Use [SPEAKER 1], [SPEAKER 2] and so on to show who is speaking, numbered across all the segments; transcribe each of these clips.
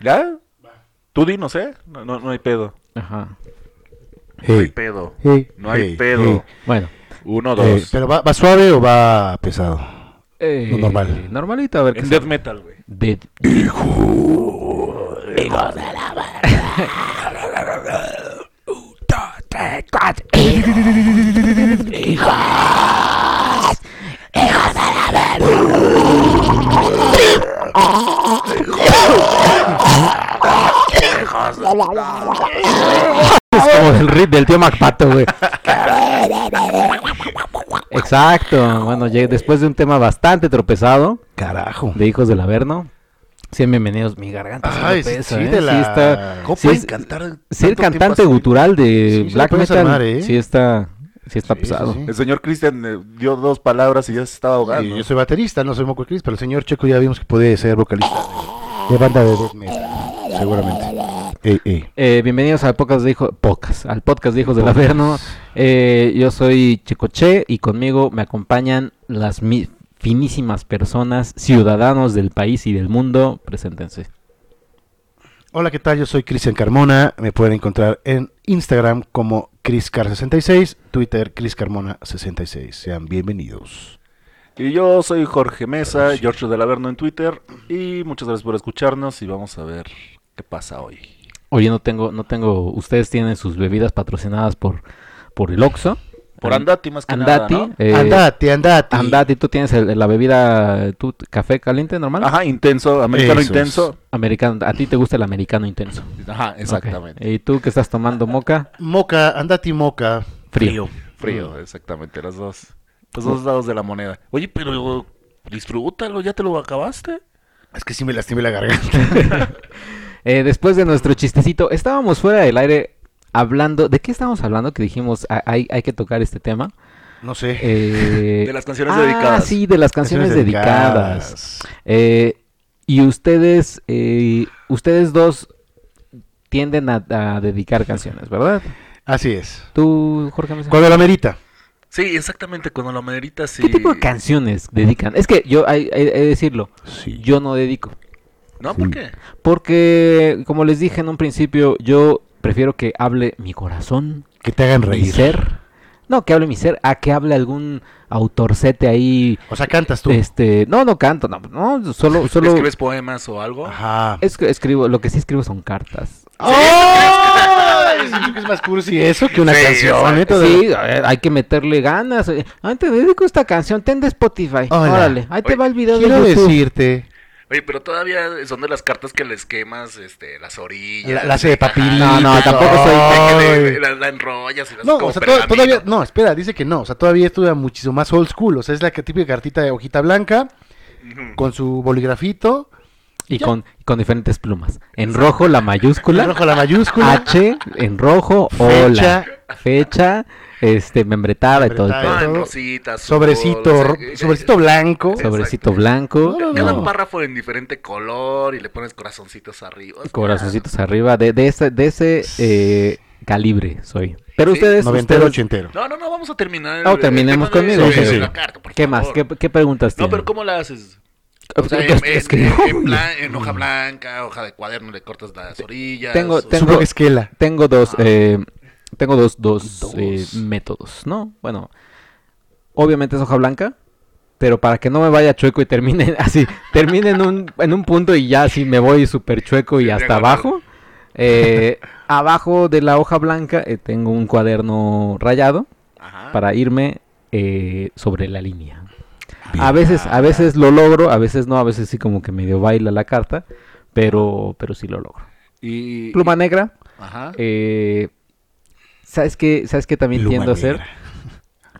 [SPEAKER 1] ¿Ya? Tú dinos, ¿eh? No, no, no hay pedo.
[SPEAKER 2] Ajá.
[SPEAKER 1] No hay
[SPEAKER 3] Hey,
[SPEAKER 1] pedo.
[SPEAKER 3] hey,
[SPEAKER 1] No hay
[SPEAKER 3] hey,
[SPEAKER 1] pedo.
[SPEAKER 2] Bueno.
[SPEAKER 1] Uno,
[SPEAKER 3] hey. Hey,
[SPEAKER 1] dos.
[SPEAKER 3] ¿Pero va, va suave o va pesado?
[SPEAKER 2] eh,
[SPEAKER 3] normal.
[SPEAKER 2] Normalito, a ver qué
[SPEAKER 1] En death metal, güey.
[SPEAKER 2] De...
[SPEAKER 3] Es como el rit del tío MacPato, güey.
[SPEAKER 2] Exacto. Bueno, ya después de un tema bastante tropezado
[SPEAKER 3] Carajo.
[SPEAKER 2] de Hijos del Averno, sean bienvenidos. Mi garganta sí me
[SPEAKER 3] Ay, sí,
[SPEAKER 2] pesa,
[SPEAKER 3] sí,
[SPEAKER 2] ¿eh?
[SPEAKER 3] de la...
[SPEAKER 2] Sí está...
[SPEAKER 3] ¿Cómo
[SPEAKER 2] sí
[SPEAKER 3] pueden
[SPEAKER 2] es-
[SPEAKER 3] cantar
[SPEAKER 2] sí, el
[SPEAKER 3] tanto tiempo
[SPEAKER 2] cantante
[SPEAKER 3] así?
[SPEAKER 2] gutural de
[SPEAKER 3] Sí, sí,
[SPEAKER 2] Black
[SPEAKER 3] lo puedes
[SPEAKER 2] Metal
[SPEAKER 3] armar, ¿eh?
[SPEAKER 2] sí está, sí está
[SPEAKER 3] Sí, sí,
[SPEAKER 2] pesado.
[SPEAKER 3] sí.
[SPEAKER 1] El señor Cristian eh, dio dos palabras y ya se estaba ahogando.
[SPEAKER 3] Sí, yo soy baterista, no soy Moco Cris, pero el señor Checo ya vimos que puede ser vocalista de, de banda de death metal, seguramente. Ey, ey.
[SPEAKER 2] Eh, bienvenidos al podcast de Hijos... Pocas, al podcast de Hijos del Averno. Eh, yo soy Checoche y conmigo me acompañan las mi- finísimas personas, ciudadanos del país y del mundo. Preséntense.
[SPEAKER 3] Hola, ¿qué tal? Yo soy Cristian Carmona. Me pueden encontrar en Instagram como ChrisCar66, Twitter ChrisCarmona66. Sean bienvenidos.
[SPEAKER 1] Y yo soy Jorge Mesa, George del Averno en Twitter. Y muchas gracias por escucharnos y vamos a ver qué pasa hoy.
[SPEAKER 2] Oye, no tengo, no tengo, ustedes tienen sus bebidas patrocinadas por, por el Oxxo.
[SPEAKER 1] Por
[SPEAKER 2] An-
[SPEAKER 1] Andati más que
[SPEAKER 2] Andati.
[SPEAKER 1] nada, ¿no?
[SPEAKER 2] eh,
[SPEAKER 3] andate, andate.
[SPEAKER 2] Andati, tú tienes el- la bebida, tú, café caliente normal.
[SPEAKER 1] Ajá, intenso, americano
[SPEAKER 3] Eso es.
[SPEAKER 1] intenso.
[SPEAKER 2] Americano, a ti te gusta el americano intenso.
[SPEAKER 1] Ajá, exactamente.
[SPEAKER 2] Ok. Eh, ¿Y tú que estás tomando moca?
[SPEAKER 3] Moca, andati moca.
[SPEAKER 2] Frío.
[SPEAKER 1] Frío, exactamente, las dos. Los dos lados de la moneda. Oye, pero disfrútalo, ¿ya te lo acabaste?
[SPEAKER 3] Es que sí me lastimé la garganta.
[SPEAKER 2] Eh, después de nuestro chistecito, estábamos fuera del aire hablando. ¿De qué estábamos hablando? Que dijimos, "Ah, hay, hay que tocar este tema.
[SPEAKER 3] No sé.
[SPEAKER 2] Eh,
[SPEAKER 1] De las canciones
[SPEAKER 2] ah,
[SPEAKER 1] dedicadas.
[SPEAKER 2] Sí, de las canciones, dedicadas. Eh, y ustedes, eh, ustedes dos tienden a, a dedicar canciones, ¿verdad?
[SPEAKER 3] Así es.
[SPEAKER 2] Tú, Jorge Mesa.
[SPEAKER 3] Cuando la merita.
[SPEAKER 1] Sí, exactamente, cuando la maderita sí.
[SPEAKER 2] ¿Qué tipo de canciones dedican? Es que yo, hay, hay- hay que decirlo,
[SPEAKER 3] Sí.
[SPEAKER 2] yo no dedico.
[SPEAKER 1] ¿No? ¿Por qué?
[SPEAKER 2] Porque, como les dije en un principio, yo prefiero que hable mi corazón,
[SPEAKER 3] Que te hagan
[SPEAKER 2] mi
[SPEAKER 3] reír.
[SPEAKER 2] ser. No, que hable mi ser, a que hable algún autorcete ahí.
[SPEAKER 3] O sea, cantas tú.
[SPEAKER 2] Este, no, no canto, no, no solo, solo
[SPEAKER 1] ¿Escribes poemas o algo?
[SPEAKER 3] Ajá.
[SPEAKER 2] es que escribo, lo que sí escribo son cartas.
[SPEAKER 3] ¡Ay! Yo creo que es más cursi eso que una
[SPEAKER 1] Sí,
[SPEAKER 3] canción, ¿eh? Todo-
[SPEAKER 2] Sí, a ver, hay que meterle ganas. eh. Ah, te dedico esta canción, ten de Spotify.
[SPEAKER 3] Hola.
[SPEAKER 2] Órale, ahí te
[SPEAKER 1] Oye,
[SPEAKER 2] va el video de
[SPEAKER 3] Quiero
[SPEAKER 2] YouTube.
[SPEAKER 3] decirte.
[SPEAKER 1] Oye, pero todavía son de las cartas que les quemas este, las orillas.
[SPEAKER 3] La- la hace de papel.
[SPEAKER 2] No, no, tampoco soy-
[SPEAKER 1] Ajá, de que
[SPEAKER 3] Ay.
[SPEAKER 1] le- la, la enrollas y las
[SPEAKER 3] No,
[SPEAKER 1] como
[SPEAKER 3] o sea, to- todavía,
[SPEAKER 1] pergamino.
[SPEAKER 3] no, espera, dice que no, o sea, todavía estudia muchísimo más old school, o sea, es la que- típica cartita de hojita blanca,
[SPEAKER 1] Ujú.
[SPEAKER 3] con su boligrafito,
[SPEAKER 2] Y con, con diferentes plumas. En rojo la mayúscula.
[SPEAKER 3] en rojo la mayúscula,
[SPEAKER 2] H en rojo, hola.
[SPEAKER 3] Fecha.
[SPEAKER 2] Fecha, este, membretada y todo el pedo.
[SPEAKER 3] Membretada.
[SPEAKER 1] No, en
[SPEAKER 3] todo-
[SPEAKER 1] rosita, azul,
[SPEAKER 3] sobrecito,
[SPEAKER 1] o sea,
[SPEAKER 3] ro-
[SPEAKER 1] eh,
[SPEAKER 3] sobrecito blanco,
[SPEAKER 1] Exacto.
[SPEAKER 2] Sobrecito blanco,
[SPEAKER 3] No, no,
[SPEAKER 1] Cada
[SPEAKER 2] no,
[SPEAKER 1] párrafo en diferente color y le pones corazoncitos arriba.
[SPEAKER 2] corazoncitos arriba, de, de ese, de ese eh, calibre soy. Pero
[SPEAKER 1] Sí,
[SPEAKER 2] ustedes,
[SPEAKER 3] noventero,
[SPEAKER 2] ustedes-
[SPEAKER 3] ochentero.
[SPEAKER 1] No, no, no, vamos a terminar.
[SPEAKER 2] Ah, terminemos
[SPEAKER 1] el tema de-
[SPEAKER 2] conmigo.
[SPEAKER 1] de-
[SPEAKER 3] Sí, sí,
[SPEAKER 1] de
[SPEAKER 3] sí.
[SPEAKER 1] la carta, por
[SPEAKER 2] ¿qué más?
[SPEAKER 1] favor.
[SPEAKER 2] ¿Qué, qué preguntas
[SPEAKER 1] No,
[SPEAKER 2] tienen?
[SPEAKER 1] pero ¿cómo la haces?
[SPEAKER 2] Eh,
[SPEAKER 1] O sea,
[SPEAKER 2] es-
[SPEAKER 1] en,
[SPEAKER 2] es
[SPEAKER 1] en-
[SPEAKER 2] que-
[SPEAKER 1] en plan- en hoja blanca, hoja de cuaderno, le cortas las orillas.
[SPEAKER 2] Tengo-
[SPEAKER 1] o-
[SPEAKER 2] tengo-
[SPEAKER 3] Supongo que es que la,
[SPEAKER 2] Tengo dos,
[SPEAKER 1] Ah.
[SPEAKER 2] eh, tengo dos, dos,
[SPEAKER 3] Dos.
[SPEAKER 2] eh, métodos, ¿no? Bueno, obviamente es hoja blanca, pero para que no me vaya chueco y termine así, termine en un, en un punto y ya así me voy súper chueco y
[SPEAKER 1] Sí,
[SPEAKER 2] hasta
[SPEAKER 1] diagonal.
[SPEAKER 2] abajo. eh, abajo de la hoja blanca eh, tengo un cuaderno rayado
[SPEAKER 1] Ajá.
[SPEAKER 2] para irme eh, sobre la línea. A veces, a veces lo logro, a veces no, a veces sí como que medio baila la carta, pero, pero sí lo logro.
[SPEAKER 1] Y.
[SPEAKER 2] Pluma negra,
[SPEAKER 1] Ajá.
[SPEAKER 2] eh, ¿Sabes qué? ¿Sabes qué también
[SPEAKER 3] pluma
[SPEAKER 2] tiendo a hacer?
[SPEAKER 3] negra.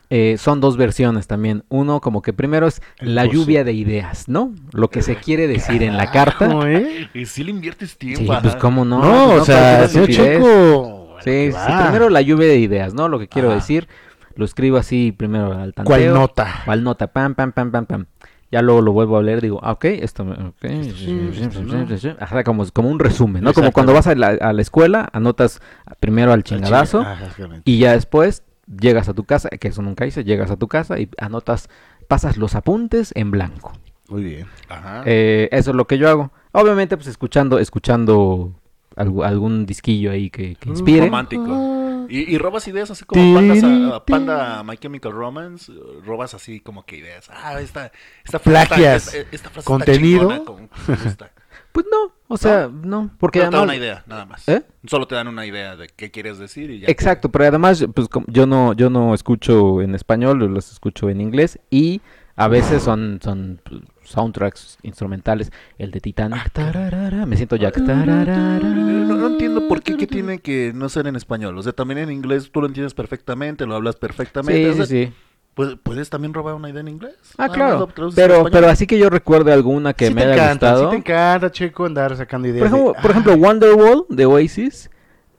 [SPEAKER 2] Eh, son dos versiones también. Uno, como que primero es
[SPEAKER 3] El
[SPEAKER 2] la
[SPEAKER 3] pose.
[SPEAKER 2] lluvia de ideas, ¿no? Lo que se quiere decir en la carta.
[SPEAKER 3] Ojo, ¿eh?
[SPEAKER 1] Y si le inviertes
[SPEAKER 2] Sí,
[SPEAKER 1] tiempo.
[SPEAKER 2] pues
[SPEAKER 1] ajá.
[SPEAKER 2] cómo no.
[SPEAKER 3] No,
[SPEAKER 2] pues,
[SPEAKER 3] o
[SPEAKER 2] no,
[SPEAKER 3] sea,
[SPEAKER 2] cualquier
[SPEAKER 3] el señor
[SPEAKER 2] estupidez.
[SPEAKER 3] Checo,
[SPEAKER 2] Sí, Ah. sí,
[SPEAKER 3] va.
[SPEAKER 2] primero la lluvia de ideas, ¿no? Lo que quiero
[SPEAKER 3] Ajá.
[SPEAKER 2] decir. Lo escribo así primero al tanteo.
[SPEAKER 3] ¿cuál nota?
[SPEAKER 2] ¿Cuál nota? Pam, pam, pam, pam, pam. Ya luego lo vuelvo a leer, digo, ah, ok, esto... me- ok,
[SPEAKER 3] sí, esto no.
[SPEAKER 2] Ajá, como, como un resumen, ¿no? Como cuando vas a la, a la escuela, anotas primero al chingadazo,
[SPEAKER 3] Ah, exactamente.
[SPEAKER 2] Y ya después llegas a tu casa, que eso nunca hice, llegas a tu casa y anotas, pasas los apuntes en blanco.
[SPEAKER 3] Muy bien.
[SPEAKER 1] Ajá.
[SPEAKER 2] Eh, eso es lo que yo hago. Obviamente, pues escuchando, escuchando algu- algún disquillo ahí que,
[SPEAKER 1] Mm,
[SPEAKER 2] que inspire.
[SPEAKER 1] Romántico. Y, y robas ideas así como pandas a, a Panda My Chemical Romance. eh, Robas así como que ideas. Ah, esta, esta frase. está-
[SPEAKER 3] Plagias.
[SPEAKER 1] esta- esta frase está
[SPEAKER 3] Contenido.
[SPEAKER 1] chingona, como que me gusta.
[SPEAKER 2] Pues no, o sea, no, porque
[SPEAKER 1] Pero te dan una
[SPEAKER 2] además-
[SPEAKER 1] idea, nada más.
[SPEAKER 2] ¿Eh?
[SPEAKER 1] Solo te dan una idea de qué quieres decir y ya.
[SPEAKER 2] Exacto, pero además pues com- yo no yo no escucho en español, los escucho en inglés y a veces son son pues, soundtracks instrumentales, el de Titanic, tararara, me siento Jack. tararara.
[SPEAKER 1] Ah, No, no entiendo por qué, qué tiene que no ser en español. O sea, también en inglés tú lo entiendes perfectamente, lo hablas perfectamente.
[SPEAKER 2] Sí,
[SPEAKER 1] O
[SPEAKER 2] sí,
[SPEAKER 1] sea,
[SPEAKER 2] sí.
[SPEAKER 1] Pues, puedes también robar una idea en inglés. Nada
[SPEAKER 2] Ah,
[SPEAKER 1] más lo
[SPEAKER 2] claro.
[SPEAKER 1] traduces en
[SPEAKER 2] Pero
[SPEAKER 1] español.
[SPEAKER 2] pero así que yo recuerde alguna que
[SPEAKER 3] Sí
[SPEAKER 2] me
[SPEAKER 3] te
[SPEAKER 2] haya
[SPEAKER 3] encanta,
[SPEAKER 2] gustado.
[SPEAKER 3] Sí te encanta, Checo, andar sacando ideas.
[SPEAKER 2] Por ejemplo,
[SPEAKER 3] de, ah,
[SPEAKER 2] por ejemplo Wonderwall de Oasis.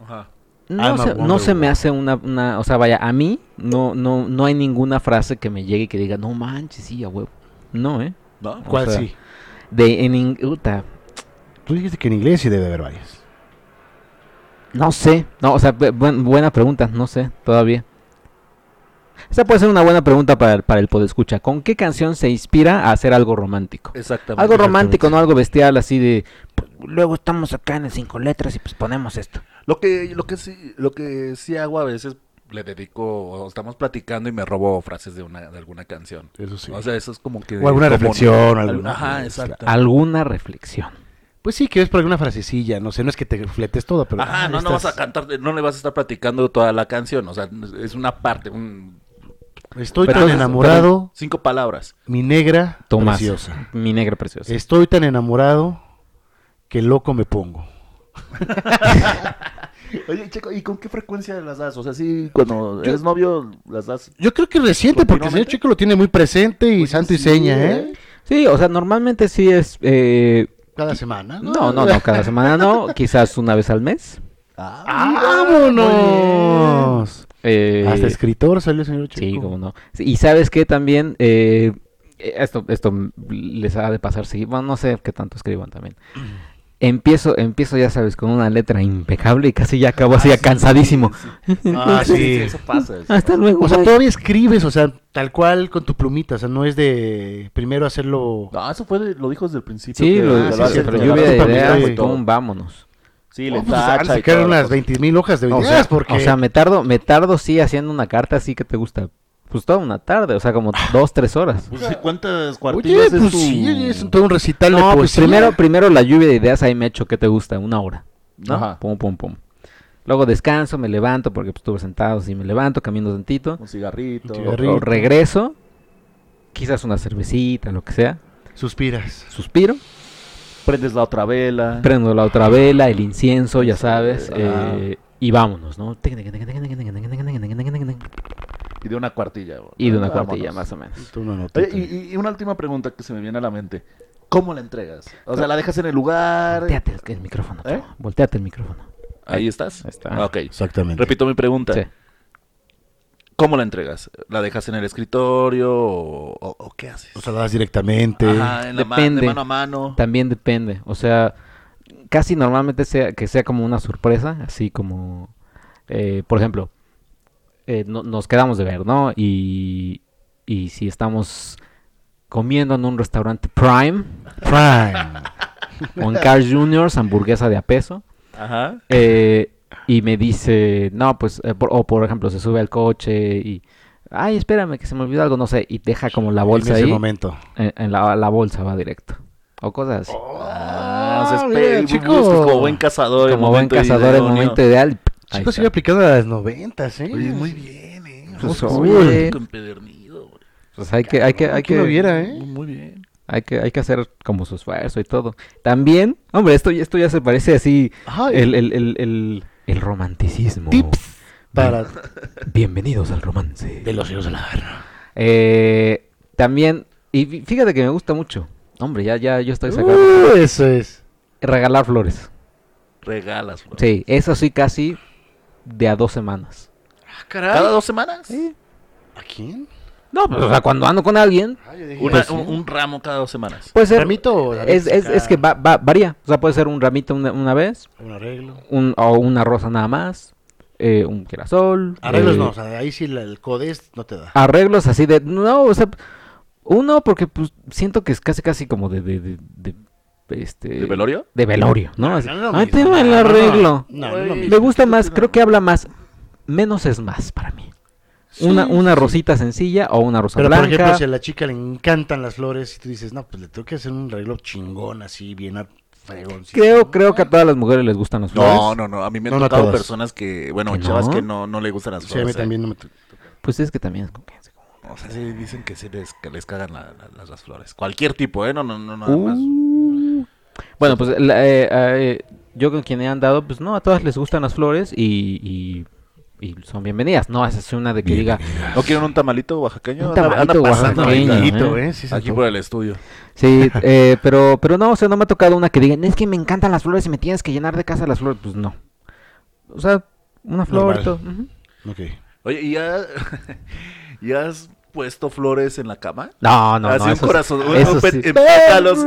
[SPEAKER 1] Ajá.
[SPEAKER 2] No,
[SPEAKER 3] I'm a
[SPEAKER 2] se, no se me
[SPEAKER 3] Wonderwall.
[SPEAKER 2] hace una, una, o sea, vaya, a mí no, no, no hay ninguna frase que me llegue que diga, no manches, sí, a huevo. No, ¿eh?
[SPEAKER 1] ¿No?
[SPEAKER 3] ah, ¿Cuál
[SPEAKER 2] o sea,
[SPEAKER 3] sí?
[SPEAKER 2] De, en, ing- puta,
[SPEAKER 3] Tú dijiste que en inglés sí debe haber varias.
[SPEAKER 2] No sé, no, o sea, bu- buen- buena pregunta, no sé, todavía. Esa puede ser una buena pregunta para, el- para el podescucha. ¿Con qué canción se inspira a hacer algo romántico?
[SPEAKER 1] Exactamente.
[SPEAKER 2] Algo romántico, no algo bestial, así de. pues, luego estamos acá en el cinco letras y pues ponemos esto.
[SPEAKER 1] Lo que, lo que sí, lo que sí hago a veces le dedico, o estamos platicando y me robo frases de una, de alguna canción.
[SPEAKER 3] Eso Eh, sí.
[SPEAKER 1] O sea, eso es como que.
[SPEAKER 3] O alguna
[SPEAKER 1] como-
[SPEAKER 3] reflexión, alguna- ah,
[SPEAKER 1] Ajá, exacto.
[SPEAKER 2] Alguna reflexión.
[SPEAKER 3] pues sí, que es por alguna frasecilla. No sé, no es que te fletes todo, pero.
[SPEAKER 1] Ajá,
[SPEAKER 3] ah,
[SPEAKER 1] no, no vas a
[SPEAKER 3] estás-
[SPEAKER 1] cantar, no le vas a estar platicando toda la canción. O sea, es una parte, un,
[SPEAKER 3] Estoy
[SPEAKER 1] Pero
[SPEAKER 3] tan
[SPEAKER 1] entonces-
[SPEAKER 3] enamorado,
[SPEAKER 1] cinco palabras.
[SPEAKER 3] mi negra
[SPEAKER 2] Tomás.
[SPEAKER 3] preciosa.
[SPEAKER 2] Mi negra preciosa.
[SPEAKER 3] Estoy tan enamorado que loco me pongo.
[SPEAKER 1] Oye, Checo, ¿y con qué frecuencia las das? O sea, sí, cuando eres novio, las das.
[SPEAKER 3] Yo creo que reciente, porque el señor
[SPEAKER 1] Continuamente.
[SPEAKER 3] Checo lo tiene muy presente y santo y seña, ¿eh?
[SPEAKER 2] Sí, o sea, normalmente sí es. eh,
[SPEAKER 3] Cada semana.
[SPEAKER 2] no, no, no, cada semana no, quizás una vez al mes.
[SPEAKER 1] Ah,
[SPEAKER 3] ¡Vámonos!
[SPEAKER 2] Eh,
[SPEAKER 3] Hasta escritor salió el señor Checo.
[SPEAKER 2] Sí, cómo no. Sí, Y sabes que también, eh, esto, esto m- les ha de pasar seguido, bueno, no sé qué tanto escriban también. Empiezo, empiezo, ya sabes, con una letra impecable y casi ya acabo así, ya cansadísimo.
[SPEAKER 1] Ah, sí,
[SPEAKER 3] sí,
[SPEAKER 1] eso pasa. eso.
[SPEAKER 2] Hasta luego.
[SPEAKER 3] O sea,
[SPEAKER 2] bye.
[SPEAKER 3] todavía escribes, o sea, tal cual con tu plumita, o sea, no es de primero hacerlo.
[SPEAKER 1] No, eso fue de- lo dijo desde el principio.
[SPEAKER 2] sí,
[SPEAKER 1] que-
[SPEAKER 2] lo,
[SPEAKER 1] que
[SPEAKER 3] Ah,
[SPEAKER 2] lo-
[SPEAKER 3] sí,
[SPEAKER 1] lo-
[SPEAKER 3] cierto.
[SPEAKER 2] pero lluvia
[SPEAKER 3] Yo
[SPEAKER 2] de
[SPEAKER 3] también
[SPEAKER 2] ideas,
[SPEAKER 3] soy-
[SPEAKER 2] pum, vámonos.
[SPEAKER 1] Sí,
[SPEAKER 3] Oh,
[SPEAKER 1] le
[SPEAKER 3] pues, han de
[SPEAKER 1] tacha y
[SPEAKER 3] sacar
[SPEAKER 1] todo.
[SPEAKER 3] unas 20 mil hojas de
[SPEAKER 2] O
[SPEAKER 3] ideas,
[SPEAKER 2] sea,
[SPEAKER 3] porque
[SPEAKER 2] o sea, me tardo, me tardo sí haciendo una carta así que te gusta. Pues toda una tarde, o sea, como dos, tres horas.
[SPEAKER 1] Pues, sí, ¿Cuántas
[SPEAKER 3] oye,
[SPEAKER 1] cuartillas
[SPEAKER 3] pues
[SPEAKER 1] es tu-
[SPEAKER 3] sí, es todo un recital de
[SPEAKER 2] No, pues
[SPEAKER 3] poesía.
[SPEAKER 2] primero, primero la lluvia de ideas ahí me echo que te gusta, una hora. ¿no?
[SPEAKER 1] Ajá.
[SPEAKER 2] Pum, pum, pum. Luego descanso, me levanto porque pues, estuve sentado, sí me levanto, camino tantito.
[SPEAKER 1] Un cigarrito.
[SPEAKER 3] Un
[SPEAKER 2] O- o
[SPEAKER 3] cigarrito.
[SPEAKER 2] regreso, quizás una cervecita, lo que sea.
[SPEAKER 3] suspiras.
[SPEAKER 2] Suspiro,
[SPEAKER 1] Prendes la otra vela.
[SPEAKER 2] prendo la otra vela, el incienso, ya sabes.
[SPEAKER 1] Ah.
[SPEAKER 2] eh, y vámonos, ¿no?
[SPEAKER 1] y de una cuartilla. güey.
[SPEAKER 2] Y de una
[SPEAKER 1] Eh, Vámonos.
[SPEAKER 2] cuartilla más o menos.
[SPEAKER 3] Tú no notas.
[SPEAKER 1] Oye, y, y una última pregunta que se me viene a la mente. ¿Cómo la entregas? O sea, ¿la dejas en el lugar?
[SPEAKER 2] Volteate el- el micrófono,
[SPEAKER 1] ¿Eh?
[SPEAKER 2] chavo, volteate el micrófono.
[SPEAKER 1] Ahí estás. Ah,
[SPEAKER 2] Ahí está.
[SPEAKER 1] Ok.
[SPEAKER 3] Exactamente.
[SPEAKER 1] Repito mi pregunta.
[SPEAKER 2] Sí.
[SPEAKER 1] ¿Cómo la entregas? ¿La dejas en el escritorio o, o- o qué haces?
[SPEAKER 3] O sea, lo das directamente.
[SPEAKER 1] Ajá, en la ma- de
[SPEAKER 2] Depende.
[SPEAKER 1] mano a mano.
[SPEAKER 2] También depende, o sea, casi normalmente sea que sea como una sorpresa, así como, eh, por ejemplo, eh, no- nos quedamos de ver, ¿no? Y, y si estamos comiendo en un restaurante Prime
[SPEAKER 3] Prime.
[SPEAKER 2] o en Carl Jr.'s hamburguesa de a peso,
[SPEAKER 1] Ajá.
[SPEAKER 2] eh, y me dice, no, pues, eh, por- o por ejemplo, se sube al coche y, ay, espérame, que se me olvidó algo, no sé, y deja como la bolsa
[SPEAKER 3] en ese
[SPEAKER 2] ahí,
[SPEAKER 3] momento.
[SPEAKER 2] en, en la, la bolsa va directo, o cosas
[SPEAKER 1] Oh,
[SPEAKER 2] así.
[SPEAKER 1] Ah, o sea, espe-
[SPEAKER 3] mira,
[SPEAKER 1] bu-
[SPEAKER 3] chico.
[SPEAKER 1] buscas como buen cazador. el
[SPEAKER 2] Como buen
[SPEAKER 1] momento
[SPEAKER 2] cazador, el
[SPEAKER 1] idóneo.
[SPEAKER 2] momento ideal. ahí
[SPEAKER 3] Chicos,
[SPEAKER 2] está.
[SPEAKER 3] sigue aplicando a las noventas, ¿eh?
[SPEAKER 1] Oye, muy bien, ¿eh?
[SPEAKER 2] Pues,
[SPEAKER 1] Somos
[SPEAKER 2] oye.
[SPEAKER 1] un público empedernido, güey.
[SPEAKER 2] Pues hay que, hay que, hay
[SPEAKER 3] ¿Quién
[SPEAKER 2] que,
[SPEAKER 3] lo viera, eh?
[SPEAKER 1] Muy bien.
[SPEAKER 2] hay que, hay que hacer como su esfuerzo y todo. También, hombre, esto, esto ya se parece así
[SPEAKER 3] Ajá,
[SPEAKER 2] el, el, el, el, el romanticismo.
[SPEAKER 3] Tips para
[SPEAKER 2] Bienvenidos al romance.
[SPEAKER 3] de los hijos de la
[SPEAKER 2] Eh, también, y fí- fíjate que me gusta mucho. Hombre, ya, ya, yo estoy sacando.
[SPEAKER 3] Uh, eso es.
[SPEAKER 2] Regalar flores.
[SPEAKER 1] Regalas, güey.
[SPEAKER 2] Sí, eso sí casi de a dos semanas.
[SPEAKER 1] ¿Cada dos semanas?
[SPEAKER 3] ¿A quién?
[SPEAKER 2] No, pues, o sea, cuando ando con alguien,
[SPEAKER 1] Una-
[SPEAKER 3] Pues,
[SPEAKER 1] un, un ramo cada dos semanas.
[SPEAKER 2] puede ser...
[SPEAKER 3] ¿Ramito o la
[SPEAKER 2] Es, es,
[SPEAKER 3] vez
[SPEAKER 2] es que va- va- varía. O sea, puede ser un ramito una, una vez,
[SPEAKER 3] acá? Un arreglo.
[SPEAKER 2] un, o una rosa nada más, eh, un girasol.
[SPEAKER 3] Arreglos
[SPEAKER 2] eh,
[SPEAKER 3] no, o sea, ahí sí la- el codest no te da.
[SPEAKER 2] Arreglos así de. No, o sea. Uno, porque pues siento que es casi, casi como de, de, de, de- este
[SPEAKER 1] ¿De velorio?
[SPEAKER 2] de velorio, ¿no? Así,
[SPEAKER 3] Ah, No, no es lo
[SPEAKER 2] "Ay,
[SPEAKER 3] mismo.
[SPEAKER 2] tengo el
[SPEAKER 3] No, no,
[SPEAKER 2] arreglo.
[SPEAKER 3] no, no es lo
[SPEAKER 1] Güey.
[SPEAKER 2] Me gusta más, creo que habla más. Menos es más para mí. una una rosita sencilla o una rosa
[SPEAKER 3] Pero
[SPEAKER 2] blanca.
[SPEAKER 3] por ejemplo, si a la chica le encantan las flores y tú dices, no, pues le tengo que hacer un arreglo chingón así, bien a fregón. sí".
[SPEAKER 2] Creo, creo que a todas las mujeres les gustan los flores.
[SPEAKER 1] No, no, no. A mí me han
[SPEAKER 3] No, no
[SPEAKER 1] tocado
[SPEAKER 3] todas.
[SPEAKER 1] personas que, bueno,
[SPEAKER 2] ¿Que
[SPEAKER 1] chavas
[SPEAKER 2] no?
[SPEAKER 1] que no, no le gustan las
[SPEAKER 3] Sí, a
[SPEAKER 1] flores.
[SPEAKER 3] mí
[SPEAKER 1] ¿eh?
[SPEAKER 3] también no me...
[SPEAKER 2] Pues es que también es como que-
[SPEAKER 1] O sea, sí dicen que se les, que les cagan la- la- las, las flores. Cualquier tipo, ¿eh? No, no, no, nada más.
[SPEAKER 2] Uh. Bueno, pues la- eh, eh, yo con quien he andado, pues no, a todas les gustan las flores y, y- y son bienvenidas. No, esa es una de que diga,
[SPEAKER 1] ¿No quieren un tamalito oaxaqueño?
[SPEAKER 2] Un
[SPEAKER 1] Anda-
[SPEAKER 2] tamalito
[SPEAKER 1] anda pasando
[SPEAKER 2] oaxaqueño,
[SPEAKER 1] ahorita.
[SPEAKER 3] Tamalito,
[SPEAKER 2] ¿eh?
[SPEAKER 3] ¿eh? Sí, se
[SPEAKER 1] Aquí
[SPEAKER 3] antoja.
[SPEAKER 1] por el estudio.
[SPEAKER 2] sí, eh, pero, pero no, o sea, no me ha tocado una que digan, es que me encantan las flores y me tienes que llenar de casa las flores. Pues no. O sea, una flor.
[SPEAKER 3] Normal.
[SPEAKER 2] y todo, ujú.
[SPEAKER 3] Ok.
[SPEAKER 1] Oye, ¿y ya, ya has puesto flores en la cama?
[SPEAKER 2] No, no,
[SPEAKER 1] Así
[SPEAKER 2] no.
[SPEAKER 1] un
[SPEAKER 2] Eso,
[SPEAKER 1] corazón, un-
[SPEAKER 2] eso
[SPEAKER 1] un pet-
[SPEAKER 2] sí,
[SPEAKER 1] en pétalos.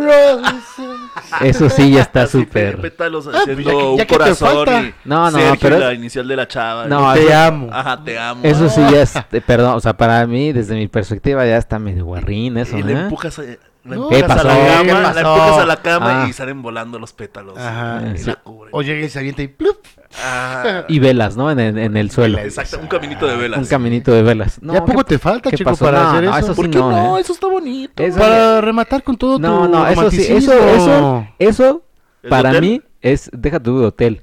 [SPEAKER 2] eso sí ya está
[SPEAKER 1] Así,
[SPEAKER 2] súper.
[SPEAKER 1] pétalos
[SPEAKER 3] pues ya
[SPEAKER 1] haciendo
[SPEAKER 3] que- ya
[SPEAKER 1] un
[SPEAKER 3] que te
[SPEAKER 1] corazón
[SPEAKER 3] falta.
[SPEAKER 1] y
[SPEAKER 2] No, no,
[SPEAKER 1] Sergio
[SPEAKER 2] pero
[SPEAKER 1] y la
[SPEAKER 2] es-
[SPEAKER 1] inicial de la chava.
[SPEAKER 2] No,
[SPEAKER 3] Te
[SPEAKER 2] eso-
[SPEAKER 3] amo.
[SPEAKER 1] Ajá, te amo.
[SPEAKER 2] Eso sí ya es, eh, perdón, o sea, para mí, desde mi perspectiva, ya está medio guarrín eso,
[SPEAKER 1] Y le
[SPEAKER 2] ¿eh?
[SPEAKER 1] empujas a, la
[SPEAKER 3] No.
[SPEAKER 1] empujas
[SPEAKER 2] ¿Qué
[SPEAKER 1] a la
[SPEAKER 2] pasó?
[SPEAKER 1] cama,
[SPEAKER 3] ¿Qué
[SPEAKER 1] la
[SPEAKER 3] pasó?
[SPEAKER 1] empujas a la cama
[SPEAKER 2] Ah.
[SPEAKER 1] y salen volando los pétalos.
[SPEAKER 3] Ajá.
[SPEAKER 1] Y
[SPEAKER 2] Sí.
[SPEAKER 1] eh, la cubren.
[SPEAKER 3] O llega y se avienta y ¡plup!
[SPEAKER 1] Ah,
[SPEAKER 2] Y velas, ¿no? En, el- en el suelo.
[SPEAKER 3] Velas.
[SPEAKER 1] exacto, un caminito de velas.
[SPEAKER 2] Un caminito de velas. No,
[SPEAKER 3] ¿Ya poco
[SPEAKER 2] ¿qué-
[SPEAKER 3] te falta,
[SPEAKER 2] qué
[SPEAKER 3] chico,
[SPEAKER 2] pasó?
[SPEAKER 3] para
[SPEAKER 2] No,
[SPEAKER 3] hacer
[SPEAKER 2] no,
[SPEAKER 3] eso?
[SPEAKER 2] eso sí
[SPEAKER 1] ¿Por qué no?
[SPEAKER 2] no, eh.
[SPEAKER 1] Eso está bonito.
[SPEAKER 2] Eso-
[SPEAKER 3] Para rematar con todo
[SPEAKER 2] No,
[SPEAKER 3] tu
[SPEAKER 2] no, eso sí, eso, eso,
[SPEAKER 3] romanticismo.
[SPEAKER 2] eso,
[SPEAKER 1] ¿El
[SPEAKER 2] para
[SPEAKER 1] hotel?
[SPEAKER 2] mí es, deja tu hotel.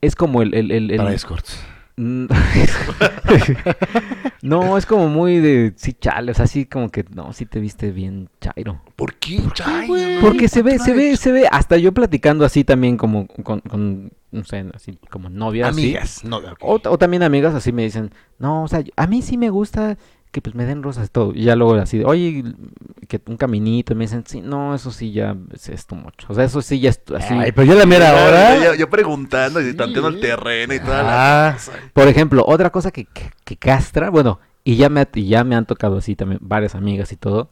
[SPEAKER 2] Es como el, el, el, el-
[SPEAKER 3] Para escorts.
[SPEAKER 2] Mm, no, es como muy de, sí, chale, o sea, así como que, no, sí te viste bien chairo.
[SPEAKER 1] ¿Por qué? Ay,
[SPEAKER 3] güey?
[SPEAKER 1] no.
[SPEAKER 2] Porque se ve,
[SPEAKER 1] Ay,
[SPEAKER 2] se ve, se ve, hasta yo platicando así también como, con, con, no sé, así como novia, así.
[SPEAKER 3] Amigas. No, ok.
[SPEAKER 2] O, o también amigas así me dicen, no, o sea, yo- a mí sí me gusta que pues me den rosas y todo. Y ya luego así, de, oye, que un caminito, y me dicen, sí, no, eso sí ya es esto mucho. O sea, eso sí ya es tu- así.
[SPEAKER 3] Ay, pero yo la mera
[SPEAKER 1] Ya, ya-
[SPEAKER 3] ahora.
[SPEAKER 1] ya preguntando y
[SPEAKER 3] Sí.
[SPEAKER 1] tanteando el terreno y toda la
[SPEAKER 3] Ah,
[SPEAKER 2] Por ejemplo, otra cosa que, que, que castra, bueno, y ya me, ha- y ya me han tocado así también varias amigas y todo,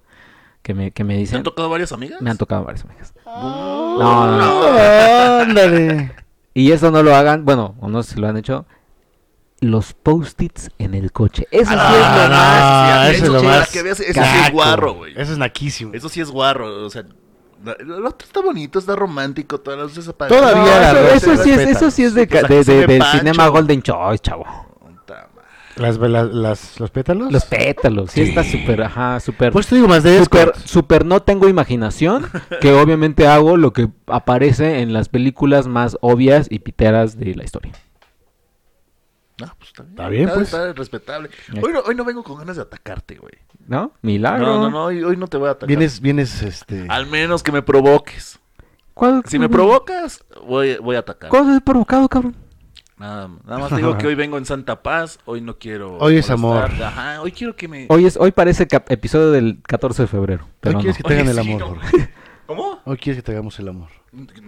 [SPEAKER 2] que me, que me
[SPEAKER 1] ¿Te
[SPEAKER 2] dicen,
[SPEAKER 1] han tocado varias amigas?
[SPEAKER 2] me han tocado varias amigas.
[SPEAKER 3] no,
[SPEAKER 2] no,
[SPEAKER 3] no. Oh, Ándale.
[SPEAKER 2] Y eso no lo hagan, bueno, o no sé si lo han hecho, los post-its en el coche. Eso sí es
[SPEAKER 3] Ah,
[SPEAKER 2] lo
[SPEAKER 3] no,
[SPEAKER 2] más...
[SPEAKER 1] sí, eso
[SPEAKER 3] eso es lo
[SPEAKER 1] sí,
[SPEAKER 3] más.
[SPEAKER 1] la que veas, eso sí es
[SPEAKER 3] caco.
[SPEAKER 1] guarro, güey.
[SPEAKER 3] Eso es naquísimo.
[SPEAKER 1] Eso sí es guarro, o sea, la- lo otro está bonito, está romántico, todas las luces apagadas.
[SPEAKER 3] Todavía
[SPEAKER 2] No,
[SPEAKER 3] la
[SPEAKER 2] eso,
[SPEAKER 3] verdad,
[SPEAKER 2] eso
[SPEAKER 3] se
[SPEAKER 2] sí es,
[SPEAKER 3] respeta.
[SPEAKER 2] eso sí es de, ca-
[SPEAKER 1] La
[SPEAKER 2] de-
[SPEAKER 1] que se
[SPEAKER 2] de-
[SPEAKER 1] ve
[SPEAKER 2] del
[SPEAKER 1] Pancho.
[SPEAKER 2] cinema Golden Choice, chavo.
[SPEAKER 1] Puta madre.
[SPEAKER 3] Las, las, las, ¿Los pétalos?
[SPEAKER 2] Los pétalos, sí, está súper, ajá, súper,
[SPEAKER 3] Pues te digo más de
[SPEAKER 2] súper,
[SPEAKER 3] escort.
[SPEAKER 2] súper no tengo imaginación, que obviamente hago lo que aparece en las películas más obvias y piteras de la historia.
[SPEAKER 1] No, pues está bien.
[SPEAKER 3] Está bien, pues.
[SPEAKER 1] Está respetable. Hoy no, hoy no vengo con ganas de atacarte, güey.
[SPEAKER 2] ¿No? Milagro.
[SPEAKER 1] No, no, no, hoy, hoy no te voy a atacar.
[SPEAKER 3] Ah, Vienes, vienes, este...
[SPEAKER 1] Al menos que me provoques.
[SPEAKER 2] ¿Cuál-
[SPEAKER 1] Si me provocas, voy, voy a atacar.
[SPEAKER 2] ¿Cuál es provocado, cabrón?
[SPEAKER 1] Nada, nada más te digo que hoy vengo en Santa Paz, hoy no quiero.
[SPEAKER 3] Hoy es
[SPEAKER 1] molestarte.
[SPEAKER 3] amor.
[SPEAKER 1] Ajá, hoy quiero que me.
[SPEAKER 2] Hoy, es, hoy parece cap- episodio del 14 de febrero, pero
[SPEAKER 3] Hoy
[SPEAKER 2] no.
[SPEAKER 3] quieres que te hagan el
[SPEAKER 1] Oye, sí,
[SPEAKER 3] amor.
[SPEAKER 1] no.
[SPEAKER 3] Jorge.
[SPEAKER 1] ¿Cómo?
[SPEAKER 3] Hoy Oh, quieres que te hagamos el amor.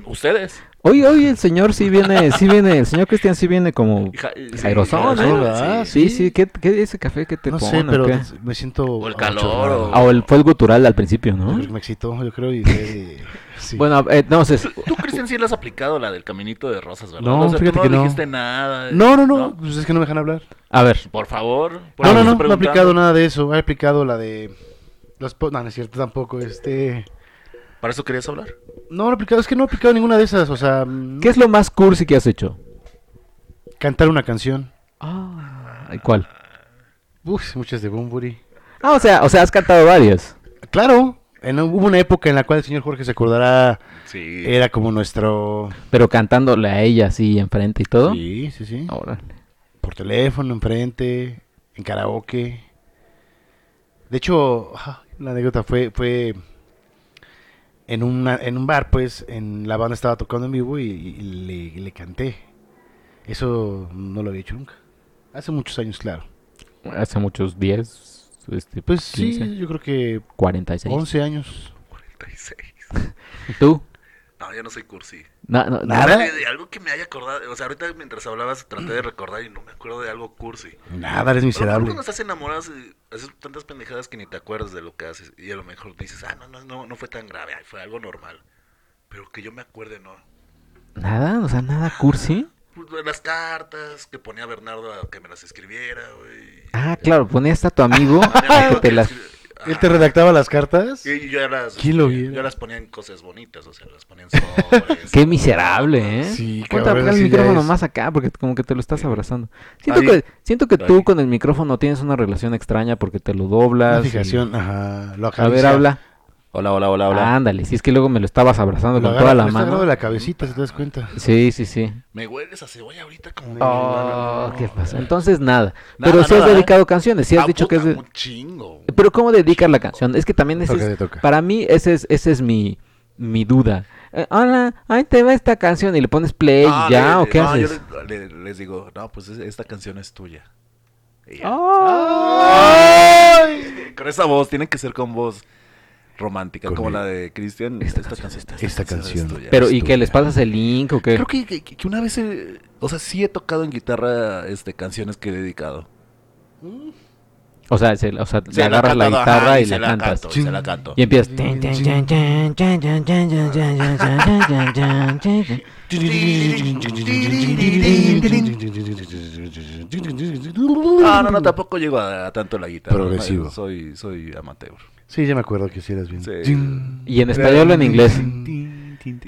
[SPEAKER 1] Ustedes.
[SPEAKER 2] Hoy, hoy el señor sí viene, sí viene, el señor Cristian sí viene como
[SPEAKER 1] Ja- sí,
[SPEAKER 2] jairosón,
[SPEAKER 1] jairosón,
[SPEAKER 2] ¿eh?
[SPEAKER 3] Ah,
[SPEAKER 1] ¿verdad?
[SPEAKER 2] Sí, sí, ¿qué, qué ese café que te
[SPEAKER 3] No
[SPEAKER 2] pone
[SPEAKER 3] sé,
[SPEAKER 2] o
[SPEAKER 3] pero
[SPEAKER 2] qué?
[SPEAKER 3] me siento...
[SPEAKER 1] O el calor, o-
[SPEAKER 2] Ah, o el, fue el gutural al principio, ¿no?
[SPEAKER 3] Me excitó, yo creo, y... de- sí.
[SPEAKER 2] Bueno, eh, no, sé,
[SPEAKER 1] Tú, Cristian, sí le has aplicado la del caminito de rosas, ¿verdad?
[SPEAKER 3] No,
[SPEAKER 1] O sea, tú
[SPEAKER 3] fíjate que no.
[SPEAKER 1] dijiste nada. eh,
[SPEAKER 3] No, no, no, pues es que no me dejan hablar.
[SPEAKER 2] a ver,
[SPEAKER 1] Por favor. por
[SPEAKER 3] No,
[SPEAKER 1] eso
[SPEAKER 3] no,
[SPEAKER 1] estoy
[SPEAKER 3] no, no he
[SPEAKER 1] preguntando.
[SPEAKER 3] aplicado nada de eso. He aplicado la de... Los po- no, no es cierto tampoco, este...
[SPEAKER 1] ¿Para eso querías hablar?
[SPEAKER 3] No, no he aplicado, es que no he aplicado ninguna de esas, o sea... mm,
[SPEAKER 2] ¿qué es lo más cursi que has hecho?
[SPEAKER 3] Cantar una canción.
[SPEAKER 2] Ah, ¿cuál?
[SPEAKER 3] Uf, muchas de Bumburi.
[SPEAKER 2] Ah, o sea, o sea, has cantado varias.
[SPEAKER 3] Claro, en- hubo una época en la cual el señor Jorge se acordará,
[SPEAKER 1] Sí.
[SPEAKER 3] era como nuestro...
[SPEAKER 2] Pero cantándole a ella así enfrente y todo.
[SPEAKER 3] Sí, sí, sí.
[SPEAKER 2] Órale.
[SPEAKER 3] Por teléfono, enfrente, en karaoke. De hecho, ah, la anécdota fue, fue en, una, en un bar, pues, en la banda estaba tocando en vivo y, y le, le canté. Eso no lo había hecho nunca. Hace muchos años, claro.
[SPEAKER 2] Hace muchos 10, este,
[SPEAKER 3] Pues
[SPEAKER 2] 15,
[SPEAKER 3] sí, yo creo que
[SPEAKER 2] 46.
[SPEAKER 3] 11 años.
[SPEAKER 1] 46.
[SPEAKER 2] ¿Tú?
[SPEAKER 1] No, yo no soy cursi.
[SPEAKER 2] No, no,
[SPEAKER 3] Nada.
[SPEAKER 1] Dale de algo que me haya acordado. O sea, ahorita mientras hablabas traté de recordar y no me acuerdo de algo cursi. Pero a lo
[SPEAKER 3] Nada, eres
[SPEAKER 1] mejor
[SPEAKER 3] miserable.
[SPEAKER 1] cuando estás enamorado haces- haces tantas pendejadas que ni te acuerdas de lo que haces. Y a lo mejor dices, ah, no, no, no, no fue tan grave, ay, fue algo normal. Pero que yo me acuerde, no.
[SPEAKER 2] Nada, o sea, nada cursi.
[SPEAKER 1] Pues, Las cartas que ponía Bernardo a que me las escribiera, güey.
[SPEAKER 2] Ah, claro, ponías a tu amigo
[SPEAKER 1] A mi
[SPEAKER 2] a
[SPEAKER 1] amigo
[SPEAKER 2] que te
[SPEAKER 1] que
[SPEAKER 2] las...
[SPEAKER 1] escri-
[SPEAKER 3] ¿Él te redactaba las cartas?
[SPEAKER 1] Y yo ya las,
[SPEAKER 3] ¿Quién lo viera?
[SPEAKER 1] yo las ponía en cosas bonitas, o sea, las ponía en sobres.
[SPEAKER 2] Qué miserable, ¿eh?
[SPEAKER 3] Sí,
[SPEAKER 2] Ponte a
[SPEAKER 3] cabrón,
[SPEAKER 2] poner el
[SPEAKER 3] sí, ya
[SPEAKER 2] micrófono
[SPEAKER 3] es.
[SPEAKER 2] más acá porque como que te lo estás abrazando. Siento
[SPEAKER 1] Ahí.
[SPEAKER 2] que, siento que tú
[SPEAKER 1] Ahí.
[SPEAKER 2] con el micrófono tienes una relación extraña porque te lo doblas.
[SPEAKER 3] Una
[SPEAKER 2] y-
[SPEAKER 3] fijación, ajá. Lo
[SPEAKER 2] A ver,
[SPEAKER 3] acaricia,
[SPEAKER 2] habla.
[SPEAKER 4] Hola, hola, hola, hola.
[SPEAKER 2] Ándale, si es que luego me lo estabas abrazando
[SPEAKER 3] Lo
[SPEAKER 2] con
[SPEAKER 3] agarra,
[SPEAKER 2] toda
[SPEAKER 3] le
[SPEAKER 2] la
[SPEAKER 3] está agarrando
[SPEAKER 2] mano.
[SPEAKER 3] de la cabecita, si te das cuenta.
[SPEAKER 2] Sí, sí, sí.
[SPEAKER 1] Me hueles a cebolla ahorita como...
[SPEAKER 2] Oh, ¿qué pasa? Entonces nada.
[SPEAKER 1] Nada,
[SPEAKER 2] Pero si has
[SPEAKER 1] nada, ¿eh?
[SPEAKER 2] dedicado canciones, si has
[SPEAKER 1] Ah,
[SPEAKER 2] dicho que es
[SPEAKER 1] puta,
[SPEAKER 2] de...
[SPEAKER 1] Un chingo.
[SPEAKER 2] Pero ¿cómo dedicas la canción? Es que también ese
[SPEAKER 3] Toca,
[SPEAKER 2] es,
[SPEAKER 3] te toca.
[SPEAKER 2] para mí ese es, ese es mi, mi duda. Eh, hola, ahí te va esta canción y le pones play
[SPEAKER 1] Ah,
[SPEAKER 2] y ya,
[SPEAKER 1] le-
[SPEAKER 2] ¿o qué
[SPEAKER 1] no, yo
[SPEAKER 2] haces?
[SPEAKER 1] le- le- les digo, no, pues es- esta canción es tuya. Y ya.
[SPEAKER 2] Ah. ¡Ay!
[SPEAKER 1] Con esa voz, tiene que ser con voz romántica,
[SPEAKER 3] Con
[SPEAKER 1] como
[SPEAKER 3] el-
[SPEAKER 1] la de Cristian.
[SPEAKER 2] Esta
[SPEAKER 1] canción,
[SPEAKER 3] esta canción.
[SPEAKER 1] tuya. Pues,
[SPEAKER 2] Pero,
[SPEAKER 3] Es
[SPEAKER 2] ¿y qué?
[SPEAKER 3] tuya.
[SPEAKER 2] ¿Les pasas el link o qué?
[SPEAKER 1] Creo que, que- que una vez, eh, o sea, sí he tocado en guitarra este, canciones que he dedicado.
[SPEAKER 2] O sea, se- o sea
[SPEAKER 1] Se
[SPEAKER 2] le
[SPEAKER 1] he
[SPEAKER 2] agarras la,
[SPEAKER 1] cantado, ajá,
[SPEAKER 2] guitarra y
[SPEAKER 1] se
[SPEAKER 2] la cantas.
[SPEAKER 1] Canto, y se la canto.
[SPEAKER 2] Y empiezas.
[SPEAKER 3] Chin, chin,
[SPEAKER 1] No, no, no, tampoco llego a, a tanto la guitarra.
[SPEAKER 3] Progresivo.
[SPEAKER 1] Ma- Soy, soy amateur.
[SPEAKER 3] Sí, ya me acuerdo que sí eras bien.
[SPEAKER 1] Sí.
[SPEAKER 3] Chin.
[SPEAKER 2] ¿Y en español o en inglés?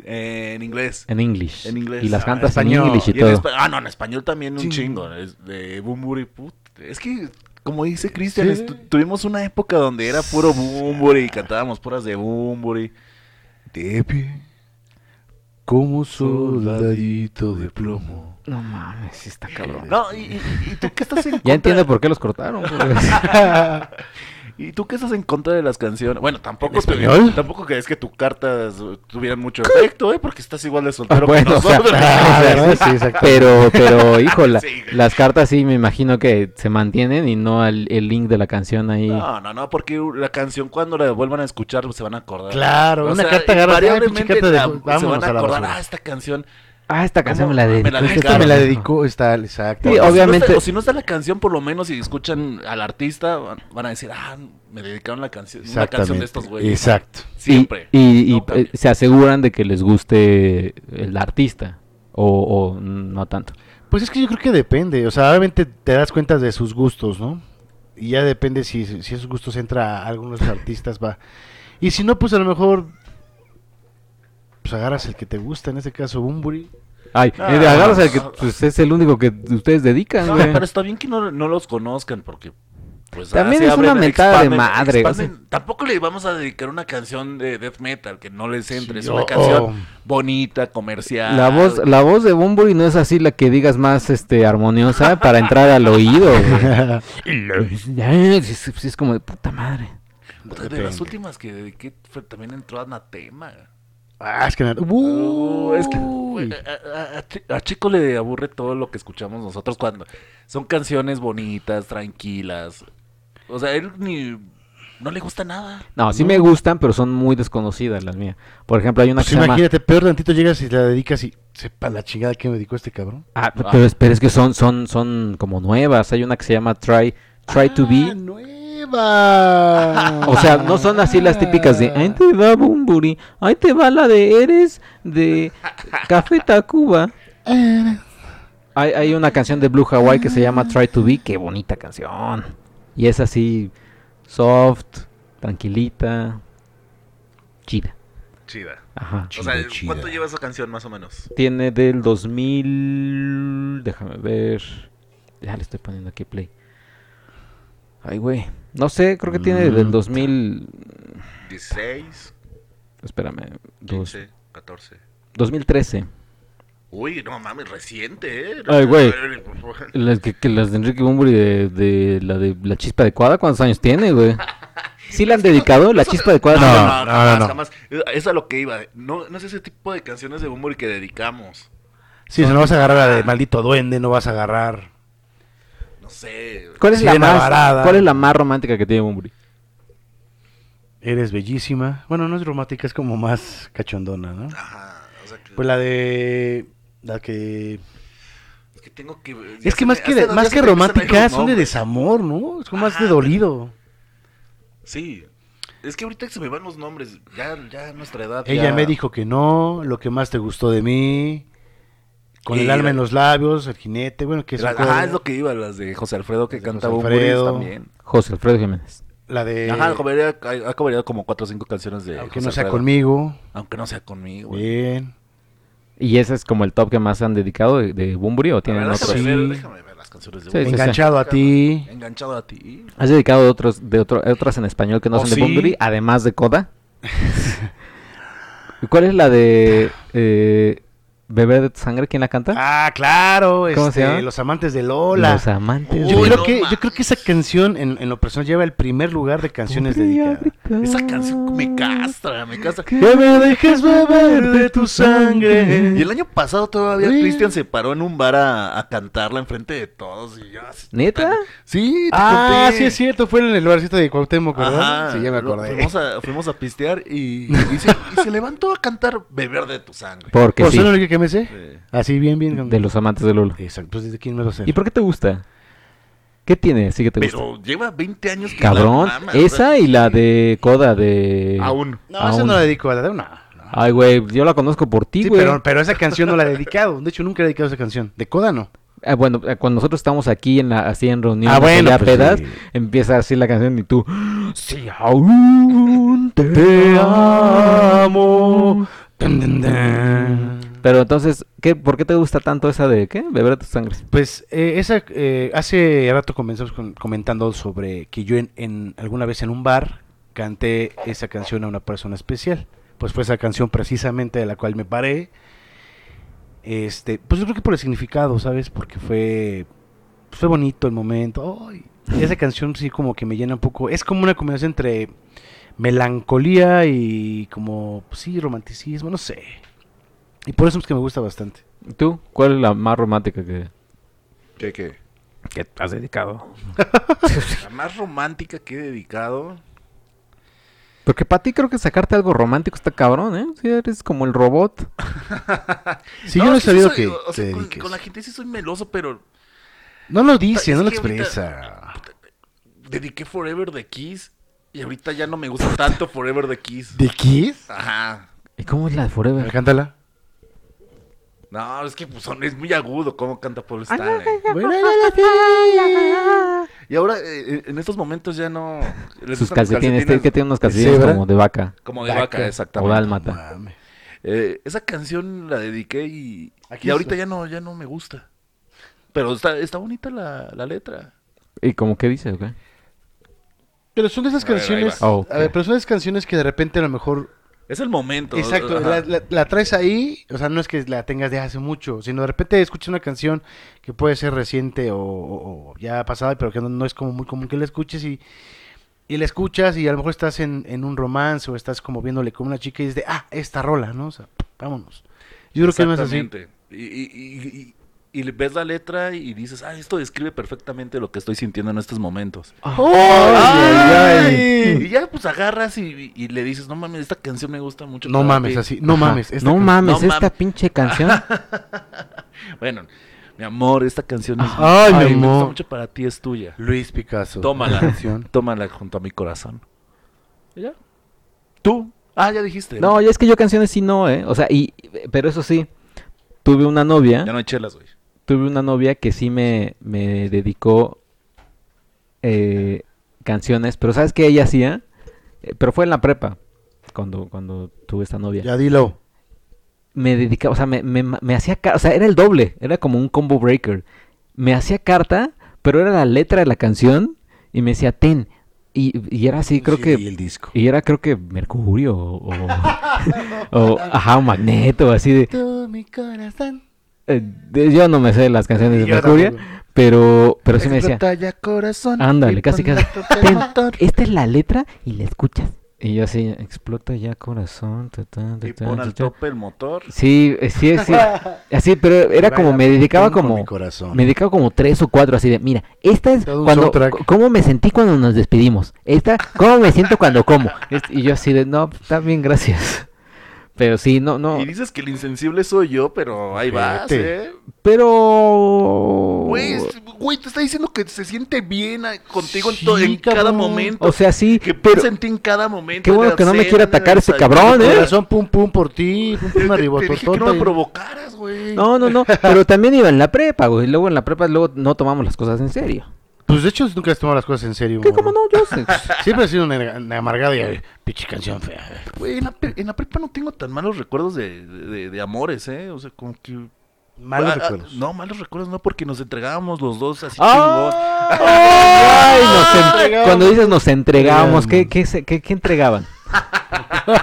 [SPEAKER 1] Eh, en inglés.
[SPEAKER 2] En English.
[SPEAKER 1] En inglés.
[SPEAKER 2] Y las
[SPEAKER 1] Ah,
[SPEAKER 2] cantas en
[SPEAKER 3] español.
[SPEAKER 2] English y
[SPEAKER 1] Y en
[SPEAKER 2] todo.
[SPEAKER 1] espa- ah, no, en español también
[SPEAKER 3] Sí.
[SPEAKER 1] un chingo. Es de boom, buri, put. Es que, como dice Cristian,
[SPEAKER 3] Sí.
[SPEAKER 1] es- tu- tuvimos una época donde era puro boom, buri, y cantábamos puras de boom, buri.
[SPEAKER 3] De pie, como soldadito de plomo.
[SPEAKER 2] No mames, sí está cabrón.
[SPEAKER 1] No, y, y- y tú qué estás en contra?
[SPEAKER 2] Ya entiendo por qué los cortaron. pues. güey.
[SPEAKER 1] ¿Y tú qué estás en contra de las canciones? Bueno, tampoco
[SPEAKER 3] ¿En
[SPEAKER 1] te-
[SPEAKER 3] español?
[SPEAKER 1] tampoco crees que tus cartas eh, tuvieran mucho efecto, ¿eh? Porque estás igual de
[SPEAKER 2] Ah,
[SPEAKER 1] soltero que
[SPEAKER 2] bueno, o sea,
[SPEAKER 1] nosotros.
[SPEAKER 3] Ah, ¿verdad?
[SPEAKER 2] o sea,
[SPEAKER 3] Sí, exacto.
[SPEAKER 2] pero, pero, hijo, la-
[SPEAKER 1] Sí, güey.
[SPEAKER 2] las cartas sí me imagino que se mantienen y no el, el link de la canción ahí.
[SPEAKER 1] No, no, no, porque la canción cuando la vuelvan a escuchar se van a acordar.
[SPEAKER 3] Claro,
[SPEAKER 1] O
[SPEAKER 3] una
[SPEAKER 1] sea,
[SPEAKER 3] carta agarra
[SPEAKER 1] invariablemente la- se van
[SPEAKER 3] Vámonos
[SPEAKER 1] a
[SPEAKER 3] a la
[SPEAKER 1] acordar,
[SPEAKER 3] basura.
[SPEAKER 1] ah, esta canción.
[SPEAKER 2] Ah, esta canción me
[SPEAKER 1] ¿Cómo?
[SPEAKER 2] la
[SPEAKER 1] Me
[SPEAKER 2] dedicó.
[SPEAKER 1] la
[SPEAKER 2] este
[SPEAKER 1] dedicaron.
[SPEAKER 3] Esta me la
[SPEAKER 2] cabrón.
[SPEAKER 3] dedicó, está
[SPEAKER 2] Sí,
[SPEAKER 3] exacto.
[SPEAKER 1] O si no
[SPEAKER 2] obviamente-
[SPEAKER 1] está- o si no está la canción, por lo menos si escuchan al artista, van, van a decir, ah, me dedicaron la canción, una canción de estos güeyes.
[SPEAKER 3] Exacto.
[SPEAKER 1] Siempre.
[SPEAKER 2] Y, y-
[SPEAKER 1] No
[SPEAKER 2] y,
[SPEAKER 1] cambia.
[SPEAKER 2] eh, se aseguran de que les guste el artista. O, o no tanto.
[SPEAKER 3] Pues es que yo creo que depende. O sea, obviamente te das cuenta de sus gustos, ¿no? Y ya depende si, si esos gustos entra a algunos artistas, va. Y si no, pues a lo mejor. Pues agarras el que te gusta, en este caso, Bumburi.
[SPEAKER 2] Ay,
[SPEAKER 1] Ah,
[SPEAKER 2] eh, agarras el que
[SPEAKER 1] ah,
[SPEAKER 2] pues, es el único que ustedes dedican,
[SPEAKER 1] No,
[SPEAKER 2] güey.
[SPEAKER 1] pero está bien que no, no los conozcan porque... Pues, ah,
[SPEAKER 2] También
[SPEAKER 1] se
[SPEAKER 2] es
[SPEAKER 1] abren,
[SPEAKER 2] una mentada de
[SPEAKER 1] expanden-
[SPEAKER 2] madre, o
[SPEAKER 1] expanden. Tampoco le vamos a dedicar una canción de death metal que no les entre. es
[SPEAKER 3] Sí,
[SPEAKER 1] una
[SPEAKER 3] oh, oh.
[SPEAKER 1] canción bonita, comercial.
[SPEAKER 2] La voz, la voz de Bumburi no es así la que digas más este armoniosa para entrar al oído, güey. Ay, sí, sí, sí, es como de puta madre.
[SPEAKER 1] Puta, de
[SPEAKER 3] Depende.
[SPEAKER 1] las últimas que dediqué fue- también entró Anatema.
[SPEAKER 3] Ah, es que. na-
[SPEAKER 1] Uh, es que
[SPEAKER 3] Uy.
[SPEAKER 1] güey, a, a- a Chi- a Chico le aburre todo lo que escuchamos nosotros cuando son canciones bonitas, tranquilas. O sea, él ni no le gusta nada.
[SPEAKER 2] No, sí me gustan, pero son muy desconocidas las mías. Por ejemplo, hay una
[SPEAKER 3] Pues
[SPEAKER 2] que se llama...
[SPEAKER 3] imagínate, peor tantito llegas y la dedicas y sepa la chingada que me dedicó este cabrón.
[SPEAKER 2] Ah, p- pero, es, pero es que son, son, son como nuevas. Hay una que se llama Try, Try to
[SPEAKER 3] Ah,
[SPEAKER 2] Be.
[SPEAKER 3] nueva.
[SPEAKER 2] O sea,
[SPEAKER 3] Ah.
[SPEAKER 2] no son así las típicas de... ¿eh? Ahí te va Bumburi, ahí te va la de Eres de Café Tacuba. Hay, hay una canción de Blue Hawaii que se llama Try to Be. Qué bonita canción. Y es así soft, tranquilita, chida.
[SPEAKER 1] Chida.
[SPEAKER 2] Ajá.
[SPEAKER 3] Chida, chida.
[SPEAKER 1] esa canción más o menos?
[SPEAKER 2] Tiene del 2000. Déjame ver. Ya le estoy poniendo aquí play. Ay, güey. No sé, creo que tiene del
[SPEAKER 3] Mm.
[SPEAKER 2] 2000.
[SPEAKER 1] 16,
[SPEAKER 2] Espérame. dos-
[SPEAKER 1] 14.
[SPEAKER 2] 2013.
[SPEAKER 1] Uy, no mames, reciente, ¿eh?
[SPEAKER 2] Ay, güey. Las, que, que las de Enrique Bumburi de, de la de la chispa adecuada, ¿cuántos años tiene, güey? ¿Sí le han dedicado la chispa adecuada?
[SPEAKER 3] No,
[SPEAKER 1] no, no,
[SPEAKER 2] No.
[SPEAKER 3] no,
[SPEAKER 1] jamás,
[SPEAKER 3] no.
[SPEAKER 1] jamás. Eh, Es a lo que iba. No, no es ese tipo de canciones de Bumble que dedicamos.
[SPEAKER 3] Sí, si no vas a agarrar la de maldito duende, no vas a agarrar.
[SPEAKER 1] No sé.
[SPEAKER 2] ¿Cuál es, la
[SPEAKER 3] Sirena
[SPEAKER 2] más,
[SPEAKER 3] varada.
[SPEAKER 2] ¿Cuál es la más romántica que tiene Bumburi?
[SPEAKER 3] Eres bellísima. Bueno, no es romántica, es como más cachondona, ¿no?
[SPEAKER 1] Ajá. O sea, que,
[SPEAKER 3] Pues la de. La que.
[SPEAKER 1] es que tengo que. eh, ya
[SPEAKER 3] Es
[SPEAKER 1] se
[SPEAKER 3] que más
[SPEAKER 1] me-
[SPEAKER 3] que,
[SPEAKER 1] ya
[SPEAKER 3] de-
[SPEAKER 1] se- ya
[SPEAKER 3] más
[SPEAKER 1] se
[SPEAKER 3] que
[SPEAKER 1] me empiezan a ir
[SPEAKER 3] románticas
[SPEAKER 1] los
[SPEAKER 3] son de
[SPEAKER 1] nombres.
[SPEAKER 3] desamor, ¿no? Es como más de
[SPEAKER 1] Ajá.
[SPEAKER 3] dolido.
[SPEAKER 1] Sí. Es que ahorita se me van los nombres. Ya, ya a nuestra edad.
[SPEAKER 3] Ella
[SPEAKER 1] ya-
[SPEAKER 3] me dijo que no, lo que más te gustó de mí. Con el
[SPEAKER 1] Y-
[SPEAKER 3] alma en los labios, el jinete, bueno, que
[SPEAKER 1] Las- Ajá, es lo que iba, las de José Alfredo que
[SPEAKER 3] Las de
[SPEAKER 1] canta
[SPEAKER 3] José
[SPEAKER 1] Bumble
[SPEAKER 3] Alfredo.
[SPEAKER 1] también.
[SPEAKER 2] José Alfredo Jiménez.
[SPEAKER 3] La de.
[SPEAKER 1] Ajá, ha cobrado, ha- ha cobrado como cuatro o cinco canciones de.
[SPEAKER 3] Aunque
[SPEAKER 1] José
[SPEAKER 3] no sea
[SPEAKER 1] Alfredo.
[SPEAKER 3] conmigo.
[SPEAKER 1] Aunque no sea conmigo. güey.
[SPEAKER 3] Bien.
[SPEAKER 2] Y ese es como el top que más han dedicado de, de Bunbury o
[SPEAKER 1] La
[SPEAKER 2] tienen
[SPEAKER 1] verdad,
[SPEAKER 2] otro.
[SPEAKER 1] déjame,
[SPEAKER 3] sí.
[SPEAKER 1] ver, déjame ver las canciones de
[SPEAKER 2] Sí,
[SPEAKER 1] Bunbury.
[SPEAKER 2] sí,
[SPEAKER 3] Enganchado a ti.
[SPEAKER 1] Enganchado a ti.
[SPEAKER 2] ¿Has dedicado de otros, de otro- otras en español que no
[SPEAKER 3] Oh,
[SPEAKER 2] son de
[SPEAKER 3] sí.
[SPEAKER 2] Bunbury, además de Coda? ¿Y ¿Cuál es la de eh, Beber de sangre? ¿Quién la canta?
[SPEAKER 3] Ah, claro.
[SPEAKER 2] ¿Cómo
[SPEAKER 3] este,
[SPEAKER 2] se llama?
[SPEAKER 3] Los amantes de Lola.
[SPEAKER 2] Los amantes
[SPEAKER 3] Yo
[SPEAKER 1] Uy,
[SPEAKER 3] creo,
[SPEAKER 1] no
[SPEAKER 3] que, yo
[SPEAKER 1] mames.
[SPEAKER 3] creo que esa canción en, en lo personal lleva el primer lugar de canciones dedicadas.
[SPEAKER 1] Esa canción me castra, me castra.
[SPEAKER 2] Que me dejes beber de tu
[SPEAKER 1] Y
[SPEAKER 2] sangre.
[SPEAKER 1] el año pasado todavía
[SPEAKER 3] Sí.
[SPEAKER 1] Cristian se paró en un bar a, a cantarla enfrente de todos. Y yo así-
[SPEAKER 2] ¿Neta?
[SPEAKER 1] Sí, te
[SPEAKER 3] Ah,
[SPEAKER 1] conté.
[SPEAKER 3] sí es cierto, fue en el barcito de Cuauhtémoc, ¿verdad?
[SPEAKER 1] Ajá,
[SPEAKER 3] sí, ya me
[SPEAKER 1] lo-
[SPEAKER 3] acordé.
[SPEAKER 1] Fuimos a, fuimos a pistear y, y se, y se levantó a cantar Beber de tu sangre.
[SPEAKER 2] Porque
[SPEAKER 3] ¿Por
[SPEAKER 2] sí,
[SPEAKER 3] solo lo que me sé?
[SPEAKER 1] Eh,
[SPEAKER 3] Así, bien, bien. con-
[SPEAKER 2] de los amantes de Lolo.
[SPEAKER 3] Exacto, pues desde quién me lo sé.
[SPEAKER 2] ¿Y por qué te gusta? ¿Qué tiene? Sí que te gusta.
[SPEAKER 1] Pero lleva 20 años que
[SPEAKER 2] Cabrón,
[SPEAKER 1] la mama, o
[SPEAKER 2] esa
[SPEAKER 1] sea,
[SPEAKER 2] y la de Coda de...
[SPEAKER 1] Aún.
[SPEAKER 3] No,
[SPEAKER 2] Aún.
[SPEAKER 3] esa no la dedico a la de una. no.
[SPEAKER 2] Ay, güey, yo la conozco por ti,
[SPEAKER 3] Sí,
[SPEAKER 2] güey.
[SPEAKER 3] pero, pero esa canción no la he dedicado. De hecho, nunca he dedicado esa canción. De coda no.
[SPEAKER 2] Ah, bueno, eh, cuando nosotros estamos aquí en la, así en reunión,
[SPEAKER 3] Ah,
[SPEAKER 2] así
[SPEAKER 3] bueno,
[SPEAKER 2] ya
[SPEAKER 3] pues
[SPEAKER 2] pedas,
[SPEAKER 3] sí.
[SPEAKER 2] empieza así la canción y tú, si aún te amo.
[SPEAKER 3] Dun, dun, dun.
[SPEAKER 2] Pero entonces, ¿qué, ¿por qué te gusta tanto esa de qué? Beber tus sangres.
[SPEAKER 3] Pues eh, esa, eh, hace rato comenzamos con- comentando sobre que yo en, en- alguna vez en un bar canté esa canción a una persona especial. Pues fue esa canción precisamente de la cual me paré. Este, pues yo creo que por el significado, ¿sabes? Porque fue, pues, fue bonito el momento. Ay, esa canción sí como que me llena un poco. Es como una combinación entre melancolía y como, pues, sí, romanticismo, no sé. Y por eso es que me gusta bastante.
[SPEAKER 2] ¿Tú? ¿Cuál es la más romántica que,
[SPEAKER 1] ¿Qué, qué?
[SPEAKER 2] que has dedicado?
[SPEAKER 1] La más romántica que he dedicado.
[SPEAKER 2] Porque para ti creo que sacarte algo romántico está cabrón, ¿eh? Sí, eres como el robot.
[SPEAKER 3] Si yo no he
[SPEAKER 1] es sí
[SPEAKER 3] sabido
[SPEAKER 1] soy-
[SPEAKER 3] que
[SPEAKER 1] o
[SPEAKER 3] te
[SPEAKER 1] sea, con,
[SPEAKER 3] dediques.
[SPEAKER 1] con la gente sí soy meloso, pero
[SPEAKER 3] No lo dice,
[SPEAKER 1] Es
[SPEAKER 3] no lo
[SPEAKER 1] que ahorita-
[SPEAKER 3] expresa.
[SPEAKER 1] dediqué Forever de Kiss y ahorita ya no me gusta tanto Forever de Kiss.
[SPEAKER 3] ¿De Kiss?
[SPEAKER 1] Ajá.
[SPEAKER 2] ¿Y cómo es la de Forever?
[SPEAKER 3] Cántala.
[SPEAKER 1] No, es que pues, son- es muy agudo cómo canta Paul
[SPEAKER 3] Ah,
[SPEAKER 1] Stanley. Y ahora, eh, en estos momentos ya no... les
[SPEAKER 2] Sus
[SPEAKER 1] gustan los
[SPEAKER 2] calcetines, tiene que tiene unos calcetines
[SPEAKER 3] cebra?
[SPEAKER 2] como de vaca
[SPEAKER 1] Como de vaca,
[SPEAKER 2] o
[SPEAKER 1] exactamente.
[SPEAKER 2] dálmata.
[SPEAKER 1] Eh, esa canción la dediqué y,
[SPEAKER 3] Aquí
[SPEAKER 1] y ahorita
[SPEAKER 3] está.
[SPEAKER 1] ya no, ya no me gusta. Pero está, está bonita la, la letra.
[SPEAKER 2] ¿Y cómo qué dice? o qué?
[SPEAKER 3] Pero son de esas
[SPEAKER 1] A ver, ahí
[SPEAKER 3] canciones.
[SPEAKER 2] va. Oh,
[SPEAKER 3] A ver,
[SPEAKER 2] ok.
[SPEAKER 3] pero son de esas canciones que de repente a lo mejor.
[SPEAKER 1] Es el momento.
[SPEAKER 3] Exacto,
[SPEAKER 1] ajá.
[SPEAKER 3] la, la- la traes ahí. O sea, no es que la tengas de hace mucho, sino de repente escuchas una canción que puede ser reciente o, o- o ya pasada, pero que no, no es como muy común que la escuches y. Y la escuchas y a lo mejor estás en, en un romance o estás como viéndole con una chica y dices, de, ah, esta rola, ¿no? O sea, vámonos. Yo creo que no es así.
[SPEAKER 1] Exactamente. Y, y- y- y- y ves la letra y dices, ah, esto describe perfectamente lo que estoy sintiendo en estos momentos.
[SPEAKER 3] ¡Ay!
[SPEAKER 1] Y ya pues agarras y, y le dices, no mames, esta canción me gusta mucho.
[SPEAKER 3] No
[SPEAKER 1] para
[SPEAKER 3] mames,
[SPEAKER 1] ti".
[SPEAKER 3] así. No
[SPEAKER 2] Ajá.
[SPEAKER 3] mames. esta
[SPEAKER 2] no
[SPEAKER 3] canción.
[SPEAKER 2] mames,
[SPEAKER 1] No
[SPEAKER 2] esta
[SPEAKER 1] mames.
[SPEAKER 2] pinche canción.
[SPEAKER 1] Bueno, mi amor, esta canción es-
[SPEAKER 3] Ay, mi
[SPEAKER 1] me gusta
[SPEAKER 3] amor.
[SPEAKER 1] mucho para ti, es tuya.
[SPEAKER 3] Luis Picasso.
[SPEAKER 1] Tómala.
[SPEAKER 3] Canción.
[SPEAKER 1] Tómala junto a mi corazón. Y ya. ¿Tú? Ah, ya dijiste.
[SPEAKER 2] no, ya es que yo canciones sí no, ¿eh? O sea, y, pero eso sí, tuve una novia,
[SPEAKER 1] Ya no hay chelas, güey.
[SPEAKER 2] tuve una novia que sí me, me dedicó eh, canciones, pero ¿sabes qué ella hacía? Eh, pero fue en la prepa, cuando, cuando tuve esta novia.
[SPEAKER 3] Ya dilo.
[SPEAKER 2] me dedicaba, o sea, me, me, me hacía carta, o sea, era el doble, era como un combo breaker. Me hacía carta, pero era la letra de la canción y me decía, ten. Y, y era así, creo
[SPEAKER 3] Y
[SPEAKER 2] que...
[SPEAKER 3] el disco.
[SPEAKER 2] Y era creo que Mercurio o... o- o, ajá, o Magneto, así de...
[SPEAKER 3] Todo mi corazón.
[SPEAKER 2] eh, de- yo no me sé las canciones de
[SPEAKER 3] Yo
[SPEAKER 2] Mercurio,
[SPEAKER 3] tampoco.
[SPEAKER 2] pero, pero sí me decía,
[SPEAKER 1] Explota ya corazón.
[SPEAKER 2] ándale,
[SPEAKER 1] y
[SPEAKER 2] casi
[SPEAKER 1] ponle
[SPEAKER 2] casi.
[SPEAKER 1] a tocar el
[SPEAKER 2] ten,
[SPEAKER 1] motor.
[SPEAKER 2] esta es la letra y la escuchas. Y yo así, explota ya corazón. ta, ta, ta,
[SPEAKER 1] Y
[SPEAKER 2] ta,
[SPEAKER 1] pon
[SPEAKER 2] ta,
[SPEAKER 1] al
[SPEAKER 2] ta".
[SPEAKER 1] tope el motor.
[SPEAKER 2] Sí, eh, sí, sí. Así, pero era como, me dedicaba como, me dedicaba como tres o cuatro, así de, mira, esta es
[SPEAKER 3] Todo un
[SPEAKER 2] cuando,
[SPEAKER 3] soundtrack.
[SPEAKER 2] c- cómo me sentí cuando nos despedimos, esta, cómo me siento cuando como, Es- y yo así de, no, está bien, gracias. Pero sí, no, no,
[SPEAKER 1] Y dices que el insensible soy yo, pero ahí vas,
[SPEAKER 3] Fíjate.
[SPEAKER 1] ¿eh?
[SPEAKER 2] pero...
[SPEAKER 1] Güey, es- güey, te está diciendo que se siente bien ah, contigo en, to-
[SPEAKER 3] Sí,
[SPEAKER 1] en cada
[SPEAKER 3] cabrón.
[SPEAKER 1] momento.
[SPEAKER 2] O sea, sí,
[SPEAKER 1] que
[SPEAKER 2] pero...
[SPEAKER 1] piensa en ti en cada momento.
[SPEAKER 2] Qué
[SPEAKER 1] en
[SPEAKER 2] bueno
[SPEAKER 1] la
[SPEAKER 2] que no me
[SPEAKER 1] cena,
[SPEAKER 2] quiere
[SPEAKER 1] en el
[SPEAKER 2] atacar ese
[SPEAKER 1] desayuno.
[SPEAKER 2] cabrón, ¿eh?
[SPEAKER 3] Corazón, pum, pum, por ti. Pum,
[SPEAKER 1] Te, te dije que
[SPEAKER 3] pum,
[SPEAKER 1] no me
[SPEAKER 3] arribototota.
[SPEAKER 1] provocaras, güey.
[SPEAKER 2] No, no, no, pero también iba en la prepa, güey, luego en la prepa luego no tomamos las cosas en serio.
[SPEAKER 3] Pues de hecho nunca has tomado las cosas en serio.
[SPEAKER 2] ¿Qué?
[SPEAKER 3] morro.
[SPEAKER 2] ¿Cómo no? Yo sé.
[SPEAKER 3] Siempre has sido una, una amargada y ay, pinche canción fea. eh.
[SPEAKER 1] Güey, en la, pre- en la prepa no tengo tan malos recuerdos de, de- de amores, ¿eh? O sea, como que...
[SPEAKER 3] Malos
[SPEAKER 1] Ah, ah,
[SPEAKER 3] recuerdos.
[SPEAKER 1] No, malos recuerdos no, porque nos entregábamos los dos así
[SPEAKER 2] Ah. Ay, nos
[SPEAKER 1] Ah,
[SPEAKER 2] en-
[SPEAKER 3] Entregamos.
[SPEAKER 2] Cuando dices nos entregamos, ¿qué,
[SPEAKER 3] Entregamos.
[SPEAKER 2] qué, se- qué- qué entregaban?
[SPEAKER 1] chingón.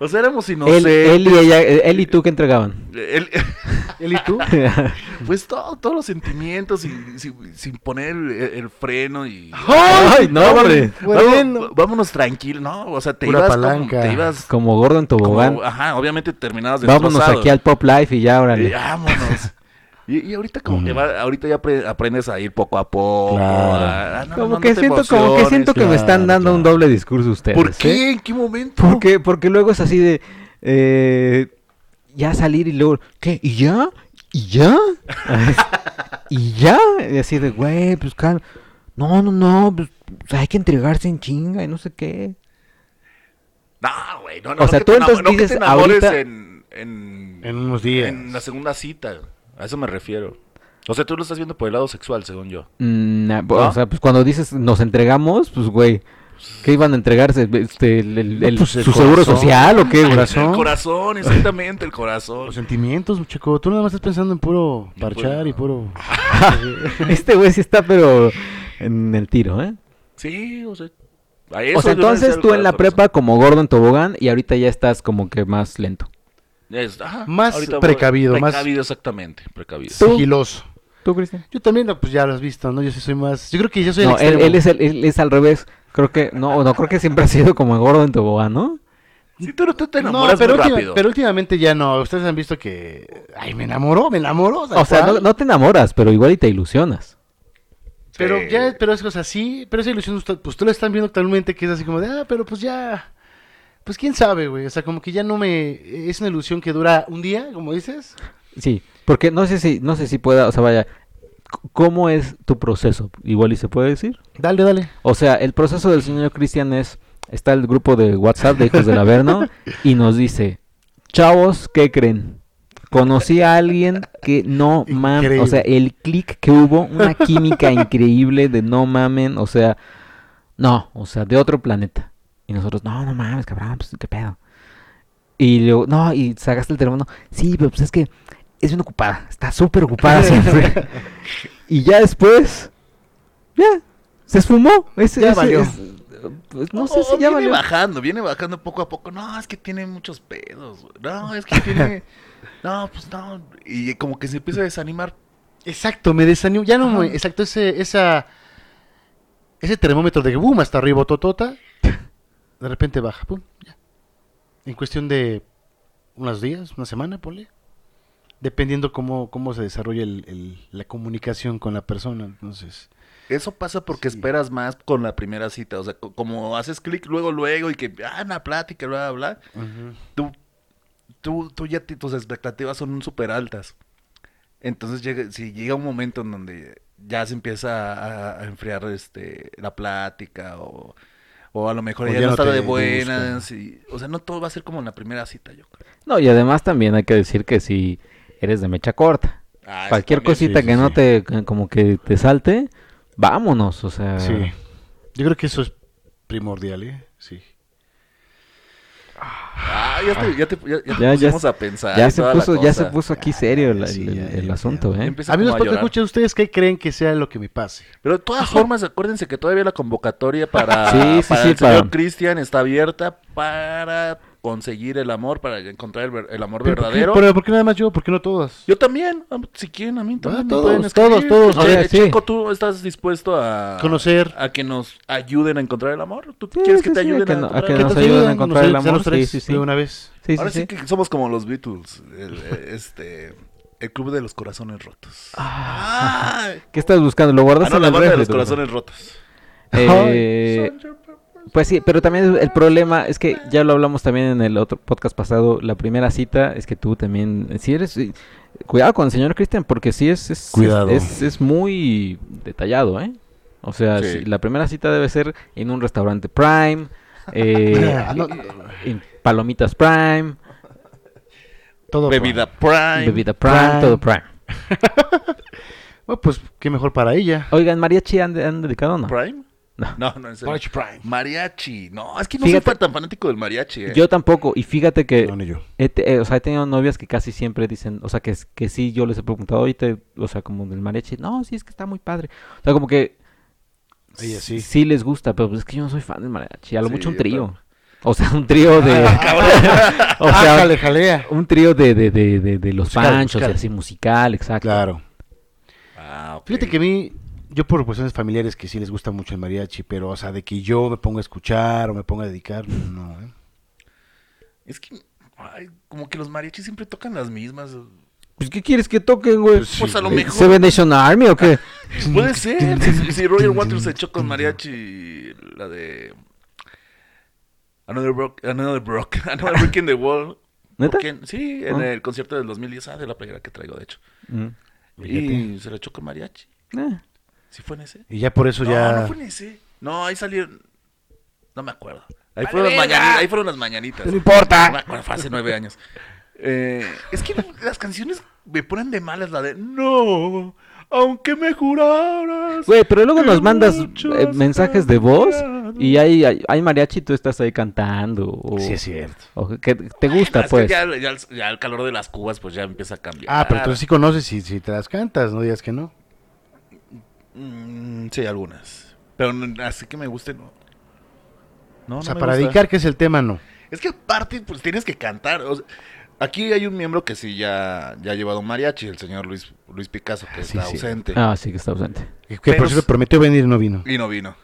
[SPEAKER 1] O sea, éramos
[SPEAKER 2] él,
[SPEAKER 1] inocentes.
[SPEAKER 2] él y ella, eh, él y tú, ¿qué entregaban?
[SPEAKER 1] Él-
[SPEAKER 3] ¿Él y tú?
[SPEAKER 1] pues todo, todos los sentimientos sin, sin- sin poner el, el freno y...
[SPEAKER 2] Ay, Ah, no,
[SPEAKER 1] Vámonos-
[SPEAKER 2] hombre.
[SPEAKER 1] vámonos-
[SPEAKER 3] Bueno.
[SPEAKER 1] Vámonos tranquilos, ¿no? O sea, te
[SPEAKER 3] Pura
[SPEAKER 1] ibas, como-
[SPEAKER 3] palanca.
[SPEAKER 1] te ibas
[SPEAKER 2] Como gordo en
[SPEAKER 1] como- ah,
[SPEAKER 2] tobogán.
[SPEAKER 1] ajá, obviamente terminabas de
[SPEAKER 2] Vámonos aquí al Pop Life y ya,
[SPEAKER 1] Y
[SPEAKER 2] órale.
[SPEAKER 1] vámonos. Y, y ahorita como que va, ahorita ya apre- aprendes a ir poco a poco.
[SPEAKER 3] Claro.
[SPEAKER 1] a- ah, no, no,
[SPEAKER 2] Como
[SPEAKER 1] no
[SPEAKER 2] que
[SPEAKER 1] te
[SPEAKER 2] siento, como que
[SPEAKER 1] emociones.
[SPEAKER 2] siento que me están
[SPEAKER 3] claro,
[SPEAKER 2] dando un
[SPEAKER 3] claro.
[SPEAKER 2] doble discurso ustedes.
[SPEAKER 1] ¿Por
[SPEAKER 2] ¿eh?
[SPEAKER 1] qué? ¿En qué momento?
[SPEAKER 2] Porque, porque luego es así de. eh, ya salir y luego. ¿Qué? ¿Y ya? ¿Y ya? ¿Y ya? Y así de, güey, pues calma. No, no, no. Pues, hay que entregarse en chinga y no sé qué.
[SPEAKER 1] No, güey, no, no.
[SPEAKER 2] O
[SPEAKER 1] no
[SPEAKER 2] sea,
[SPEAKER 1] que
[SPEAKER 2] tú
[SPEAKER 1] te
[SPEAKER 2] entonces
[SPEAKER 1] enamo- no que
[SPEAKER 2] dices
[SPEAKER 1] te enamores
[SPEAKER 2] ahorita-
[SPEAKER 1] en, en,
[SPEAKER 3] En unos días.
[SPEAKER 1] en la segunda cita. A eso me refiero. O sea, tú lo estás viendo por el lado sexual, según yo.
[SPEAKER 2] Mm, nah, pues,
[SPEAKER 1] ¿No?
[SPEAKER 2] O sea, pues cuando dices nos entregamos, pues güey. ¿Qué iban a entregarse? Este, el, el- el-
[SPEAKER 3] pues,
[SPEAKER 2] ¿Su
[SPEAKER 3] el
[SPEAKER 2] seguro
[SPEAKER 3] corazón.
[SPEAKER 2] social o qué? güey?
[SPEAKER 1] El corazón, exactamente, el corazón.
[SPEAKER 3] Los sentimientos, muchacho. Tú nada más estás pensando en puro
[SPEAKER 1] En
[SPEAKER 3] parchar y puro...
[SPEAKER 2] Este güey sí está, pero en el tiro, ¿eh?
[SPEAKER 1] sí, o sea. a
[SPEAKER 2] o
[SPEAKER 1] eso
[SPEAKER 2] sea,
[SPEAKER 1] yo le decía
[SPEAKER 2] entonces
[SPEAKER 1] el
[SPEAKER 2] tú en la
[SPEAKER 1] corazón.
[SPEAKER 2] prepa como gordo en tobogán y ahorita ya estás como que más lento.
[SPEAKER 1] Es- ajá,
[SPEAKER 3] Más
[SPEAKER 1] ahorita voy-
[SPEAKER 3] precavido, más-
[SPEAKER 1] Precavido, exactamente, precavido.
[SPEAKER 2] ¿Tú?
[SPEAKER 3] Sigiloso.
[SPEAKER 2] ¿Tú, Cristian?
[SPEAKER 3] Yo también, no, pues ya lo has visto, ¿no? Yo sí soy más... Yo creo que yo soy el
[SPEAKER 2] No, él,
[SPEAKER 3] extremo.
[SPEAKER 2] él es el- él es al revés. Creo que, no, no, creo que siempre ha sido como gordo en tobogán, ¿no?
[SPEAKER 1] Si tú no tú te
[SPEAKER 3] No,
[SPEAKER 1] enamoras
[SPEAKER 3] pero,
[SPEAKER 1] muy
[SPEAKER 3] última-
[SPEAKER 1] rápido.
[SPEAKER 3] pero últimamente ya no. Ustedes han visto que... Ay, me enamoró, me enamoró.
[SPEAKER 2] O sea, no,
[SPEAKER 3] ¿cuál?
[SPEAKER 2] no te enamoras, pero igual y te ilusionas.
[SPEAKER 3] Pero
[SPEAKER 1] Sí.
[SPEAKER 3] ya, pero es cosa así, pero esa ilusión, usted- pues tú la están viendo actualmente que es así como de, ah, pero pues ya, pues quién sabe, güey, o sea, como que ya no me, es una ilusión que dura un día, como dices.
[SPEAKER 2] Sí, porque no sé si, no sé si pueda, o sea, vaya, c- ¿cómo es tu proceso? Igual y se puede decir.
[SPEAKER 3] Dale, dale.
[SPEAKER 2] O sea, el proceso del señor Cristian es, está el grupo de WhatsApp de Hijos del Averno y nos dice, chavos, ¿qué creen? Conocí a alguien que no mames, o sea, el click que hubo, una química increíble de no mamen, o sea, no, o sea, de otro planeta. Y nosotros, no, no mames, cabrón, pues qué pedo. Y luego, no, y sacaste el teléfono, sí, pero pues es que es bien ocupada, está súper ocupada siempre. y ya después, ya, se esfumó. Es,
[SPEAKER 3] Ya
[SPEAKER 2] es-
[SPEAKER 3] valió.
[SPEAKER 2] es- pues, no
[SPEAKER 1] O-
[SPEAKER 2] sé
[SPEAKER 1] o
[SPEAKER 2] si ya
[SPEAKER 1] viene
[SPEAKER 2] valió.
[SPEAKER 1] bajando, viene bajando poco a poco. No, es que tiene muchos pedos. güey. No, es que tiene. no, pues no. Y como que se empieza a desanimar.
[SPEAKER 3] Exacto, me desanimo, ya no, me,
[SPEAKER 1] Ajá.
[SPEAKER 3] exacto, ese, esa, ese termómetro de que, boom, hasta arriba, totota, de repente baja, pum, ya. En cuestión de unos días, una semana, ponle. Dependiendo cómo, cómo se desarrolla el- el- la comunicación con la persona, entonces.
[SPEAKER 1] Eso pasa porque esperas más con la primera cita. O sea, co- como haces clic luego, luego y que. Ah, una plática, bla, bla, bla. Tú, tú, tú ya te- tus expectativas son súper altas. Entonces, llega, si llega un momento en donde ya se empieza a, a enfriar este, la plática o. o a lo mejor
[SPEAKER 3] O
[SPEAKER 1] ella no,
[SPEAKER 3] ya no
[SPEAKER 1] está
[SPEAKER 3] te
[SPEAKER 1] de buenas. y- o sea, no todo va a ser como en la primera cita, yo creo.
[SPEAKER 2] No, y además también hay que decir que si eres de mecha corta,
[SPEAKER 1] Ah, eso
[SPEAKER 2] cualquier
[SPEAKER 1] también.
[SPEAKER 2] cosita
[SPEAKER 3] sí,
[SPEAKER 2] que
[SPEAKER 3] sí,
[SPEAKER 2] no
[SPEAKER 3] sí.
[SPEAKER 2] te, que- como que te salte, vámonos, o sea.
[SPEAKER 3] Sí. Yo creo que eso es primordial, ¿eh? Sí.
[SPEAKER 1] Ah, ya te, ya te, ya, ya te
[SPEAKER 2] Ya- ya
[SPEAKER 1] pusimos
[SPEAKER 2] se-
[SPEAKER 1] a pensar.
[SPEAKER 2] Ya
[SPEAKER 1] y
[SPEAKER 2] se
[SPEAKER 1] toda la
[SPEAKER 2] puso, ya se
[SPEAKER 1] cosa.
[SPEAKER 2] puso aquí serio el,
[SPEAKER 3] sí,
[SPEAKER 2] el-
[SPEAKER 3] ya,
[SPEAKER 2] el
[SPEAKER 3] ya,
[SPEAKER 2] acuento,
[SPEAKER 3] ya.
[SPEAKER 2] ¿eh?
[SPEAKER 1] Empieza como
[SPEAKER 3] Amigos,
[SPEAKER 1] a
[SPEAKER 3] ¿por qué
[SPEAKER 1] llorar.
[SPEAKER 3] escuchan ustedes qué creen que sea lo que me pase?
[SPEAKER 1] Pero de todas formas, acuérdense que todavía la convocatoria para,
[SPEAKER 2] Sí, sí,
[SPEAKER 1] para
[SPEAKER 2] sí,
[SPEAKER 1] el señor
[SPEAKER 2] para-
[SPEAKER 1] Cristian está abierta para conseguir el amor, para encontrar el, ver- el amor
[SPEAKER 3] ¿Pero por qué-
[SPEAKER 1] verdadero.
[SPEAKER 3] ¿Pero por qué nada más yo? ¿Por qué no todas?
[SPEAKER 1] Yo también, am- si quieren,
[SPEAKER 2] Ah,
[SPEAKER 1] a mí también. me
[SPEAKER 3] todos,
[SPEAKER 1] pueden escribir.
[SPEAKER 3] todos, todos.
[SPEAKER 1] Oye,
[SPEAKER 2] Oye, sí.
[SPEAKER 1] Chico, ¿tú estás dispuesto a
[SPEAKER 3] Conocer.
[SPEAKER 1] a que nos ayuden a encontrar el amor? ¿Tú
[SPEAKER 2] Sí,
[SPEAKER 1] quieres
[SPEAKER 2] sí,
[SPEAKER 1] que te
[SPEAKER 2] sí, a
[SPEAKER 1] ayuden
[SPEAKER 2] que
[SPEAKER 1] a,
[SPEAKER 2] no- a
[SPEAKER 1] encontrar
[SPEAKER 2] que
[SPEAKER 1] el
[SPEAKER 3] ¿Qué
[SPEAKER 2] nos
[SPEAKER 3] tal
[SPEAKER 2] ayuden a
[SPEAKER 3] ayudan?
[SPEAKER 2] encontrar
[SPEAKER 3] Nos
[SPEAKER 2] el
[SPEAKER 3] ayudan
[SPEAKER 2] amor,
[SPEAKER 3] los tres
[SPEAKER 2] sí, sí, sí.
[SPEAKER 3] De una vez.
[SPEAKER 2] Sí, sí,
[SPEAKER 1] Ahora sí,
[SPEAKER 2] sí.
[SPEAKER 1] que somos como los Beatles, el, eh, este, el club de los corazones rotos. Ah,
[SPEAKER 2] ¿Qué estás buscando? ¿Lo
[SPEAKER 1] ah,
[SPEAKER 2] guardas
[SPEAKER 1] no,
[SPEAKER 2] en
[SPEAKER 1] la
[SPEAKER 2] el
[SPEAKER 1] banda de
[SPEAKER 2] refri,
[SPEAKER 1] los
[SPEAKER 2] tú?
[SPEAKER 1] corazones rotos.
[SPEAKER 2] Eh, pues sí, pero también el problema es que ya lo hablamos también en el otro podcast pasado. La primera cita es que tú también, si eres, sí, cuidado con el señor Cristian, porque sí es, es,
[SPEAKER 3] Cuidado.
[SPEAKER 2] es, es- es muy detallado, ¿eh? O sea,
[SPEAKER 1] Sí.
[SPEAKER 2] sí, la primera cita debe ser en un restaurante Prime, eh,
[SPEAKER 3] Ah, no,
[SPEAKER 2] en palomitas Prime,
[SPEAKER 3] todo
[SPEAKER 1] Bebida Prime.
[SPEAKER 2] bebida Prime,
[SPEAKER 3] Prime.
[SPEAKER 2] todo Prime.
[SPEAKER 3] prime. Bueno, pues qué mejor para ella.
[SPEAKER 2] Oigan, mariachi han, han dedicado o no?
[SPEAKER 1] ¿Prime?
[SPEAKER 2] No.
[SPEAKER 1] No, no, en serio.
[SPEAKER 3] Orange Prime.
[SPEAKER 1] Mariachi. No, es que no
[SPEAKER 2] Fíjate-
[SPEAKER 1] soy tan fanático del mariachi. eh.
[SPEAKER 2] Yo tampoco, y fíjate que
[SPEAKER 3] No, ni yo.
[SPEAKER 2] he, te- eh, o sea, he tenido novias que casi siempre dicen, o sea, que, es- que sí, yo les he preguntado ahorita, o sea, como del mariachi, no, sí, es que está muy padre. O sea, como que
[SPEAKER 3] Ella sí.
[SPEAKER 2] sí les gusta, pero pues es que yo no soy fan del mariachi, a lo
[SPEAKER 1] Sí,
[SPEAKER 2] mucho un
[SPEAKER 1] yo Ah,
[SPEAKER 2] trío. O sea, un trío de... o
[SPEAKER 3] Ah,
[SPEAKER 2] sea,
[SPEAKER 3] jale, Ah, jalea.
[SPEAKER 2] un trío de, de, de, de, de los
[SPEAKER 3] Musical,
[SPEAKER 2] panchos,
[SPEAKER 3] musical.
[SPEAKER 2] así musical, exacto.
[SPEAKER 3] Claro.
[SPEAKER 1] Ah, ok.
[SPEAKER 3] Fíjate que a mí, yo por cuestiones familiares que sí les gusta mucho el mariachi, pero, o sea, de que yo me ponga a escuchar o me ponga a dedicar, no, ¿eh?
[SPEAKER 1] Es que, ay, como que los mariachis siempre tocan las mismas.
[SPEAKER 2] Pues, ¿qué quieres que toquen, güey?
[SPEAKER 3] Pues, sí,
[SPEAKER 1] Pues a lo
[SPEAKER 2] Eh,
[SPEAKER 1] mejor.
[SPEAKER 2] ¿Seven Nation Army o qué?
[SPEAKER 1] Puede ser. Si, si Roger Waters se echó con mariachi la de... Another Brock, Another Brock, Another Brick in the Wall.
[SPEAKER 2] ¿Neta?
[SPEAKER 1] Porque- sí, en
[SPEAKER 2] Ah.
[SPEAKER 1] el concierto del 2010, ah, de la playera que traigo, de hecho.
[SPEAKER 2] Mm.
[SPEAKER 1] Y se la echó con mariachi.
[SPEAKER 2] Eh.
[SPEAKER 1] ¿Sí fue en ese?
[SPEAKER 3] Y ya por eso
[SPEAKER 1] No,
[SPEAKER 3] pues ya...
[SPEAKER 1] no fue en ese. No, ahí salieron... No me acuerdo. Ahí,
[SPEAKER 2] Vale,
[SPEAKER 1] fueron, las
[SPEAKER 2] verga.
[SPEAKER 1] mañani- ahí fueron las mañanitas.
[SPEAKER 2] No
[SPEAKER 1] No me
[SPEAKER 2] importa.
[SPEAKER 1] acuerdo, fue hace nueve años. Eh, es que las canciones me ponen de malas la de No, aunque me juraras.
[SPEAKER 2] Güey, pero luego
[SPEAKER 1] que
[SPEAKER 2] nos mandas
[SPEAKER 1] mucho
[SPEAKER 2] eh,
[SPEAKER 1] has
[SPEAKER 2] mensajes de voz
[SPEAKER 1] cambiado.
[SPEAKER 2] y hay, hay, hay mariachi y tú estás ahí cantando. O,
[SPEAKER 3] Sí, es cierto.
[SPEAKER 2] o que te
[SPEAKER 1] Ah,
[SPEAKER 2] gusta,
[SPEAKER 1] es que
[SPEAKER 2] pues.
[SPEAKER 1] Ya, ya, el- ya el calor de las cubas, pues ya empieza a cambiar.
[SPEAKER 3] Ah, pero entonces sí conoces y si te las cantas, no digas que no.
[SPEAKER 1] Mm, sí, algunas. Pero n- así que me gusten. No, no,
[SPEAKER 3] o sea,
[SPEAKER 1] no me
[SPEAKER 3] para
[SPEAKER 1] gusta.
[SPEAKER 3] dedicar, que es el tema, no.
[SPEAKER 1] Es que aparte, pues tienes que cantar. o sea, aquí hay un miembro que sí ya, ya ha llevado mariachi, el señor Luis, Luis Picasso, que
[SPEAKER 3] sí,
[SPEAKER 1] está
[SPEAKER 3] sí.
[SPEAKER 1] ausente.
[SPEAKER 2] Ah, sí que está ausente.
[SPEAKER 3] Que
[SPEAKER 1] Pero
[SPEAKER 3] por cierto
[SPEAKER 1] s-
[SPEAKER 3] prometió venir y no vino.
[SPEAKER 1] Y no vino.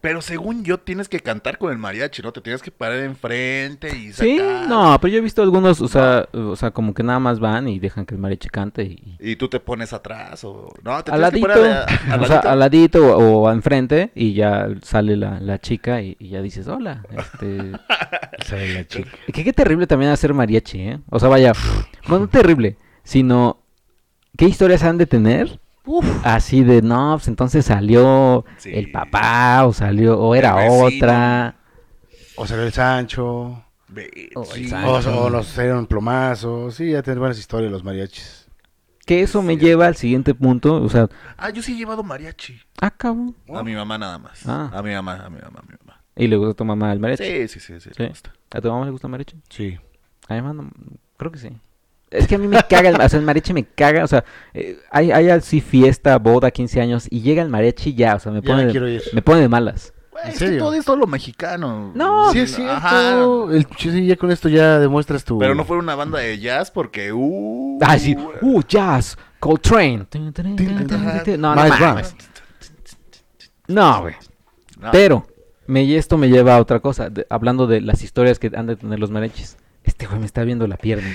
[SPEAKER 1] Pero según yo, tienes que cantar con el mariachi, ¿no? Te tienes que parar enfrente y sacar.
[SPEAKER 2] Sí, no, pero yo he visto algunos, o sea, o sea, como que nada más van y dejan que el mariachi cante y... y-
[SPEAKER 1] Y tú te pones atrás o... No, te
[SPEAKER 2] Al ladito,
[SPEAKER 1] tienes que parar de- al
[SPEAKER 2] o sea,
[SPEAKER 1] ladito.
[SPEAKER 2] al ladito o, o enfrente y ya sale la, la chica y, y ya dices, hola, este,
[SPEAKER 3] Sale la chica.
[SPEAKER 2] Que qué terrible también hacer mariachi, ¿eh? O sea, vaya, bueno, no terrible, sino qué historias han de tener. Así de, no, pues entonces salió
[SPEAKER 1] Sí.
[SPEAKER 2] el papá, o salió, o era
[SPEAKER 1] El vecino.
[SPEAKER 2] otra.
[SPEAKER 3] O salió el Sancho.
[SPEAKER 1] Ve-
[SPEAKER 2] Oh,
[SPEAKER 1] sí.
[SPEAKER 2] exacto.
[SPEAKER 3] O, o los salieron plomazos. Sí, ya tienen buenas historias los mariachis.
[SPEAKER 2] Que eso me
[SPEAKER 1] Sí.
[SPEAKER 2] lleva al siguiente punto, o sea,
[SPEAKER 1] Ah, yo sí he llevado mariachi.
[SPEAKER 2] ah, cabrón.
[SPEAKER 1] A mi mamá nada más.
[SPEAKER 2] Ah.
[SPEAKER 1] A mi mamá, a mi mamá, a mi mamá.
[SPEAKER 2] Y le gusta a tu mamá el mariachi.
[SPEAKER 1] Sí, sí, sí, sí.
[SPEAKER 2] Sí.
[SPEAKER 1] le gusta.
[SPEAKER 2] ¿A tu mamá le gusta el mariachi?
[SPEAKER 3] Sí.
[SPEAKER 2] A mi mamá no- creo que sí. Es que a mí me caga, el, o sea, el mariachi me caga, o sea, eh, hay, hay así fiesta, boda, 15 años, y llega el mariachi y ya, o sea, me
[SPEAKER 3] Ya me
[SPEAKER 2] pone,
[SPEAKER 3] quiero ir.
[SPEAKER 2] de, me pone de malas.
[SPEAKER 1] Güey,
[SPEAKER 3] ¿En
[SPEAKER 1] es que
[SPEAKER 3] serio?
[SPEAKER 1] todo es todo lo mexicano.
[SPEAKER 2] No,
[SPEAKER 3] Sí, es cierto.
[SPEAKER 1] Ajá.
[SPEAKER 3] El, sí, ya con esto ya demuestras tu...
[SPEAKER 1] Pero no fue una banda de jazz porque... Uh,
[SPEAKER 2] Ah, sí. Uh, jazz. Coltrane. No, no mames.
[SPEAKER 3] Miles Brown.
[SPEAKER 2] No, güey.
[SPEAKER 1] No.
[SPEAKER 2] Pero, me, y esto me lleva a otra cosa. de- hablando de las historias que han de tener los mariachis. Este güey me está viendo la pierna.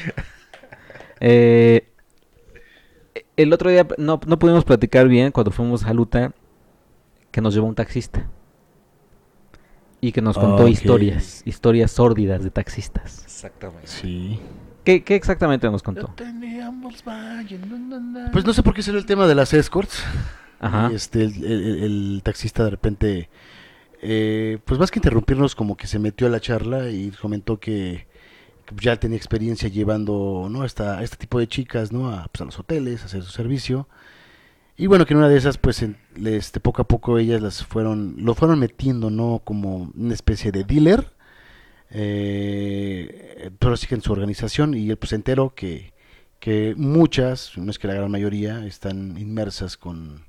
[SPEAKER 2] Eh, el otro día no, no pudimos platicar bien cuando fuimos a Luta. Que nos llevó un taxista. Y que nos contó
[SPEAKER 3] Ok.
[SPEAKER 2] historias. Historias sórdidas de taxistas.
[SPEAKER 1] Exactamente.
[SPEAKER 3] Sí.
[SPEAKER 2] ¿Qué, qué exactamente nos
[SPEAKER 1] Yo
[SPEAKER 2] contó?
[SPEAKER 1] tenía un Volkswagen, na, na, na.
[SPEAKER 3] Pues no sé por qué salió el tema de las escorts.
[SPEAKER 2] Ajá.
[SPEAKER 3] Y este, el, el- el taxista de repente, eh, pues más que interrumpirnos, como que se metió a la charla y comentó que que ya tenía experiencia llevando ¿no? Esta, este tipo de chicas ¿no? a, pues, a los hoteles, a hacer su servicio. Y bueno, que en una de esas, pues en- le- este, poco a poco ellas las fueron, lo fueron metiendo ¿no? como una especie de dealer, eh, pero sí que en su organización. Y él pues se enteró que, que muchas, no es que la gran mayoría, están inmersas con,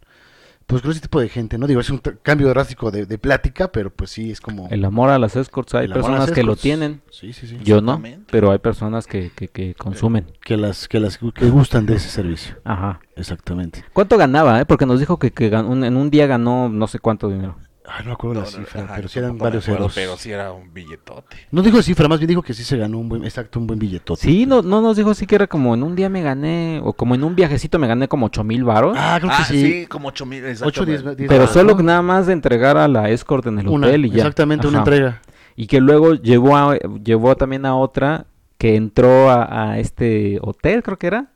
[SPEAKER 3] pues con ese tipo de gente, ¿no? Digo, es un t- cambio drástico de, de plática, pero pues sí, es como...
[SPEAKER 2] El amor a las escorts, hay
[SPEAKER 3] el amor a
[SPEAKER 2] personas
[SPEAKER 3] las
[SPEAKER 2] que lo
[SPEAKER 3] escorts.
[SPEAKER 2] tienen.
[SPEAKER 3] Sí, sí, sí.
[SPEAKER 2] Yo no,
[SPEAKER 1] Exactamente.
[SPEAKER 2] pero hay personas que, que, que consumen.
[SPEAKER 3] Que las que las que gustan de ese servicio.
[SPEAKER 2] Ajá.
[SPEAKER 3] Exactamente.
[SPEAKER 2] ¿Cuánto ganaba? Eh? Porque nos dijo que, que gan- un- en un día ganó no sé cuánto dinero.
[SPEAKER 3] Ay, no me acuerdo
[SPEAKER 1] No,
[SPEAKER 3] la
[SPEAKER 1] no,
[SPEAKER 3] cifra,
[SPEAKER 1] ajá,
[SPEAKER 3] pero sí eran
[SPEAKER 1] tampoco me
[SPEAKER 3] varios
[SPEAKER 1] acuerdo,
[SPEAKER 3] euros.
[SPEAKER 1] Pero sí era un billetote.
[SPEAKER 3] No dijo cifra, más bien dijo que sí se ganó un buen, exacto, un buen billetote.
[SPEAKER 2] Sí, no, no nos dijo así que era como en un día me gané, o como en un viajecito me gané como ocho mil varos.
[SPEAKER 3] Ah, creo que
[SPEAKER 1] Ah,
[SPEAKER 3] sí.
[SPEAKER 1] sí, como 8 mil.
[SPEAKER 3] Ocho, diez,
[SPEAKER 1] exactamente.
[SPEAKER 3] diez
[SPEAKER 2] pero
[SPEAKER 3] varos,
[SPEAKER 2] solo
[SPEAKER 3] ¿no?
[SPEAKER 2] nada más de entregar a la escort en el
[SPEAKER 3] Una,
[SPEAKER 2] hotel y ya.
[SPEAKER 3] Exactamente, una
[SPEAKER 2] Ajá.
[SPEAKER 3] entrega.
[SPEAKER 2] Y que luego llevó, a- llevó también a otra que entró a, a este hotel, creo que era.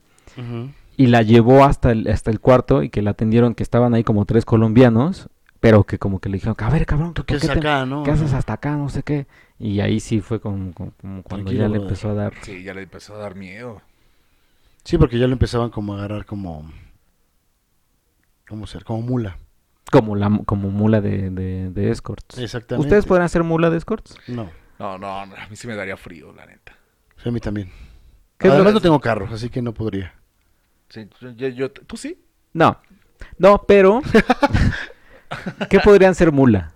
[SPEAKER 2] y la llevó hasta el, hasta el cuarto y que la atendieron, que estaban ahí como tres colombianos, pero que como que le dijeron, a ver, cabrón,
[SPEAKER 3] ¿Tú
[SPEAKER 2] ¿por
[SPEAKER 3] qué haces
[SPEAKER 2] te-
[SPEAKER 3] acá, no?
[SPEAKER 2] qué haces hasta acá? No sé qué. Y ahí sí fue como, como- como cuando
[SPEAKER 3] Tranquilo,
[SPEAKER 2] ya le
[SPEAKER 3] brother.
[SPEAKER 2] empezó
[SPEAKER 1] eh.
[SPEAKER 2] a dar...
[SPEAKER 1] Sí, ya le empezó a dar miedo.
[SPEAKER 3] Sí, porque ya lo empezaban como a agarrar como como ser, como mula.
[SPEAKER 2] Como, la, como mula de, de, de escorts.
[SPEAKER 3] Exactamente.
[SPEAKER 2] ¿Ustedes podrán ser mula de escorts?
[SPEAKER 3] No,
[SPEAKER 1] No, no, no, a mí sí me daría frío, la neta.
[SPEAKER 3] sí, a mí también.
[SPEAKER 2] ¿Qué es lo
[SPEAKER 3] Además
[SPEAKER 2] que-
[SPEAKER 3] no tengo carro, así que no podría.
[SPEAKER 1] Sí, yo, yo- ¿Tú sí?
[SPEAKER 2] No. No, pero... ¿Qué podrían ser mula?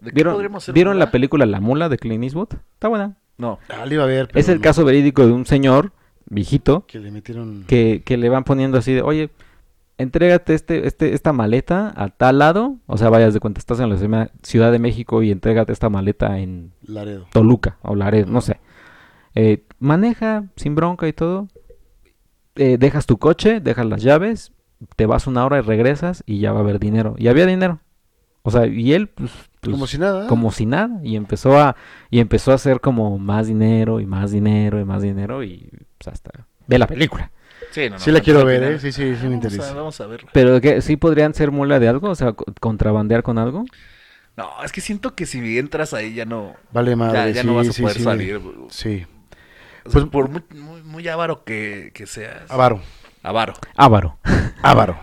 [SPEAKER 1] ¿De qué
[SPEAKER 2] ¿Vieron,
[SPEAKER 1] podríamos ser
[SPEAKER 2] ¿vieron
[SPEAKER 1] mula?
[SPEAKER 2] la película La Mula de Clint Eastwood? Está buena.
[SPEAKER 1] No.
[SPEAKER 3] Ah, le iba a ver, pero
[SPEAKER 2] es el
[SPEAKER 3] no,
[SPEAKER 2] caso verídico de un señor viejito
[SPEAKER 3] Que le metieron...
[SPEAKER 2] que, que le van poniendo así de, oye, entrégate este, este, esta maleta a tal lado. O sea, vayas de cuenta, estás en la Ciudad- Ciudad de México y entrégate esta maleta en
[SPEAKER 3] Laredo.
[SPEAKER 2] Toluca o Laredo, no sé. Eh, maneja sin bronca y todo. Eh, dejas tu coche, dejas las llaves, te vas una hora y regresas y ya va a haber dinero. Y había dinero. O sea, y él, pues, pues,
[SPEAKER 3] como si nada.
[SPEAKER 2] como si nada y empezó a y empezó a hacer como más dinero y más dinero y más dinero y pues, hasta ve la película
[SPEAKER 1] Sí, no, no,
[SPEAKER 3] Sí la
[SPEAKER 1] no,
[SPEAKER 3] quiero
[SPEAKER 1] no,
[SPEAKER 3] ver,
[SPEAKER 1] no.
[SPEAKER 3] ¿eh? Sí, sí, sí me
[SPEAKER 1] Vamos a-
[SPEAKER 3] interesa.
[SPEAKER 1] Vamos a verla.
[SPEAKER 2] pero que sí podrían ser mula de algo o sea co- contrabandear con algo
[SPEAKER 1] No, es que siento que si entras ahí ya no.
[SPEAKER 3] Vale, madre,
[SPEAKER 1] ya, ya
[SPEAKER 3] sí,
[SPEAKER 1] no vas a
[SPEAKER 3] sí,
[SPEAKER 1] poder
[SPEAKER 3] sí.
[SPEAKER 1] salir. O
[SPEAKER 3] Sí.
[SPEAKER 1] sea,
[SPEAKER 3] Pues-
[SPEAKER 1] por muy, muy, muy avaro que, que seas.
[SPEAKER 3] Avaro.
[SPEAKER 1] Avaro.
[SPEAKER 2] avaro
[SPEAKER 3] Avaro.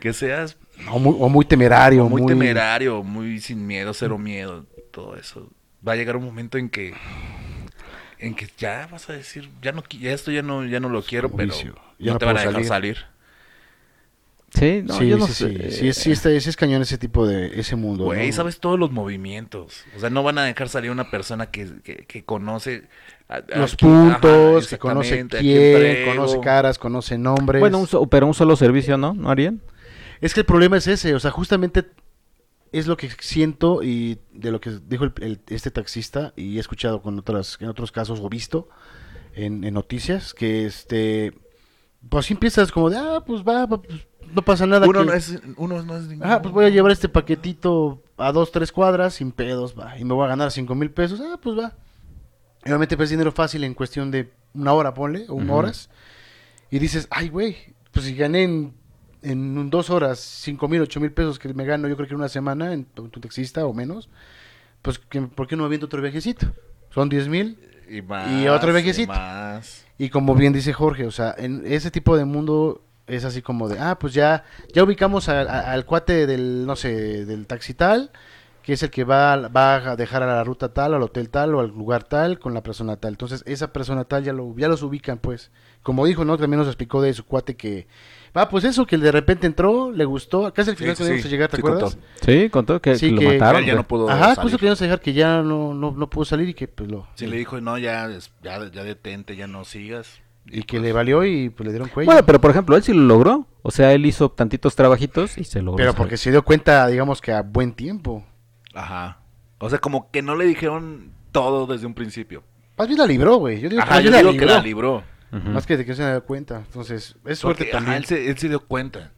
[SPEAKER 1] Que seas
[SPEAKER 3] O muy, o muy temerario.
[SPEAKER 1] muy, temerario, muy sin miedo, cero miedo, todo eso. Va a llegar un momento en que en que ya vas a decir, ya no qui- ya esto ya no ya no lo quiero, pero
[SPEAKER 3] Vicio. Ya
[SPEAKER 1] no,
[SPEAKER 3] no
[SPEAKER 1] te van a
[SPEAKER 3] puedo
[SPEAKER 1] dejar salir.
[SPEAKER 2] sí no
[SPEAKER 3] sí,
[SPEAKER 2] yo no
[SPEAKER 3] sí,
[SPEAKER 2] sé
[SPEAKER 3] sí, sí, sí, está- sí es cañón ese tipo de, ese mundo.
[SPEAKER 1] Güey,
[SPEAKER 3] ¿no?
[SPEAKER 1] sabes todos los movimientos. O sea, no van a dejar salir a una persona que, que, que conoce a- a
[SPEAKER 3] Los
[SPEAKER 1] quién- ajá,
[SPEAKER 3] puntos, que conoce
[SPEAKER 1] exactamente, a quién
[SPEAKER 3] quién,
[SPEAKER 1] traigo.
[SPEAKER 3] conoce caras, conoce nombres.
[SPEAKER 2] bueno un so- pero un solo servicio no no harían
[SPEAKER 3] Es que el problema es ese, o sea, justamente es lo que siento y de lo que dijo el- el- este taxista y he escuchado con otras, en otros casos o visto en, en noticias, que este, pues sí empiezas como de, ah, pues va, va, pues, no pasa nada.
[SPEAKER 1] Uno
[SPEAKER 3] que-
[SPEAKER 1] no es uno no es ningún-
[SPEAKER 3] Ah, pues voy a llevar este paquetito a dos, tres cuadras sin pedos, va, y me voy a ganar cinco mil pesos, ah, pues va. Y obviamente pues dinero fácil en cuestión de una hora, ponle, o una
[SPEAKER 2] Ujú.
[SPEAKER 3] horas. Y dices, ay, güey, pues si gané en, en un- dos horas cinco mil, ocho mil pesos que me gano yo creo que en una semana en tu, tu taxista o menos, pues que- ¿por qué no me aviento otro viajecito? Son diez mil.
[SPEAKER 1] y, más,
[SPEAKER 3] y otro viejecito.
[SPEAKER 1] más.
[SPEAKER 3] Y como bien dice Jorge, o sea, en ese tipo de mundo es así como de, ah, pues ya, ya ubicamos a- a- al cuate del, no sé, del taxi tal, que es el que va, al- va a dejar a la ruta tal, al hotel tal o al lugar tal con la persona tal. Entonces, esa persona tal ya, lo, ya los ubican, pues. Como dijo, ¿no? También nos explicó de su cuate que, va, pues eso, que de repente entró, le gustó, casi al final
[SPEAKER 1] Sí,
[SPEAKER 3] cuando íbamos
[SPEAKER 1] sí,
[SPEAKER 3] a llegar, ¿te
[SPEAKER 1] sí,
[SPEAKER 3] acuerdas?
[SPEAKER 1] contó.
[SPEAKER 2] sí con todo que,
[SPEAKER 3] Sí,
[SPEAKER 2] que lo
[SPEAKER 3] que-
[SPEAKER 2] mataron
[SPEAKER 1] Él ya
[SPEAKER 2] güey.
[SPEAKER 1] no pudo
[SPEAKER 3] Ajá,
[SPEAKER 1] salir.
[SPEAKER 3] justo queríamos dejar que ya no, no, no pudo salir y que pues lo...
[SPEAKER 1] Sí, le dijo, no, ya, es- ya, ya detente, ya no sigas.
[SPEAKER 3] Y que le valió y pues le dieron cuello.
[SPEAKER 2] bueno pero por ejemplo él sí lo logró o sea él hizo tantitos trabajitos y se logró
[SPEAKER 3] Pero
[SPEAKER 2] salir.
[SPEAKER 3] porque se dio cuenta, digamos que a buen tiempo.
[SPEAKER 1] Ajá. O sea, como que no le dijeron todo desde un principio.
[SPEAKER 3] Más bien la libró, güey. Yo digo,
[SPEAKER 1] Ajá,
[SPEAKER 3] que,
[SPEAKER 1] yo
[SPEAKER 3] más bien
[SPEAKER 1] digo que la libró.
[SPEAKER 2] Ujú.
[SPEAKER 3] Más que de que se dio cuenta. Entonces, es suerte
[SPEAKER 1] Porque, ajá,
[SPEAKER 3] también.
[SPEAKER 1] él, se, él se dio cuenta.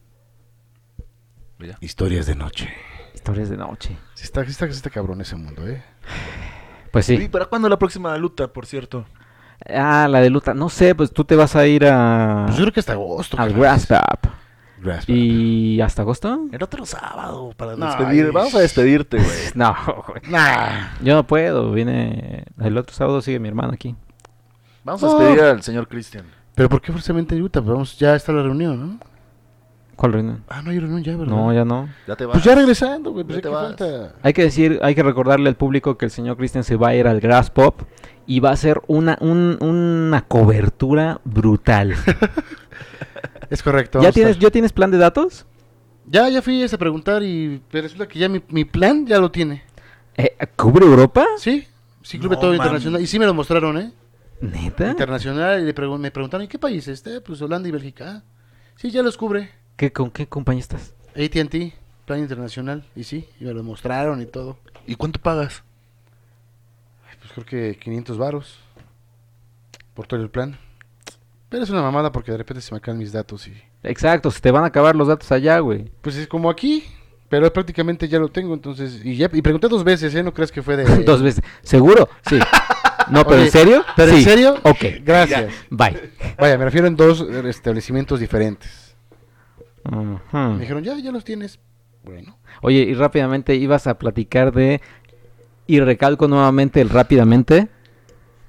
[SPEAKER 1] Mira.
[SPEAKER 3] Historias de noche.
[SPEAKER 2] historias de noche
[SPEAKER 3] Sí está, sí está, sí está cabrón ese mundo, ¿eh?
[SPEAKER 2] pues sí
[SPEAKER 1] ¿Y para cuándo la próxima luta, por cierto?
[SPEAKER 2] Ah, la de luta. No sé, pues tú te vas a ir a.
[SPEAKER 3] Pues yo creo que hasta agosto.
[SPEAKER 2] al
[SPEAKER 3] carnal.
[SPEAKER 2] Grasp Up.
[SPEAKER 3] Grasp.
[SPEAKER 2] Ah, ¿Y hasta agosto?
[SPEAKER 1] El otro sábado, para
[SPEAKER 3] No,
[SPEAKER 1] despedir.
[SPEAKER 3] ay.
[SPEAKER 1] Vamos a despedirte, güey.
[SPEAKER 2] No, güey.
[SPEAKER 3] Nah.
[SPEAKER 2] Yo no puedo. Viene. El otro sábado sigue mi hermano aquí.
[SPEAKER 1] Vamos a despedir al señor Cristian.
[SPEAKER 3] Pero ¿por qué forzosamente en Utah? Pues vamos, ya está la reunión, ¿no?
[SPEAKER 2] ¿Cuál reunión?
[SPEAKER 3] Ah, no hay reunión ya, ¿verdad?
[SPEAKER 2] No, ya no.
[SPEAKER 1] Ya te vas.
[SPEAKER 3] Pues ya regresando, güey. Pues
[SPEAKER 1] Ya
[SPEAKER 3] ya
[SPEAKER 1] te
[SPEAKER 3] que
[SPEAKER 1] vas.
[SPEAKER 3] falta.
[SPEAKER 2] Hay que decir, hay que recordarle al público que el señor Christian se va a ir al Grass Pop y va a hacer una, un- una cobertura brutal.
[SPEAKER 3] Es correcto.
[SPEAKER 2] ¿Ya
[SPEAKER 3] vamos a
[SPEAKER 2] tienes,
[SPEAKER 3] estar.
[SPEAKER 2] ¿Ya tienes plan de datos?
[SPEAKER 3] Ya, ya fui a preguntar y resulta que ya mi, mi plan ya lo tiene.
[SPEAKER 2] Eh, ¿Cubre Europa?
[SPEAKER 3] Sí, sí, Club
[SPEAKER 1] No,
[SPEAKER 3] de Todo
[SPEAKER 1] man.
[SPEAKER 3] Internacional. Y sí me lo mostraron, ¿eh?
[SPEAKER 2] ¿Neta?
[SPEAKER 3] internacional y le pregun- me preguntaron, ¿en qué país este? Pues Holanda y Bélgica. Ah, sí, ya los cubre.
[SPEAKER 2] ¿Qué, ¿Con qué compañía estás?
[SPEAKER 3] ATT, plan internacional. Y sí, y me lo mostraron y todo.
[SPEAKER 1] ¿Y cuánto pagas?
[SPEAKER 3] Ay, Pues creo que 500 varos por todo el plan. Pero es una mamada porque de repente se me caen mis datos y...
[SPEAKER 2] Exacto, se te van a acabar los datos allá, güey.
[SPEAKER 3] Pues es como aquí, pero prácticamente ya lo tengo, entonces... Y, ya, y pregunté dos veces, ¿eh? ¿No crees que fue de...?
[SPEAKER 2] Dos veces. ¿Seguro? Sí. No, pero
[SPEAKER 3] Oye,
[SPEAKER 2] ¿en serio?
[SPEAKER 3] ¿Pero en
[SPEAKER 2] Sí.
[SPEAKER 3] serio?
[SPEAKER 2] Ok.
[SPEAKER 3] Gracias.
[SPEAKER 2] Bye.
[SPEAKER 3] Vaya, me refiero en dos eh, establecimientos diferentes.
[SPEAKER 2] Ujú.
[SPEAKER 3] Me dijeron, ya, ya los tienes. Bueno.
[SPEAKER 2] Oye, y rápidamente ibas a platicar de. Y recalco nuevamente el rápidamente.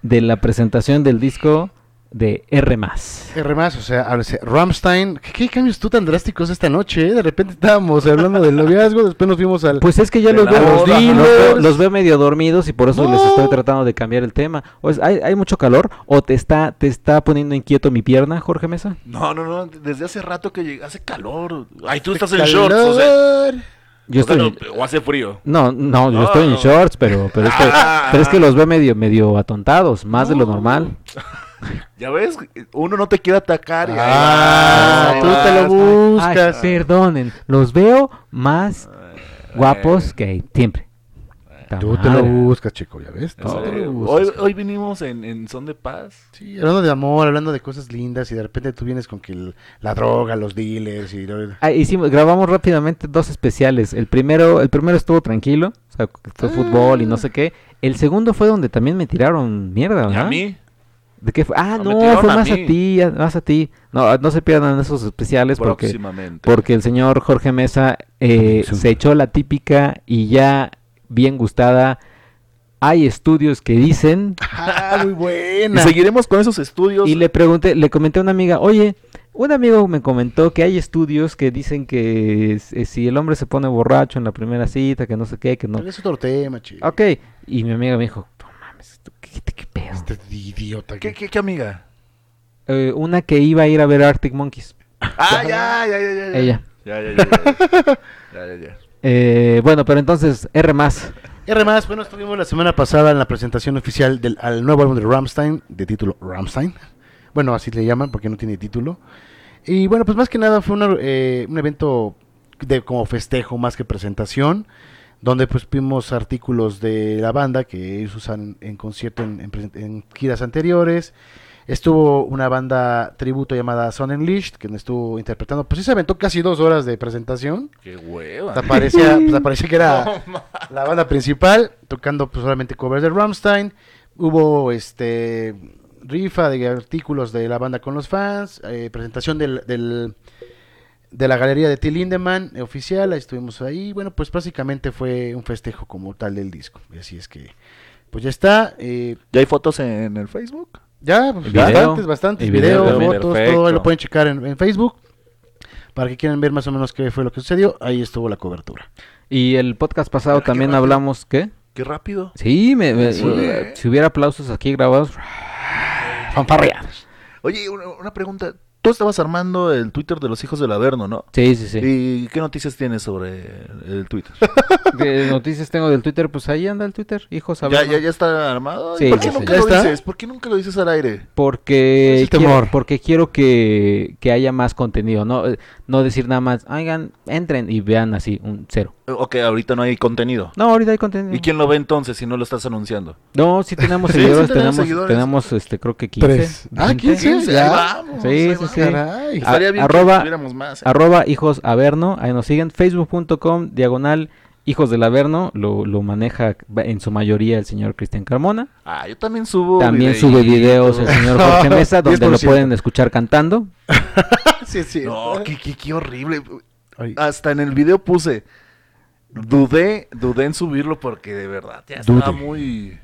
[SPEAKER 2] De la presentación del disco de R más.
[SPEAKER 3] R más, o sea, ahora sí, Rammstein, ¿qué, qué cambios tú tan drásticos esta noche? eh? De repente estábamos hablando del noviazgo, después nos fuimos al...
[SPEAKER 2] Pues es que ya
[SPEAKER 1] De
[SPEAKER 2] los
[SPEAKER 1] la
[SPEAKER 2] veo, los,
[SPEAKER 1] boda.
[SPEAKER 2] veo- los veo,
[SPEAKER 3] Dealers.
[SPEAKER 2] los veo medio dormidos y por eso les
[SPEAKER 3] No.
[SPEAKER 2] estoy tratando de cambiar el tema. O es- hay, hay mucho calor o te está, te está poniendo inquieto mi pierna, Jorge Mesa?
[SPEAKER 1] No, no, no. Desde hace rato que llegué. Hace calor. Ay, tú estás
[SPEAKER 3] Este
[SPEAKER 1] en shorts. O sea,
[SPEAKER 3] calor.
[SPEAKER 2] Yo
[SPEAKER 1] o sea,
[SPEAKER 2] estoy...
[SPEAKER 1] no, o hace frío.
[SPEAKER 2] No, no, yo
[SPEAKER 1] No,
[SPEAKER 2] estoy en
[SPEAKER 1] no.
[SPEAKER 2] shorts, pero, pero, es que,
[SPEAKER 1] Ah.
[SPEAKER 2] pero es que los veo medio, medio atontados, más de lo normal.
[SPEAKER 1] Ya ves, uno no te quiere atacar. y ahí
[SPEAKER 3] Ah,
[SPEAKER 1] vas, ahí
[SPEAKER 3] tú te lo
[SPEAKER 1] vas.
[SPEAKER 3] buscas.
[SPEAKER 2] Ay, perdonen, los veo más guapos que siempre. Ta
[SPEAKER 3] Ah, Tú te lo
[SPEAKER 2] madre.
[SPEAKER 3] buscas, chico, ya ves.
[SPEAKER 1] En
[SPEAKER 3] Tú te
[SPEAKER 1] serio.
[SPEAKER 3] lo
[SPEAKER 1] Hoy,
[SPEAKER 3] buscas.
[SPEAKER 1] hoy vinimos en, en son de paz.
[SPEAKER 3] Sí, hablando de amor, hablando de cosas lindas y de repente tú vienes con que el- la droga, los dealers y... lo-
[SPEAKER 2] Ah, hicimos, grabamos rápidamente dos especiales. El primero, el primero estuvo tranquilo, o sea, fue fútbol y no sé qué. El segundo fue donde también me tiraron mierda,
[SPEAKER 1] Ah. Y
[SPEAKER 2] ¿verdad?
[SPEAKER 1] a mí.
[SPEAKER 2] ¿De qué fue? Ah,
[SPEAKER 1] No, me
[SPEAKER 2] no,
[SPEAKER 1] tiraron
[SPEAKER 2] fue
[SPEAKER 1] a
[SPEAKER 2] más a,
[SPEAKER 1] mí.
[SPEAKER 2] ti, a- más a ti. No, no se pierdan esos especiales porque
[SPEAKER 1] próximamente.
[SPEAKER 2] Porque el señor Jorge Mesa eh,
[SPEAKER 3] Sí.
[SPEAKER 2] se echó la típica y ya bien gustada. Hay estudios que dicen.
[SPEAKER 3] Ah, muy
[SPEAKER 1] Y
[SPEAKER 3] buena.
[SPEAKER 1] seguiremos con esos estudios.
[SPEAKER 2] Y le pregunté, le comenté a una amiga, oye, un amigo me comentó que hay estudios que dicen que es- eh, si el hombre se pone borracho en la primera cita, que no sé qué, que no.
[SPEAKER 3] Pero Es otro tema, chico.
[SPEAKER 2] Ok. Y mi amiga me dijo, no mames, ¿tú ¿qué, qué- qué pedo?
[SPEAKER 3] Este idiota.
[SPEAKER 1] ¿Qué,
[SPEAKER 3] que-
[SPEAKER 1] qué, qué amiga?
[SPEAKER 2] Eh, una que iba a ir a ver Arctic Monkeys.
[SPEAKER 1] Ah, ya, ya, ya, ya. ya.
[SPEAKER 2] Ella.
[SPEAKER 1] Ya, ya, ya. ya, ya, ya.
[SPEAKER 2] Eh, bueno, pero entonces, R más.
[SPEAKER 3] R más, bueno, estuvimos la semana pasada en la presentación oficial del al nuevo álbum de Rammstein, de título Rammstein. Bueno, así le llaman porque no tiene título. Y bueno, pues más que nada fue una, eh, un evento de como festejo más que presentación, donde pues vimos artículos de la banda que ellos usan en concierto en, en presen- en giras anteriores. Estuvo una banda tributo llamada Son Unleashed, que estuvo interpretando. Pues sí se aventó casi dos horas de presentación.
[SPEAKER 1] Qué hueva.
[SPEAKER 3] Te parecía, pues, te parecía que era
[SPEAKER 1] No, ma-
[SPEAKER 3] la banda principal, tocando pues, solamente covers de Rammstein. Hubo este rifa de artículos de la banda con los fans, eh, presentación del, del- de la galería de Till Lindemann eh, oficial, ahí estuvimos ahí. Bueno, pues básicamente fue un festejo como tal del disco. Y así es que, pues ya está. eh,
[SPEAKER 1] ¿Ya hay fotos en el Facebook?
[SPEAKER 3] ya, pues,
[SPEAKER 2] Video.
[SPEAKER 3] bastantes, bastantes,
[SPEAKER 2] Y
[SPEAKER 3] video,
[SPEAKER 2] video.
[SPEAKER 3] fotos,
[SPEAKER 1] Perfecto.
[SPEAKER 3] todo, ahí lo pueden checar en, en Facebook. Para que quieran ver más o menos qué fue lo que sucedió, ahí estuvo la cobertura.
[SPEAKER 2] Y el podcast pasado
[SPEAKER 1] Mira, qué
[SPEAKER 2] también
[SPEAKER 1] rápido.
[SPEAKER 2] hablamos, ¿qué?
[SPEAKER 1] Qué rápido.
[SPEAKER 2] Sí, me, me-
[SPEAKER 1] Sí.
[SPEAKER 2] eh, si hubiera aplausos aquí grabados.
[SPEAKER 3] Fanfarreadas.
[SPEAKER 1] Oye, una, una pregunta. Tú estabas armando el Twitter de los hijos del Averno, ¿no?
[SPEAKER 2] Sí, sí, sí.
[SPEAKER 1] ¿Y qué noticias tienes sobre el Twitter?
[SPEAKER 2] De noticias tengo del Twitter, pues ahí anda el Twitter, hijos.
[SPEAKER 1] ¿Ya, ya, ya está armado?
[SPEAKER 2] Sí,
[SPEAKER 1] ¿Por qué
[SPEAKER 2] sí, sí.
[SPEAKER 1] nunca
[SPEAKER 3] ¿Ya
[SPEAKER 1] lo
[SPEAKER 3] está?
[SPEAKER 1] dices? ¿Por qué nunca lo dices al aire?
[SPEAKER 2] Porque
[SPEAKER 3] Es el
[SPEAKER 2] quiero,
[SPEAKER 3] temor.
[SPEAKER 2] porque quiero que, que haya más contenido, no Eh, no decir nada más, oigan, entren y vean así un cero.
[SPEAKER 1] Eh, Ok, ahorita no hay contenido.
[SPEAKER 2] No, ahorita hay contenido.
[SPEAKER 1] ¿Y quién lo ve entonces si no lo estás anunciando?
[SPEAKER 2] No, sí tenemos
[SPEAKER 1] Sí, sí
[SPEAKER 2] seguidores,
[SPEAKER 1] tenemos
[SPEAKER 2] tenemos
[SPEAKER 1] seguidores.
[SPEAKER 2] tenemos este creo que 15.
[SPEAKER 3] Tres. Ah,
[SPEAKER 2] 20.
[SPEAKER 3] 15. Sí,
[SPEAKER 1] ahí
[SPEAKER 3] ya.
[SPEAKER 1] vamos,
[SPEAKER 2] Sí,
[SPEAKER 1] ahí
[SPEAKER 2] sí, sí.
[SPEAKER 1] vamos.
[SPEAKER 3] Caray.
[SPEAKER 1] Estaría bien
[SPEAKER 2] Arroba-
[SPEAKER 1] que tuviéramos más. eh.
[SPEAKER 2] Arroba hijos Averno, ahí nos siguen, facebook.com, diagonal, hijos del Averno, lo, lo maneja en su mayoría el señor Cristian Carmona.
[SPEAKER 1] Ah, yo también subo
[SPEAKER 2] También
[SPEAKER 1] videíto.
[SPEAKER 2] sube videos el señor Jorge Mesa donde lo
[SPEAKER 3] 10%.
[SPEAKER 2] pueden escuchar cantando.
[SPEAKER 3] Sí, sí.
[SPEAKER 1] No, qué, qué- qué horrible.
[SPEAKER 3] Ay.
[SPEAKER 1] Hasta en el video puse. Dudé, dudé en subirlo porque de verdad ya estaba
[SPEAKER 3] Dude.
[SPEAKER 1] muy,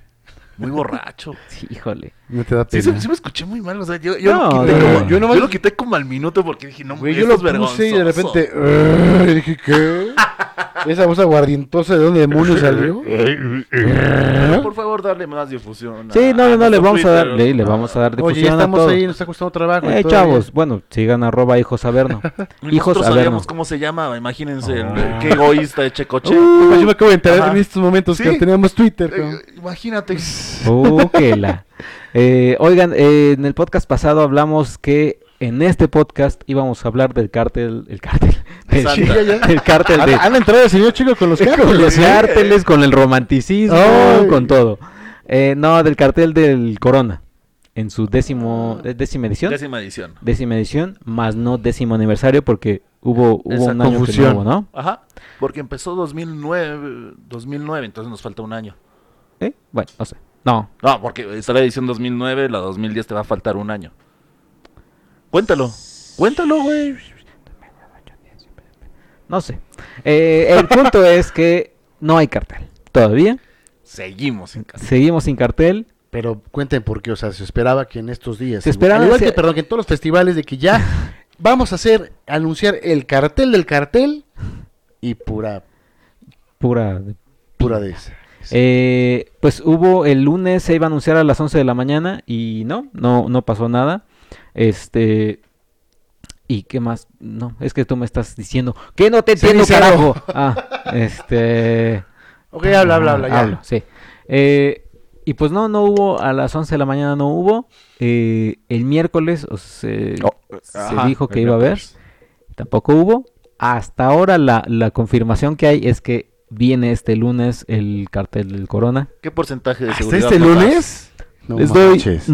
[SPEAKER 1] muy borracho.
[SPEAKER 2] Sí, híjole.
[SPEAKER 3] No te da
[SPEAKER 1] Sí,
[SPEAKER 3] pena.
[SPEAKER 1] sí, sí me escuché muy mal. O sea, yo, yo lo
[SPEAKER 2] No,
[SPEAKER 1] quité
[SPEAKER 2] no,
[SPEAKER 1] como,
[SPEAKER 2] no.
[SPEAKER 1] yo,
[SPEAKER 3] nomás-
[SPEAKER 1] lo quité como al minuto porque dije, no,
[SPEAKER 3] Güey,
[SPEAKER 1] güey,
[SPEAKER 3] yo
[SPEAKER 1] esto
[SPEAKER 3] lo
[SPEAKER 1] es vergonzoso.
[SPEAKER 3] puse y de repente... "Arr", dije, ¿qué? Esa voz aguardientosa, ¿de dónde demonios salió?
[SPEAKER 1] Pero, por favor, darle más difusión. a-
[SPEAKER 2] ¿eh? Sí, no,
[SPEAKER 1] a
[SPEAKER 2] no, no, le
[SPEAKER 1] nuestro
[SPEAKER 2] vamos a dar,
[SPEAKER 1] Ah, Twitter.
[SPEAKER 2] le, le vamos a dar
[SPEAKER 3] Oye, ya
[SPEAKER 2] difusión a
[SPEAKER 3] estamos
[SPEAKER 2] todo.
[SPEAKER 3] ahí, nos está costando trabajo. y
[SPEAKER 2] eh,
[SPEAKER 3] Ah, todavía-
[SPEAKER 2] chavos, bueno, sigan arroba hijos Averno.
[SPEAKER 1] Y Nosotros
[SPEAKER 2] hijos Averno.
[SPEAKER 1] sabíamos cómo se lllama, imagínense, el-
[SPEAKER 2] Ah. Uh,
[SPEAKER 1] qué egoísta de Checoche.
[SPEAKER 3] Pues yo me acabo de enterar
[SPEAKER 1] Uh, Ajá.
[SPEAKER 3] en estos momentos que
[SPEAKER 1] Sí.
[SPEAKER 3] teníamos Twitter.
[SPEAKER 1] Eh,
[SPEAKER 3] cabrón.
[SPEAKER 1] Imagínate.
[SPEAKER 2] Oh, que la. Eh, oigan, eh, en el podcast pasado hablamos que en este podcast íbamos a hablar del cártel, el cártel, del,
[SPEAKER 1] Santa.
[SPEAKER 2] sí, ya, ya. del cártel eh, de,
[SPEAKER 3] Han, han entrado el señor chico con los
[SPEAKER 2] con los
[SPEAKER 3] carros.
[SPEAKER 1] Sí.
[SPEAKER 2] cárteles, con el romanticismo,
[SPEAKER 3] Ay.
[SPEAKER 2] con todo. Eh, no, del cartel del Corona, en su décimo, eh, décima edición.
[SPEAKER 1] Décima edición.
[SPEAKER 2] décima edición, más no décimo aniversario, porque hubo, hubo
[SPEAKER 1] Esa
[SPEAKER 2] un año que no
[SPEAKER 3] confusión.
[SPEAKER 2] hubo, ¿no?
[SPEAKER 1] Ajá. Porque empezó 2009, 2009, entonces nos falta un año.
[SPEAKER 2] ¿Eh? Bueno, no sé. No.
[SPEAKER 1] No, porque está la edición 2009, la 2010 te va a faltar un año. Cuéntalo. Cuéntalo, güey.
[SPEAKER 2] No sé. Eh, el punto es que no hay cartel. Todavía.
[SPEAKER 1] Seguimos en casa.
[SPEAKER 2] Seguimos sin cartel.
[SPEAKER 3] Pero cuenten por qué, o sea, se esperaba que en estos días.
[SPEAKER 2] Se
[SPEAKER 3] al
[SPEAKER 2] esperaba
[SPEAKER 3] igual
[SPEAKER 2] ese-
[SPEAKER 3] que, perdón, que en todos los festivales de que ya vamos a hacer, anunciar el cartel del cartel y pura,
[SPEAKER 2] Pura. de-
[SPEAKER 3] pura de esa.
[SPEAKER 2] Eh, pues hubo el lunes, se iba a anunciar a las 11 de la mañana y no, no, no pasó nada. Este. ¿Y qué más? No, es que tú me estás diciendo que no te
[SPEAKER 3] Sí,
[SPEAKER 2] entiendo,
[SPEAKER 3] dice
[SPEAKER 2] carajo.
[SPEAKER 3] algo.
[SPEAKER 2] Ah, este.
[SPEAKER 3] Ok, habla, habla,
[SPEAKER 2] Ah,
[SPEAKER 3] habla, ya.
[SPEAKER 2] hablo, sí. Eh, y pues no, no hubo, a las 11 de la mañana no hubo. Eh, el miércoles o sea, se, se
[SPEAKER 1] Ajá,
[SPEAKER 2] dijo que
[SPEAKER 1] el
[SPEAKER 2] iba a haber,
[SPEAKER 1] miércoles.
[SPEAKER 2] tampoco hubo. Hasta ahora la, la confirmación que hay es que viene este lunes el cartel del Corona.
[SPEAKER 1] ¿Qué porcentaje
[SPEAKER 2] Ah,
[SPEAKER 1] de
[SPEAKER 3] ¿Hasta
[SPEAKER 1] seguridad?
[SPEAKER 3] este
[SPEAKER 1] no das?
[SPEAKER 3] lunes? No
[SPEAKER 2] Les doy
[SPEAKER 3] manches.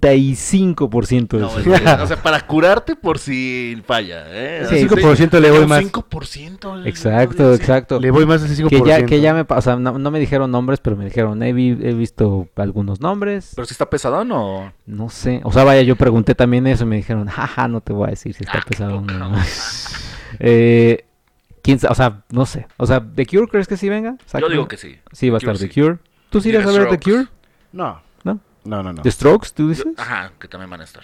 [SPEAKER 2] 95% de
[SPEAKER 1] No,
[SPEAKER 2] eso.
[SPEAKER 1] es que, o sea, para curarte por si falla, ¿eh?
[SPEAKER 2] Sí.
[SPEAKER 3] 5% le voy más.
[SPEAKER 1] 5%.
[SPEAKER 2] Exacto, exacto.
[SPEAKER 3] Le voy más del 5%.
[SPEAKER 2] Que ya, que ya me, pa- o sea, no, no me dijeron nombres, pero me dijeron, he, vi- he visto algunos nombres.
[SPEAKER 1] Pero si está pesadón o...
[SPEAKER 2] No sé. O sea, vaya, yo pregunté también eso y me dijeron, jaja, no te voy a decir si está
[SPEAKER 1] Ah,
[SPEAKER 2] pesado o no.
[SPEAKER 1] cabrón.
[SPEAKER 2] eh, ¿quién sa- o sea, no sé. O sea, ¿The Cure crees que sí venga?
[SPEAKER 1] Yo
[SPEAKER 2] Sácalo.
[SPEAKER 1] digo que sí.
[SPEAKER 2] Sí, va a
[SPEAKER 1] Cure
[SPEAKER 2] estar The
[SPEAKER 1] sí.
[SPEAKER 2] Cure. ¿Tú sí
[SPEAKER 1] Y
[SPEAKER 2] irías
[SPEAKER 1] The
[SPEAKER 2] a ver The Cure?
[SPEAKER 1] Strokes. ah,
[SPEAKER 3] No,
[SPEAKER 2] ¿No?
[SPEAKER 3] no, no. no.
[SPEAKER 2] ¿The Strokes, tú dices?
[SPEAKER 1] Ajá, que también van a estar.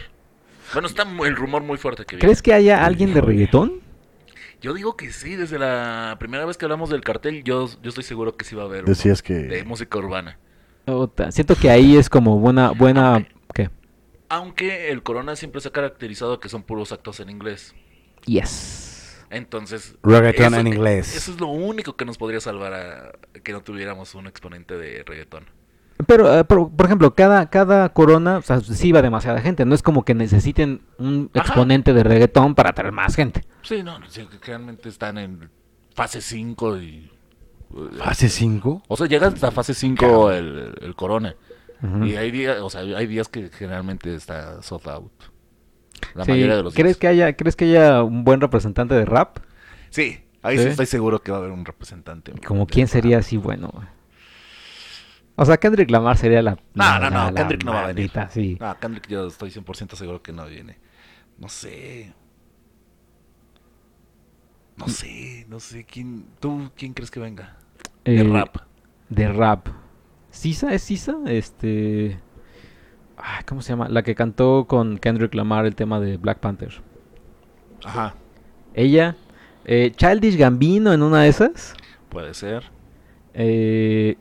[SPEAKER 1] Bueno, está mu- el rumor muy fuerte que viene.
[SPEAKER 2] ¿Crees que haya alguien de reggaetón?
[SPEAKER 1] Yo digo que sí, desde la primera vez que hablamos del cartel, yo, yo estoy seguro que sí va a haber
[SPEAKER 3] Decías
[SPEAKER 1] uno de
[SPEAKER 3] que...
[SPEAKER 1] música urbana.
[SPEAKER 2] Ota, Siento que ahí es como buena,
[SPEAKER 1] Ah,
[SPEAKER 2] buena, ¿qué?
[SPEAKER 1] Aunque el Corona siempre se ha caracterizado que son puros actos en inglés.
[SPEAKER 2] Yes.
[SPEAKER 1] Entonces...
[SPEAKER 3] Reggaeton
[SPEAKER 1] eso- e-,
[SPEAKER 3] en inglés.
[SPEAKER 1] Eso es lo único que nos podría salvar a que no tuviéramos un exponente de reggaetón.
[SPEAKER 2] Pero, eh, por, por ejemplo, cada, cada corona, o sea, sí va demasiada gente. No es como que necesiten un
[SPEAKER 1] Ajá.
[SPEAKER 2] exponente de reggaetón para traer más gente.
[SPEAKER 1] Sí, no, no, sí, que realmente están en fase 5 y...
[SPEAKER 3] ¿Hace 5?
[SPEAKER 1] O sea, llega hasta fase 5 el, el corona.
[SPEAKER 2] Ujú.
[SPEAKER 1] Y hay días, o sea, hay días que generalmente está sold out. La
[SPEAKER 2] Sí,
[SPEAKER 1] mayoría de los
[SPEAKER 2] ¿crees
[SPEAKER 1] días.
[SPEAKER 2] que haya ¿Crees que haya un buen representante de rap?
[SPEAKER 1] Sí, ahí sí
[SPEAKER 2] ¿Sí?
[SPEAKER 1] estoy seguro que va a haber un representante.
[SPEAKER 2] Como
[SPEAKER 1] de-
[SPEAKER 2] ¿Eh? quién sería así bueno. güey? O sea, Kendrick Lamar sería la... la-
[SPEAKER 1] no, no,
[SPEAKER 2] la- la
[SPEAKER 1] Kendrick no va a venir.
[SPEAKER 2] maldita, sí.
[SPEAKER 1] No, Ah, Kendrick yo estoy 100% seguro que no viene. No sé.
[SPEAKER 2] Mm.
[SPEAKER 1] No sé, no sé quién tú quién crees que venga. De
[SPEAKER 2] Eh,
[SPEAKER 1] rap.
[SPEAKER 2] De rap. ¿Sisa? ¿Es Sisa? Este... ay, ¿Cómo se llama? La que cantó con Kendrick Lamar el tema de Black Panther.
[SPEAKER 1] Ajá,
[SPEAKER 2] Ella. eh, Childish Gambino en una de esas.
[SPEAKER 1] puede ser.
[SPEAKER 2] Eh,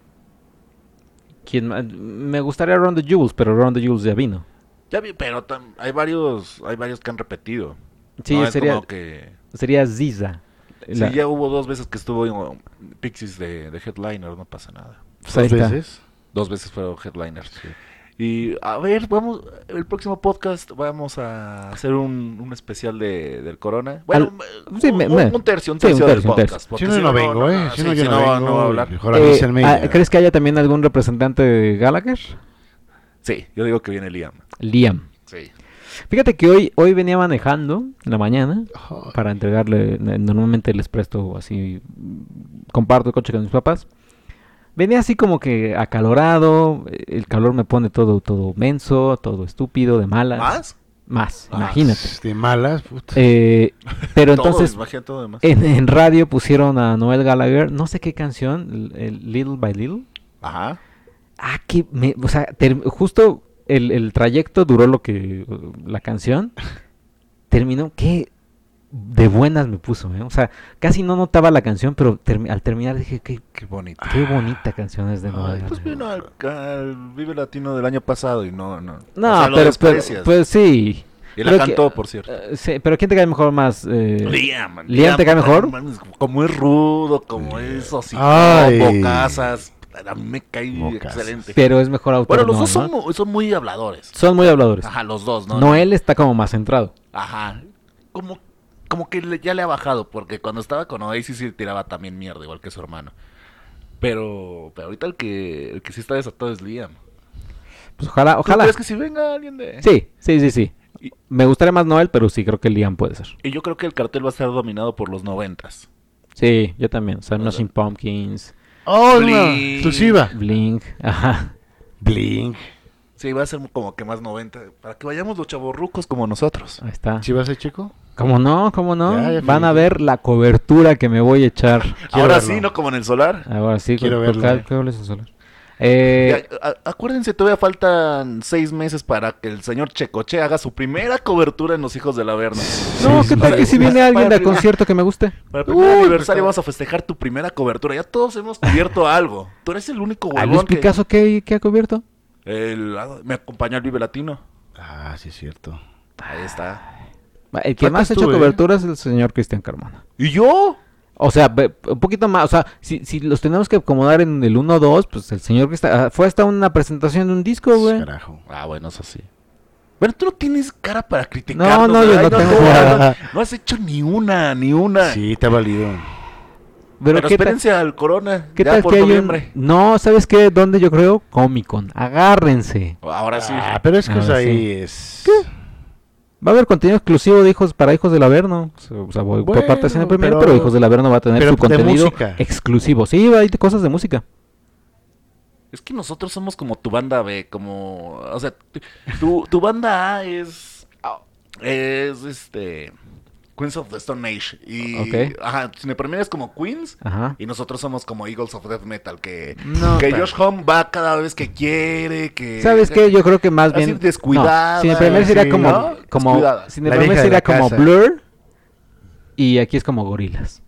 [SPEAKER 2] ¿quién más? Me gustaría Ron the Jules, pero Ron the Jules ya vino.
[SPEAKER 1] Ya vi, pero tam- hay varios hay varios que han repetido.
[SPEAKER 2] Sí,
[SPEAKER 1] No, es
[SPEAKER 2] sería,
[SPEAKER 1] como que
[SPEAKER 2] sería Ziza. La-
[SPEAKER 1] Sí, ya hubo dos veces que estuvo um, Pixies de, de headliner, no pasa nada.
[SPEAKER 2] pues ahí está.
[SPEAKER 1] Dos veces fueron headliners. Y a ver, vamos, el próximo podcast vamos a hacer un, un especial de, del Corona. Bueno,
[SPEAKER 2] Al- sí,
[SPEAKER 1] un,
[SPEAKER 2] me-
[SPEAKER 1] un-
[SPEAKER 2] me-
[SPEAKER 1] un tercio, un
[SPEAKER 2] sí, un
[SPEAKER 1] tercio del
[SPEAKER 2] tercio, un tercio.
[SPEAKER 1] podcast. porque
[SPEAKER 3] Si no, yo no vengo, ¿eh?
[SPEAKER 1] sí,
[SPEAKER 3] Si no, yo
[SPEAKER 1] si
[SPEAKER 3] no vengo.
[SPEAKER 1] no va a hablar.
[SPEAKER 3] Mejor
[SPEAKER 2] Eh,
[SPEAKER 3] avísenme. y
[SPEAKER 2] ah,
[SPEAKER 3] ya.
[SPEAKER 2] ¿Crees que haya también algún representante de Gallagher?
[SPEAKER 1] Sí, yo digo que viene Liam.
[SPEAKER 2] Liam.
[SPEAKER 1] Sí.
[SPEAKER 2] Fíjate que hoy, hoy venía manejando en la mañana
[SPEAKER 3] Ay.
[SPEAKER 2] para entregarle. n- Normalmente les presto así. mm, Comparto el coche con mis papás. Venía así como que acalorado. eh, El calor me pone todo, todo menso, todo estúpido, de malas.
[SPEAKER 1] ¿Más?
[SPEAKER 2] Más,
[SPEAKER 3] Ah,
[SPEAKER 2] imagínate.
[SPEAKER 3] De malas, puta.
[SPEAKER 2] Eh, pero
[SPEAKER 1] Todo,
[SPEAKER 2] entonces eh,
[SPEAKER 1] imagina todo demás.
[SPEAKER 2] en, en radio pusieron a Noel Gallagher, no sé qué canción, el- el Little by Little.
[SPEAKER 1] Ajá.
[SPEAKER 2] Ah, que me, o sea, ter- justo el, el trayecto duró lo que uh, la canción terminó que de buenas me puso, ¿eh? o sea, casi no notaba la canción, pero termi- al terminar dije qué,
[SPEAKER 1] Qué bonito.
[SPEAKER 2] qué bonita canción es de Noel.
[SPEAKER 1] Ah. Ay, pues
[SPEAKER 2] Gallagher".
[SPEAKER 1] vino al, al Vive Latino del año pasado y no, no.
[SPEAKER 2] no,
[SPEAKER 1] O sea, lo
[SPEAKER 2] pero, pero-
[SPEAKER 1] desprecias.
[SPEAKER 2] pues sí.
[SPEAKER 1] y la
[SPEAKER 2] creo que-
[SPEAKER 1] cantó, por cierto.
[SPEAKER 2] Eh, sí, pero quién te cae mejor más eh,
[SPEAKER 1] Liam.
[SPEAKER 2] ¿Liam te cae mejor?
[SPEAKER 1] no mames, Como es rudo, como es así,
[SPEAKER 3] Ay.
[SPEAKER 1] bocazas. A mí me cae
[SPEAKER 3] Bocazas.
[SPEAKER 1] excelente.
[SPEAKER 2] pero es mejor autor.
[SPEAKER 1] bueno, los
[SPEAKER 2] no,
[SPEAKER 1] dos son,
[SPEAKER 2] ¿no? pues,
[SPEAKER 1] mu- son muy habladores.
[SPEAKER 2] Son muy habladores.
[SPEAKER 1] Ajá, los dos, ¿no?
[SPEAKER 2] Noel está como más centrado.
[SPEAKER 1] Ajá. Como, como que le- ya le ha bajado, porque cuando estaba con Oasis sí tiraba también mierda, igual que su hermano. Pero, pero ahorita el que, el que sí está desatado es Liam.
[SPEAKER 2] Pues ojalá,
[SPEAKER 1] ¿Tú
[SPEAKER 2] ojalá.
[SPEAKER 1] crees que si venga alguien de...?
[SPEAKER 2] Sí, sí, sí, sí.
[SPEAKER 1] Y-
[SPEAKER 2] Me gustaría más Noel, pero sí creo que Liam puede ser.
[SPEAKER 1] Y yo creo que el cartel va a estar dominado por los noventas.
[SPEAKER 2] Sí, yo también. O sea,
[SPEAKER 1] Ajá.
[SPEAKER 2] Smashing Pumpkins,
[SPEAKER 3] ¡Oh, no!
[SPEAKER 1] Blink.
[SPEAKER 3] Exclusiva.
[SPEAKER 2] Blink, ajá.
[SPEAKER 3] Blink.
[SPEAKER 1] Sí, va a ser como que más noventa. Para que vayamos los chavorrucos como nosotros.
[SPEAKER 2] Ahí está.
[SPEAKER 3] ¿Sí vas a chico?
[SPEAKER 2] ¿Cómo no? ¿Cómo no?
[SPEAKER 3] Ya, ya
[SPEAKER 2] Van a
[SPEAKER 3] fui.
[SPEAKER 2] ver la cobertura que me voy a echar.
[SPEAKER 3] Quiero
[SPEAKER 1] Ahora
[SPEAKER 3] verlo.
[SPEAKER 1] sí, no como en el solar.
[SPEAKER 2] Ahora sí,
[SPEAKER 3] Quiero
[SPEAKER 2] ¿cuál-
[SPEAKER 3] verla.
[SPEAKER 2] cuál es el solar? Eh,
[SPEAKER 1] Ya, a- acuérdense, todavía faltan seis meses para que el señor Checoche haga su primera cobertura en Los Hijos del Averno.
[SPEAKER 2] no, ¿qué tal
[SPEAKER 1] Para-
[SPEAKER 2] que si viene
[SPEAKER 1] para-
[SPEAKER 2] alguien
[SPEAKER 1] para-
[SPEAKER 2] de concierto que me guste?
[SPEAKER 1] Para el primer
[SPEAKER 2] Uy, pues
[SPEAKER 1] aniversario
[SPEAKER 2] por
[SPEAKER 1] vamos a festejar tu primera cobertura. Ya todos hemos cubierto algo. Tú eres el único
[SPEAKER 2] ¿A
[SPEAKER 1] huevón
[SPEAKER 2] Luis
[SPEAKER 1] que-
[SPEAKER 2] Picasso qué, qué ha cubierto?
[SPEAKER 1] El- ah, me acompañó al Vive Latino.
[SPEAKER 3] Ah, sí es cierto.
[SPEAKER 1] Ahí está.
[SPEAKER 2] El que
[SPEAKER 3] Faltas
[SPEAKER 2] más ha
[SPEAKER 3] tú,
[SPEAKER 2] hecho
[SPEAKER 3] ¿eh?
[SPEAKER 2] cobertura es el señor Cristian Carmona.
[SPEAKER 1] ¿Y yo?
[SPEAKER 2] O sea, ve- un poquito más, o sea, si, si los tenemos que acomodar en el 1-2, pues el señor Cristian... ah, Fue hasta una presentación de un disco, güey.
[SPEAKER 3] Carajo.
[SPEAKER 1] Ah, bueno, eso sí. Pero tú no tienes cara para criticar.
[SPEAKER 2] No, no, yo no tengo
[SPEAKER 3] cara.
[SPEAKER 1] No has hecho ni una, ni una.
[SPEAKER 3] Sí, está válido.
[SPEAKER 1] Pero,
[SPEAKER 2] Pero, ¿qué tal?
[SPEAKER 1] espérense al Corona.
[SPEAKER 2] ¿Qué
[SPEAKER 1] ya
[SPEAKER 2] tal
[SPEAKER 1] por
[SPEAKER 2] que hay un...
[SPEAKER 1] noviembre.
[SPEAKER 2] No, ¿sabes qué? ¿Dónde yo creo? Comic Con. Agárrense.
[SPEAKER 1] Ahora sí.
[SPEAKER 3] Ah, pero es que
[SPEAKER 2] Ahora
[SPEAKER 3] eso ahí
[SPEAKER 2] sí.
[SPEAKER 3] es.
[SPEAKER 2] Va a haber contenido exclusivo de hijos para hijos del Averno. O sea, voy por
[SPEAKER 3] Bueno,
[SPEAKER 2] parte de Cine primero,
[SPEAKER 3] pero-
[SPEAKER 2] pero hijos del Averno va a tener
[SPEAKER 3] pero
[SPEAKER 2] su
[SPEAKER 3] de
[SPEAKER 2] contenido
[SPEAKER 3] música.
[SPEAKER 2] exclusivo. Sí, va a haber cosas de música.
[SPEAKER 1] Es que nosotros somos como tu banda B, como... O sea, tu- tu, tu banda A es... Es este... Queens of the Stone Age. Y...
[SPEAKER 2] Ok.
[SPEAKER 1] Ajá, Cine Premier es como Queens.
[SPEAKER 2] Ajá.
[SPEAKER 1] Y nosotros somos como Eagles of Death Metal, que...
[SPEAKER 2] No,
[SPEAKER 1] que
[SPEAKER 2] pero-
[SPEAKER 1] Josh Home va cada vez que quiere, que...
[SPEAKER 2] ¿Sabes qué? Yo creo que más
[SPEAKER 1] Eh, Así
[SPEAKER 2] bien
[SPEAKER 1] descuidada,
[SPEAKER 2] No, Cine Premier sería
[SPEAKER 3] sí,
[SPEAKER 2] como
[SPEAKER 1] ¿no?
[SPEAKER 2] como
[SPEAKER 1] Descuidada.
[SPEAKER 2] Cine
[SPEAKER 3] La
[SPEAKER 2] Premier
[SPEAKER 3] vieja de
[SPEAKER 2] sería
[SPEAKER 3] la
[SPEAKER 2] como
[SPEAKER 3] casa.
[SPEAKER 2] Blur y aquí es como Gorilas.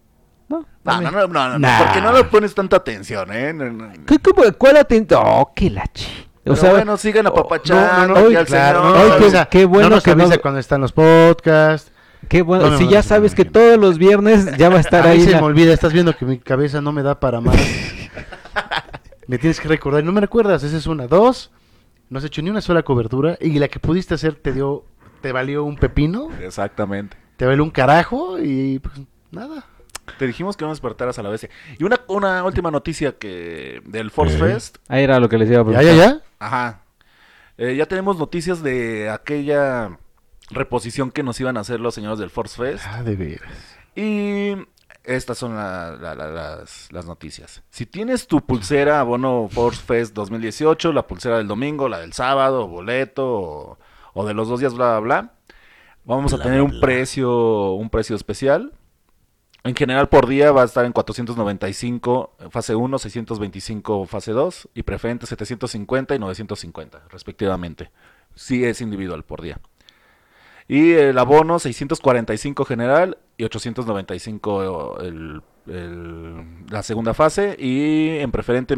[SPEAKER 2] No.
[SPEAKER 1] No, no, no, no, no, no,
[SPEAKER 2] Nah.
[SPEAKER 1] porque no le pones tanta atención, ¿eh? No, no, no.
[SPEAKER 2] ¿Qué, cómo- ¿Cuál atento? Oh, qué la chi. O
[SPEAKER 1] Pero
[SPEAKER 2] sea,
[SPEAKER 1] bueno, sigan
[SPEAKER 2] no, no,
[SPEAKER 1] apapachando.
[SPEAKER 2] no,
[SPEAKER 1] aquí al
[SPEAKER 3] Claro,
[SPEAKER 1] señor.
[SPEAKER 3] no nos
[SPEAKER 2] Ay, qué-
[SPEAKER 3] avisa-
[SPEAKER 2] qué bueno
[SPEAKER 3] no nos
[SPEAKER 2] que no-
[SPEAKER 3] avisa cuando están los podcasts.
[SPEAKER 2] qué bueno.
[SPEAKER 3] No, no,
[SPEAKER 2] si
[SPEAKER 3] no,
[SPEAKER 2] ya
[SPEAKER 3] no,
[SPEAKER 2] sabes
[SPEAKER 3] no,
[SPEAKER 2] que
[SPEAKER 3] no.
[SPEAKER 2] todos los viernes ya va a estar
[SPEAKER 3] a mí
[SPEAKER 2] ahí.
[SPEAKER 3] se
[SPEAKER 2] la-
[SPEAKER 3] me olvida, estás viendo que mi cabeza no me da para más. me tienes que recordar, no me recuerdas, esa es una. Dos, no has hecho ni una sola cobertura y la que pudiste hacer te dio, te valió un pepino,
[SPEAKER 1] Exactamente.
[SPEAKER 3] te valió un carajo y pues nada.
[SPEAKER 1] Te dijimos que no despertaras a la bestia. Y una, una última noticia que del Force
[SPEAKER 3] Ok.
[SPEAKER 1] Fest.
[SPEAKER 2] Ahí era lo que les iba a
[SPEAKER 3] Ya,
[SPEAKER 2] preguntar.
[SPEAKER 3] ya, ya.
[SPEAKER 1] Ajá. Eh, ya tenemos noticias de aquella reposición que nos iban a hacer los señores del Force Fest.
[SPEAKER 3] Ah, de veras.
[SPEAKER 1] Y estas son la- la- la- las, las noticias. Si tienes tu pulsera abono Force Fest 2018, la pulsera del domingo, la del sábado, boleto o, o de los dos días, bla, bla, bla, vamos a
[SPEAKER 3] Bla,
[SPEAKER 1] tener
[SPEAKER 3] bla,
[SPEAKER 1] un
[SPEAKER 3] bla.
[SPEAKER 1] precio un precio especial. En general por día va a estar en 495 fase 1, 625 fase 2 y preferente 750 y 950 respectivamente. Si es individual por día. Y el abono 645 general y 895 el, el- la segunda fase. Y en preferente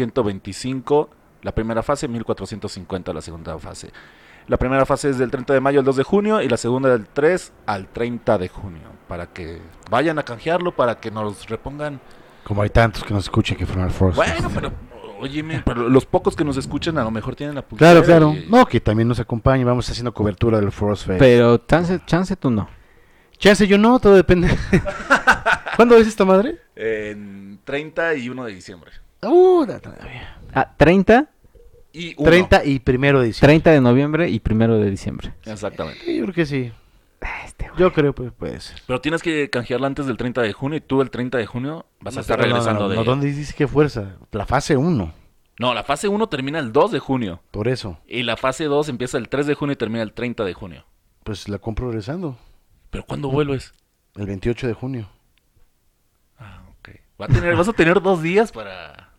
[SPEAKER 1] 1125 la primera fase, 1450 la segunda fase. La primera fase es del 30 de mayo al 2 de junio y la segunda del 3 al 30 de junio. Para que vayan a canjearlo, para que nos repongan.
[SPEAKER 3] Como hay tantos que nos escuchan que fueron al Force.
[SPEAKER 1] Bueno, pero óyeme, pero los pocos que nos escuchan a lo mejor tienen la pulsera.
[SPEAKER 3] Claro, claro.
[SPEAKER 1] y-
[SPEAKER 3] No, que también nos acompañe, vamos haciendo cobertura del Force Fest.
[SPEAKER 2] Pero chance, chance tú no.
[SPEAKER 3] Chance yo no, todo depende. ¿Cuándo es esta madre?
[SPEAKER 1] En 30 y 1 de diciembre.
[SPEAKER 3] Uh, la- todavía.
[SPEAKER 2] Ah, 30,
[SPEAKER 1] Y uno.
[SPEAKER 3] 30 y primero de diciembre.
[SPEAKER 2] 30 de noviembre y primero de diciembre.
[SPEAKER 1] Exactamente.
[SPEAKER 3] Sí, yo creo que sí.
[SPEAKER 2] Este
[SPEAKER 3] Yo creo pues puede ser.
[SPEAKER 1] Pero tienes que canjearla antes del 30 de junio y tú el 30 de junio vas a
[SPEAKER 3] No,
[SPEAKER 1] estar
[SPEAKER 3] no, no,
[SPEAKER 1] regresando
[SPEAKER 3] no,
[SPEAKER 1] de...
[SPEAKER 3] no,
[SPEAKER 1] No,
[SPEAKER 3] ¿Dónde dice qué fuerza? La fase 1,
[SPEAKER 1] la fase 1 termina el 2 de junio
[SPEAKER 3] por eso.
[SPEAKER 1] y la fase 2 empieza el 3 de junio y termina el 30 de junio.
[SPEAKER 3] Pues la compro regresando,
[SPEAKER 1] ¿Pero cuándo vuelves?
[SPEAKER 3] el 28 de junio.
[SPEAKER 1] Ah, ok. Va a tener, vas a tener dos días para...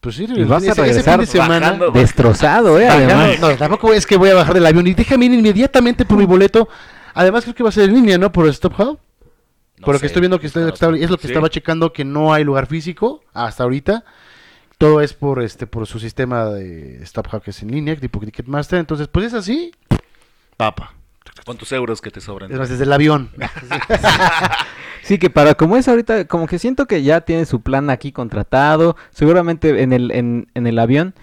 [SPEAKER 3] Pues sí,
[SPEAKER 2] Y vas a regresar
[SPEAKER 3] fin de semana.
[SPEAKER 1] bajando,
[SPEAKER 2] Destrozado, eh,
[SPEAKER 3] Bajando-
[SPEAKER 2] además.
[SPEAKER 3] no, tampoco es que voy a bajar del avión y déjame ir inmediatamente por mi boleto. Además creo que va a ser en línea, ¿no? Por Stop Hub.
[SPEAKER 1] No
[SPEAKER 3] por lo
[SPEAKER 1] sé,
[SPEAKER 3] que estoy viendo que está-
[SPEAKER 1] no
[SPEAKER 3] está-
[SPEAKER 1] sé.
[SPEAKER 3] es lo que
[SPEAKER 1] Sí.
[SPEAKER 3] estaba checando que no hay lugar físico hasta ahorita. Todo es por este por su sistema de Stop Hub que es en línea, tipo Ticketmaster. Entonces, pues es así. Papa.
[SPEAKER 1] Con tus euros que te
[SPEAKER 3] Es
[SPEAKER 1] sobran.
[SPEAKER 3] más, desde el avión.
[SPEAKER 2] Sí, que para como es ahorita, como que siento que ya tiene su plan aquí contratado. Seguramente en el, en, en el avión.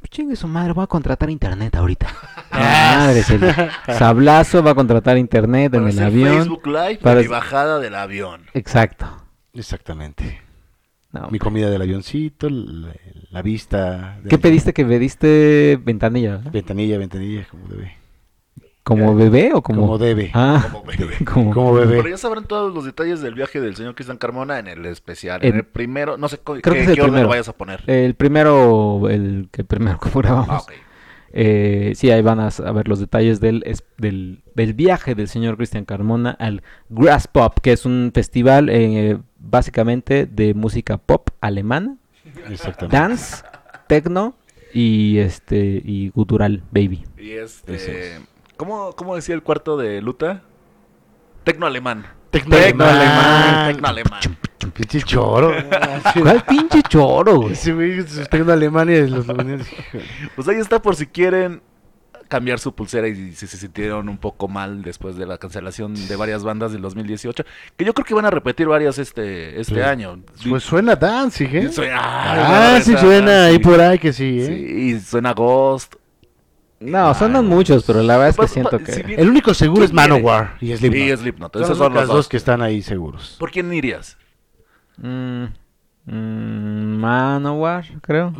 [SPEAKER 2] Pues chingue su madre, voy a contratar internet ahorita. Ah, madre, se le- Sablazo va a contratar internet en
[SPEAKER 1] Para
[SPEAKER 2] el
[SPEAKER 1] hacer
[SPEAKER 2] avión.
[SPEAKER 1] Facebook Live
[SPEAKER 2] para-
[SPEAKER 1] y bajada del avión.
[SPEAKER 2] Exacto.
[SPEAKER 3] Exactamente.
[SPEAKER 2] No,
[SPEAKER 3] Mi comida del avioncito, la, la vista. del
[SPEAKER 2] ¿Qué
[SPEAKER 3] avión.
[SPEAKER 2] pediste? Que pediste ventanilla, ¿verdad?
[SPEAKER 3] Ventanilla, ventanilla, como debe.
[SPEAKER 2] ¿Como bebé o como...?
[SPEAKER 3] Como debe.
[SPEAKER 2] Ah,
[SPEAKER 1] Como bebé.
[SPEAKER 2] como...
[SPEAKER 3] Como
[SPEAKER 1] Pero
[SPEAKER 3] bebé.
[SPEAKER 1] ya sabrán todos los detalles del viaje del señor Cristian Carmona en el especial. En
[SPEAKER 2] En-
[SPEAKER 1] el primero, no sé co-
[SPEAKER 2] Creo que
[SPEAKER 1] qué,
[SPEAKER 2] es el
[SPEAKER 1] qué orden lo
[SPEAKER 2] primero.
[SPEAKER 1] vayas a poner.
[SPEAKER 3] Eh,
[SPEAKER 2] El primero, el que primero que grabamos.
[SPEAKER 1] Ah, ok.
[SPEAKER 2] Eh, sí, ahí van a, s- a ver los detalles del, es- del, del viaje del señor Cristian Carmona al Grass Pop, que es un festival eh, básicamente de música pop alemana,
[SPEAKER 3] Exactamente.
[SPEAKER 2] dance tecno y este y gutural baby.
[SPEAKER 1] Y
[SPEAKER 2] Eso
[SPEAKER 1] este.
[SPEAKER 2] es.
[SPEAKER 1] ¿Cómo, cómo decía el cuarto de Luta? Tecno alemán. Ah,
[SPEAKER 3] Tecno alemán.
[SPEAKER 1] Tecno alemán.
[SPEAKER 3] Pinche choro. Ah,
[SPEAKER 2] ¿Cuál pinche choro, güey?
[SPEAKER 3] Ese güey es tecno alemán y los dominios.
[SPEAKER 1] Pues ahí está por si quieren cambiar su pulsera y si se sintieron un poco mal después de la cancelación de varias bandas del 2018. Que yo creo que van a repetir varias este, este
[SPEAKER 3] Sí.
[SPEAKER 1] año.
[SPEAKER 3] Pues suena Danzig, ¿eh?
[SPEAKER 1] Suena-
[SPEAKER 3] Ah, sí
[SPEAKER 1] esa-
[SPEAKER 3] suena ahí
[SPEAKER 1] sí.
[SPEAKER 3] por ahí que sí, ¿eh?
[SPEAKER 1] Sí, y suena Ghost.
[SPEAKER 2] No,
[SPEAKER 3] Ah,
[SPEAKER 2] sonan muchos, pero la verdad es que
[SPEAKER 1] Pues,
[SPEAKER 2] siento
[SPEAKER 1] pues, si
[SPEAKER 2] que
[SPEAKER 1] bien-
[SPEAKER 3] El único seguro
[SPEAKER 1] ¿Quién
[SPEAKER 3] es Manowar y Slipknot.
[SPEAKER 1] Y Slipknot.
[SPEAKER 3] Son
[SPEAKER 1] Esas
[SPEAKER 3] las
[SPEAKER 1] son los
[SPEAKER 3] dos.
[SPEAKER 1] dos.
[SPEAKER 3] que están ahí seguros.
[SPEAKER 1] ¿Por quién irías?
[SPEAKER 2] mm, mm, Manowar, creo.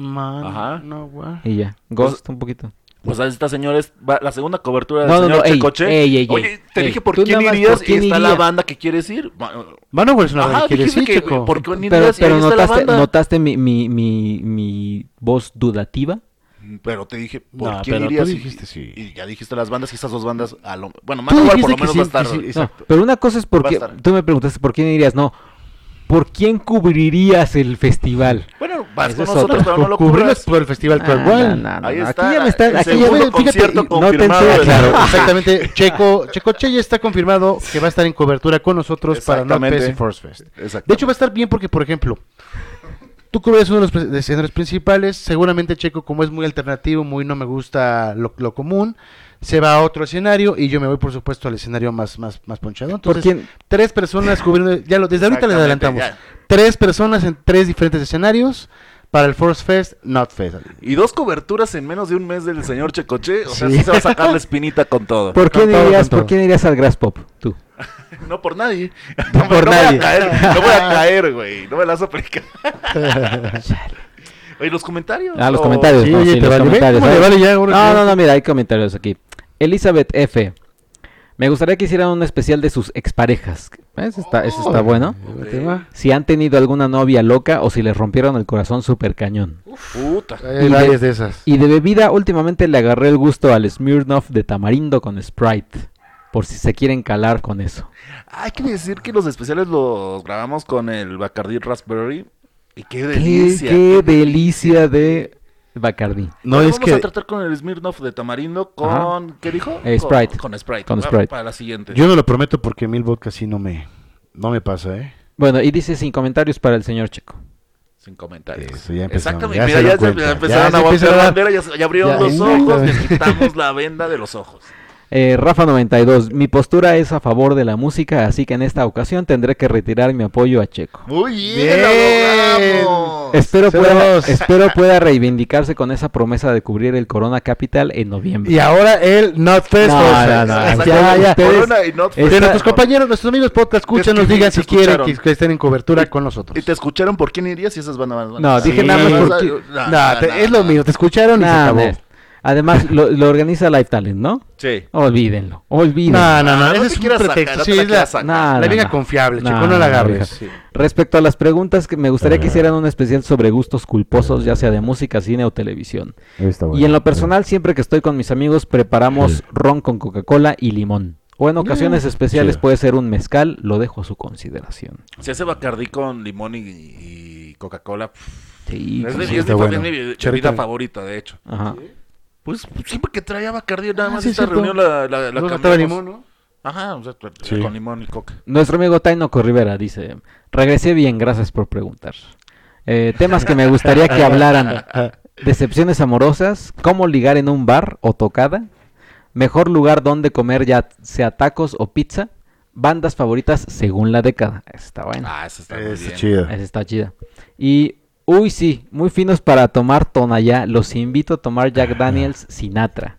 [SPEAKER 3] Manowar.
[SPEAKER 2] Y ya, Ghost un poquito.
[SPEAKER 1] Pues a esta señora es va- la segunda cobertura del
[SPEAKER 2] No, no,
[SPEAKER 1] señor
[SPEAKER 2] no, ey,
[SPEAKER 1] Checoche.
[SPEAKER 2] ey, ey,
[SPEAKER 1] Oye,
[SPEAKER 2] ey,
[SPEAKER 1] te
[SPEAKER 2] ey.
[SPEAKER 1] dije por
[SPEAKER 2] Tú
[SPEAKER 1] quién
[SPEAKER 2] nada más,
[SPEAKER 1] irías
[SPEAKER 2] ¿por
[SPEAKER 1] y
[SPEAKER 2] quién
[SPEAKER 1] está la
[SPEAKER 2] irías?
[SPEAKER 1] banda que quieres ir. Ma-
[SPEAKER 3] Manowar es una banda
[SPEAKER 1] Ajá,
[SPEAKER 3] que quiere
[SPEAKER 1] dijiste
[SPEAKER 3] decir,
[SPEAKER 1] que
[SPEAKER 3] Checo.
[SPEAKER 1] por quién
[SPEAKER 2] Pero,
[SPEAKER 1] irías y ahí
[SPEAKER 2] pero
[SPEAKER 1] está la
[SPEAKER 2] notaste,
[SPEAKER 1] banda.
[SPEAKER 2] notaste mi, mi, mi, mi voz dudativa.
[SPEAKER 1] Pero te dije por
[SPEAKER 3] No,
[SPEAKER 1] quién
[SPEAKER 3] pero tú
[SPEAKER 1] irías. y-
[SPEAKER 3] dijiste sí.
[SPEAKER 1] Y ya dijiste las bandas y esas dos bandas. A lo, bueno, Manowar
[SPEAKER 3] Tú
[SPEAKER 1] por
[SPEAKER 3] dijiste
[SPEAKER 1] lo
[SPEAKER 3] que
[SPEAKER 1] menos
[SPEAKER 3] sí,
[SPEAKER 1] va a estar.
[SPEAKER 3] que sí.
[SPEAKER 2] No,
[SPEAKER 3] Exacto.
[SPEAKER 2] pero una cosa es
[SPEAKER 1] Va
[SPEAKER 2] por
[SPEAKER 1] a
[SPEAKER 2] qué.
[SPEAKER 1] estar.
[SPEAKER 2] Tú me preguntaste por quién irías. No, ¿por quién cubrirías el festival?
[SPEAKER 1] Bueno, vas
[SPEAKER 2] Esa
[SPEAKER 1] con
[SPEAKER 2] es
[SPEAKER 1] nosotros,
[SPEAKER 2] otra.
[SPEAKER 1] pero no lo
[SPEAKER 3] Cubrirlos
[SPEAKER 1] cubras.
[SPEAKER 3] por el festival
[SPEAKER 2] Ah,
[SPEAKER 3] Cual
[SPEAKER 2] no,
[SPEAKER 3] Cual.
[SPEAKER 2] no, no,
[SPEAKER 1] Ahí está,
[SPEAKER 2] no, Aquí ya me
[SPEAKER 1] el
[SPEAKER 2] están. Aquí ya
[SPEAKER 1] segundo
[SPEAKER 2] me, fíjate,
[SPEAKER 1] concierto
[SPEAKER 2] no te
[SPEAKER 1] confirmado
[SPEAKER 2] enteras,
[SPEAKER 1] del-
[SPEAKER 2] claro.
[SPEAKER 3] Ah, Exactamente, Checo, Checoche ya está confirmado que va a estar en cobertura con nosotros para
[SPEAKER 1] Exactamente.
[SPEAKER 3] North Force
[SPEAKER 2] pues,
[SPEAKER 3] Fest.
[SPEAKER 1] Exacto.
[SPEAKER 3] De hecho, va a estar bien porque, por ejemplo, tú cubres uno de los pre- escenarios principales. Seguramente Checo, como es muy alternativo, muy no me gusta lo, lo común, se va a otro escenario y yo me voy, por supuesto, al escenario más, más, más ponchado.
[SPEAKER 2] ¿Por
[SPEAKER 3] Entonces,
[SPEAKER 2] quién?
[SPEAKER 3] tres personas cubriendo. Ya lo,
[SPEAKER 2] pues,
[SPEAKER 3] desde ahorita les
[SPEAKER 1] Exactamente,
[SPEAKER 3] adelantamos.
[SPEAKER 1] ya.
[SPEAKER 3] Tres personas en tres diferentes escenarios para el Force Fest, Not Fest.
[SPEAKER 1] Y dos coberturas en menos de un mes del señor Checoche. O sea,
[SPEAKER 3] Sí.
[SPEAKER 1] sí se va a sacar la espinita con todo.
[SPEAKER 2] ¿Por quién
[SPEAKER 3] todo, con
[SPEAKER 2] irías? ¿Por
[SPEAKER 3] todo.
[SPEAKER 2] quién irías al Grass Pop? Tú.
[SPEAKER 1] No por nadie.
[SPEAKER 2] No por nadie.
[SPEAKER 1] Voy a caer, no voy a caer, güey. No me las aplica. Oye, los comentarios.
[SPEAKER 2] Ah, los
[SPEAKER 1] O-
[SPEAKER 2] comentarios.
[SPEAKER 3] Oh, sí,
[SPEAKER 2] no,
[SPEAKER 3] oye,
[SPEAKER 2] sí,
[SPEAKER 3] te
[SPEAKER 2] los
[SPEAKER 3] vale, ve
[SPEAKER 2] comentarios.
[SPEAKER 3] cómo le
[SPEAKER 2] ¿sabes?
[SPEAKER 3] vale ya, ahora
[SPEAKER 2] no,
[SPEAKER 3] que-
[SPEAKER 2] no, no, mira, hay comentarios aquí. Elizabeth F. Me gustaría que hicieran un especial de sus exparejas. ¿Ves? Está, eso está bueno.
[SPEAKER 1] Ok.
[SPEAKER 2] Si han tenido alguna novia loca o si les rompieron el corazón súper cañón.
[SPEAKER 1] Puta.
[SPEAKER 3] Hay
[SPEAKER 2] Y
[SPEAKER 3] varias
[SPEAKER 2] de-
[SPEAKER 3] de esas.
[SPEAKER 2] Y de bebida, últimamente le agarré el gusto al Smirnoff de tamarindo con Sprite. Por si se quieren calar con eso.
[SPEAKER 1] Hay que decir que los especiales los grabamos con el Bacardi Raspberry. Y qué
[SPEAKER 2] Qué-
[SPEAKER 1] delicia.
[SPEAKER 2] Qué, delicia de Bacardi.
[SPEAKER 3] No,
[SPEAKER 1] Ahora
[SPEAKER 3] es
[SPEAKER 1] vamos a
[SPEAKER 3] que.
[SPEAKER 1] tratar con el Smirnoff de tamarindo con...
[SPEAKER 2] Ajá.
[SPEAKER 1] ¿Qué dijo?
[SPEAKER 2] Eh,
[SPEAKER 1] Con-
[SPEAKER 2] Sprite.
[SPEAKER 1] Con, Sprite.
[SPEAKER 2] Con
[SPEAKER 1] Va-
[SPEAKER 2] Sprite.
[SPEAKER 1] Para la siguiente.
[SPEAKER 3] Yo no lo prometo porque mil vodka sí no me, no me pasa, ¿eh?
[SPEAKER 2] Bueno, y dice sin comentarios para el señor Checo.
[SPEAKER 1] Sin comentarios.
[SPEAKER 3] Eso, ya empezamos,
[SPEAKER 1] Exactamente.
[SPEAKER 3] ya
[SPEAKER 1] mira,
[SPEAKER 3] se
[SPEAKER 1] ya,
[SPEAKER 3] dan
[SPEAKER 1] se-
[SPEAKER 3] cuenta,
[SPEAKER 1] empezaron
[SPEAKER 3] ya
[SPEAKER 1] a
[SPEAKER 3] se
[SPEAKER 1] voltear
[SPEAKER 3] empieza
[SPEAKER 1] la
[SPEAKER 3] a-
[SPEAKER 1] bandera. Ya, se- ya abrieron
[SPEAKER 3] ya,
[SPEAKER 1] los ojos.
[SPEAKER 3] exactamente.
[SPEAKER 1] Les quitamos la venda de los ojos.
[SPEAKER 2] Eh, Rafa 92, mi postura es a favor de la música, así que en esta ocasión tendré que retirar mi apoyo a Checo.
[SPEAKER 1] Muy
[SPEAKER 3] bien, lo Bien. logramos.
[SPEAKER 2] Espero
[SPEAKER 3] Ceros.
[SPEAKER 2] pueda, espero pueda reivindicarse con esa promesa de cubrir el Corona Capital en noviembre.
[SPEAKER 3] Y ahora el Not Fest.
[SPEAKER 2] No,
[SPEAKER 3] Force
[SPEAKER 2] no, no,
[SPEAKER 3] Fest.
[SPEAKER 2] no, ya, ya.
[SPEAKER 1] Corona y Not
[SPEAKER 2] Ustedes-
[SPEAKER 3] De
[SPEAKER 1] Fest.
[SPEAKER 3] nuestros compañeros, nuestros amigos podcast, escuchen, nos
[SPEAKER 1] que
[SPEAKER 3] digan
[SPEAKER 1] se
[SPEAKER 3] si quieren que,
[SPEAKER 1] escucharon.
[SPEAKER 3] que estén en cobertura con
[SPEAKER 1] ¿Y
[SPEAKER 3] nosotros.
[SPEAKER 1] te escucharon por quién irías y esas van a...
[SPEAKER 2] No, dije nada más por
[SPEAKER 3] porque- Nah, te- es lo mío, te escucharon y se
[SPEAKER 2] Nah,
[SPEAKER 3] acabó.
[SPEAKER 2] nah. Además, lo, lo organiza Live Talent, ¿no?
[SPEAKER 1] Sí.
[SPEAKER 2] Olvídenlo, olvídenlo.
[SPEAKER 3] No, no, no,
[SPEAKER 1] Ah, no
[SPEAKER 3] ese
[SPEAKER 1] te
[SPEAKER 3] es un
[SPEAKER 1] quieras sacar,
[SPEAKER 3] pretexto.
[SPEAKER 1] no te
[SPEAKER 3] sí,
[SPEAKER 1] la
[SPEAKER 3] es la,
[SPEAKER 1] quieras sacar.
[SPEAKER 2] Nah,
[SPEAKER 3] ah, la
[SPEAKER 2] nah,
[SPEAKER 3] vieja
[SPEAKER 2] nah.
[SPEAKER 3] confiable,
[SPEAKER 2] Nah,
[SPEAKER 3] chico, no la
[SPEAKER 2] nah,
[SPEAKER 3] agarres. Ah.
[SPEAKER 2] vieja. Respecto a las preguntas, que me gustaría que hicieran un especial sobre gustos culposos, ya sea de música, cine o televisión. Y en lo personal, siempre que estoy con mis amigos, preparamos ron con Coca-Cola y limón. O en
[SPEAKER 3] Ah.
[SPEAKER 2] ocasiones especiales
[SPEAKER 3] chido.
[SPEAKER 2] puede ser un mezcal, lo dejo a su consideración.
[SPEAKER 1] Se hace Bacardí con limón y, y Coca-Cola. pff,
[SPEAKER 2] Sí.
[SPEAKER 1] Es,
[SPEAKER 2] como-
[SPEAKER 1] de-
[SPEAKER 3] pues, sí,
[SPEAKER 1] es
[SPEAKER 3] está
[SPEAKER 1] mi,
[SPEAKER 3] bueno.
[SPEAKER 1] es mi bebida
[SPEAKER 3] Cherrita.
[SPEAKER 1] favorita, de hecho.
[SPEAKER 2] Ajá.
[SPEAKER 1] Pues siempre que traía Bacardi, nada
[SPEAKER 3] Ah,
[SPEAKER 1] más
[SPEAKER 3] sí,
[SPEAKER 1] esta
[SPEAKER 3] cierto.
[SPEAKER 1] reunión la, la, la
[SPEAKER 3] No
[SPEAKER 1] cambiamos.
[SPEAKER 3] faltaba limón, ¿no?
[SPEAKER 1] Ajá, o sea,
[SPEAKER 3] Sí.
[SPEAKER 1] con limón y coca.
[SPEAKER 2] Nuestro amigo Taino Corrivera dice, regresé bien, gracias por preguntar. Eh, temas que me gustaría que hablaran.
[SPEAKER 1] Ah,
[SPEAKER 2] Decepciones amorosas, cómo ligar en un bar o tocada, mejor lugar donde comer ya sea tacos o pizza, bandas favoritas según la década. Está bueno.
[SPEAKER 1] Ah, eso está muy
[SPEAKER 3] Es
[SPEAKER 1] bien.
[SPEAKER 3] chido.
[SPEAKER 2] Esa está chida. Y, uy, sí, muy finos para tomar tonallá. Los invito a tomar Jack Daniels Sinatra.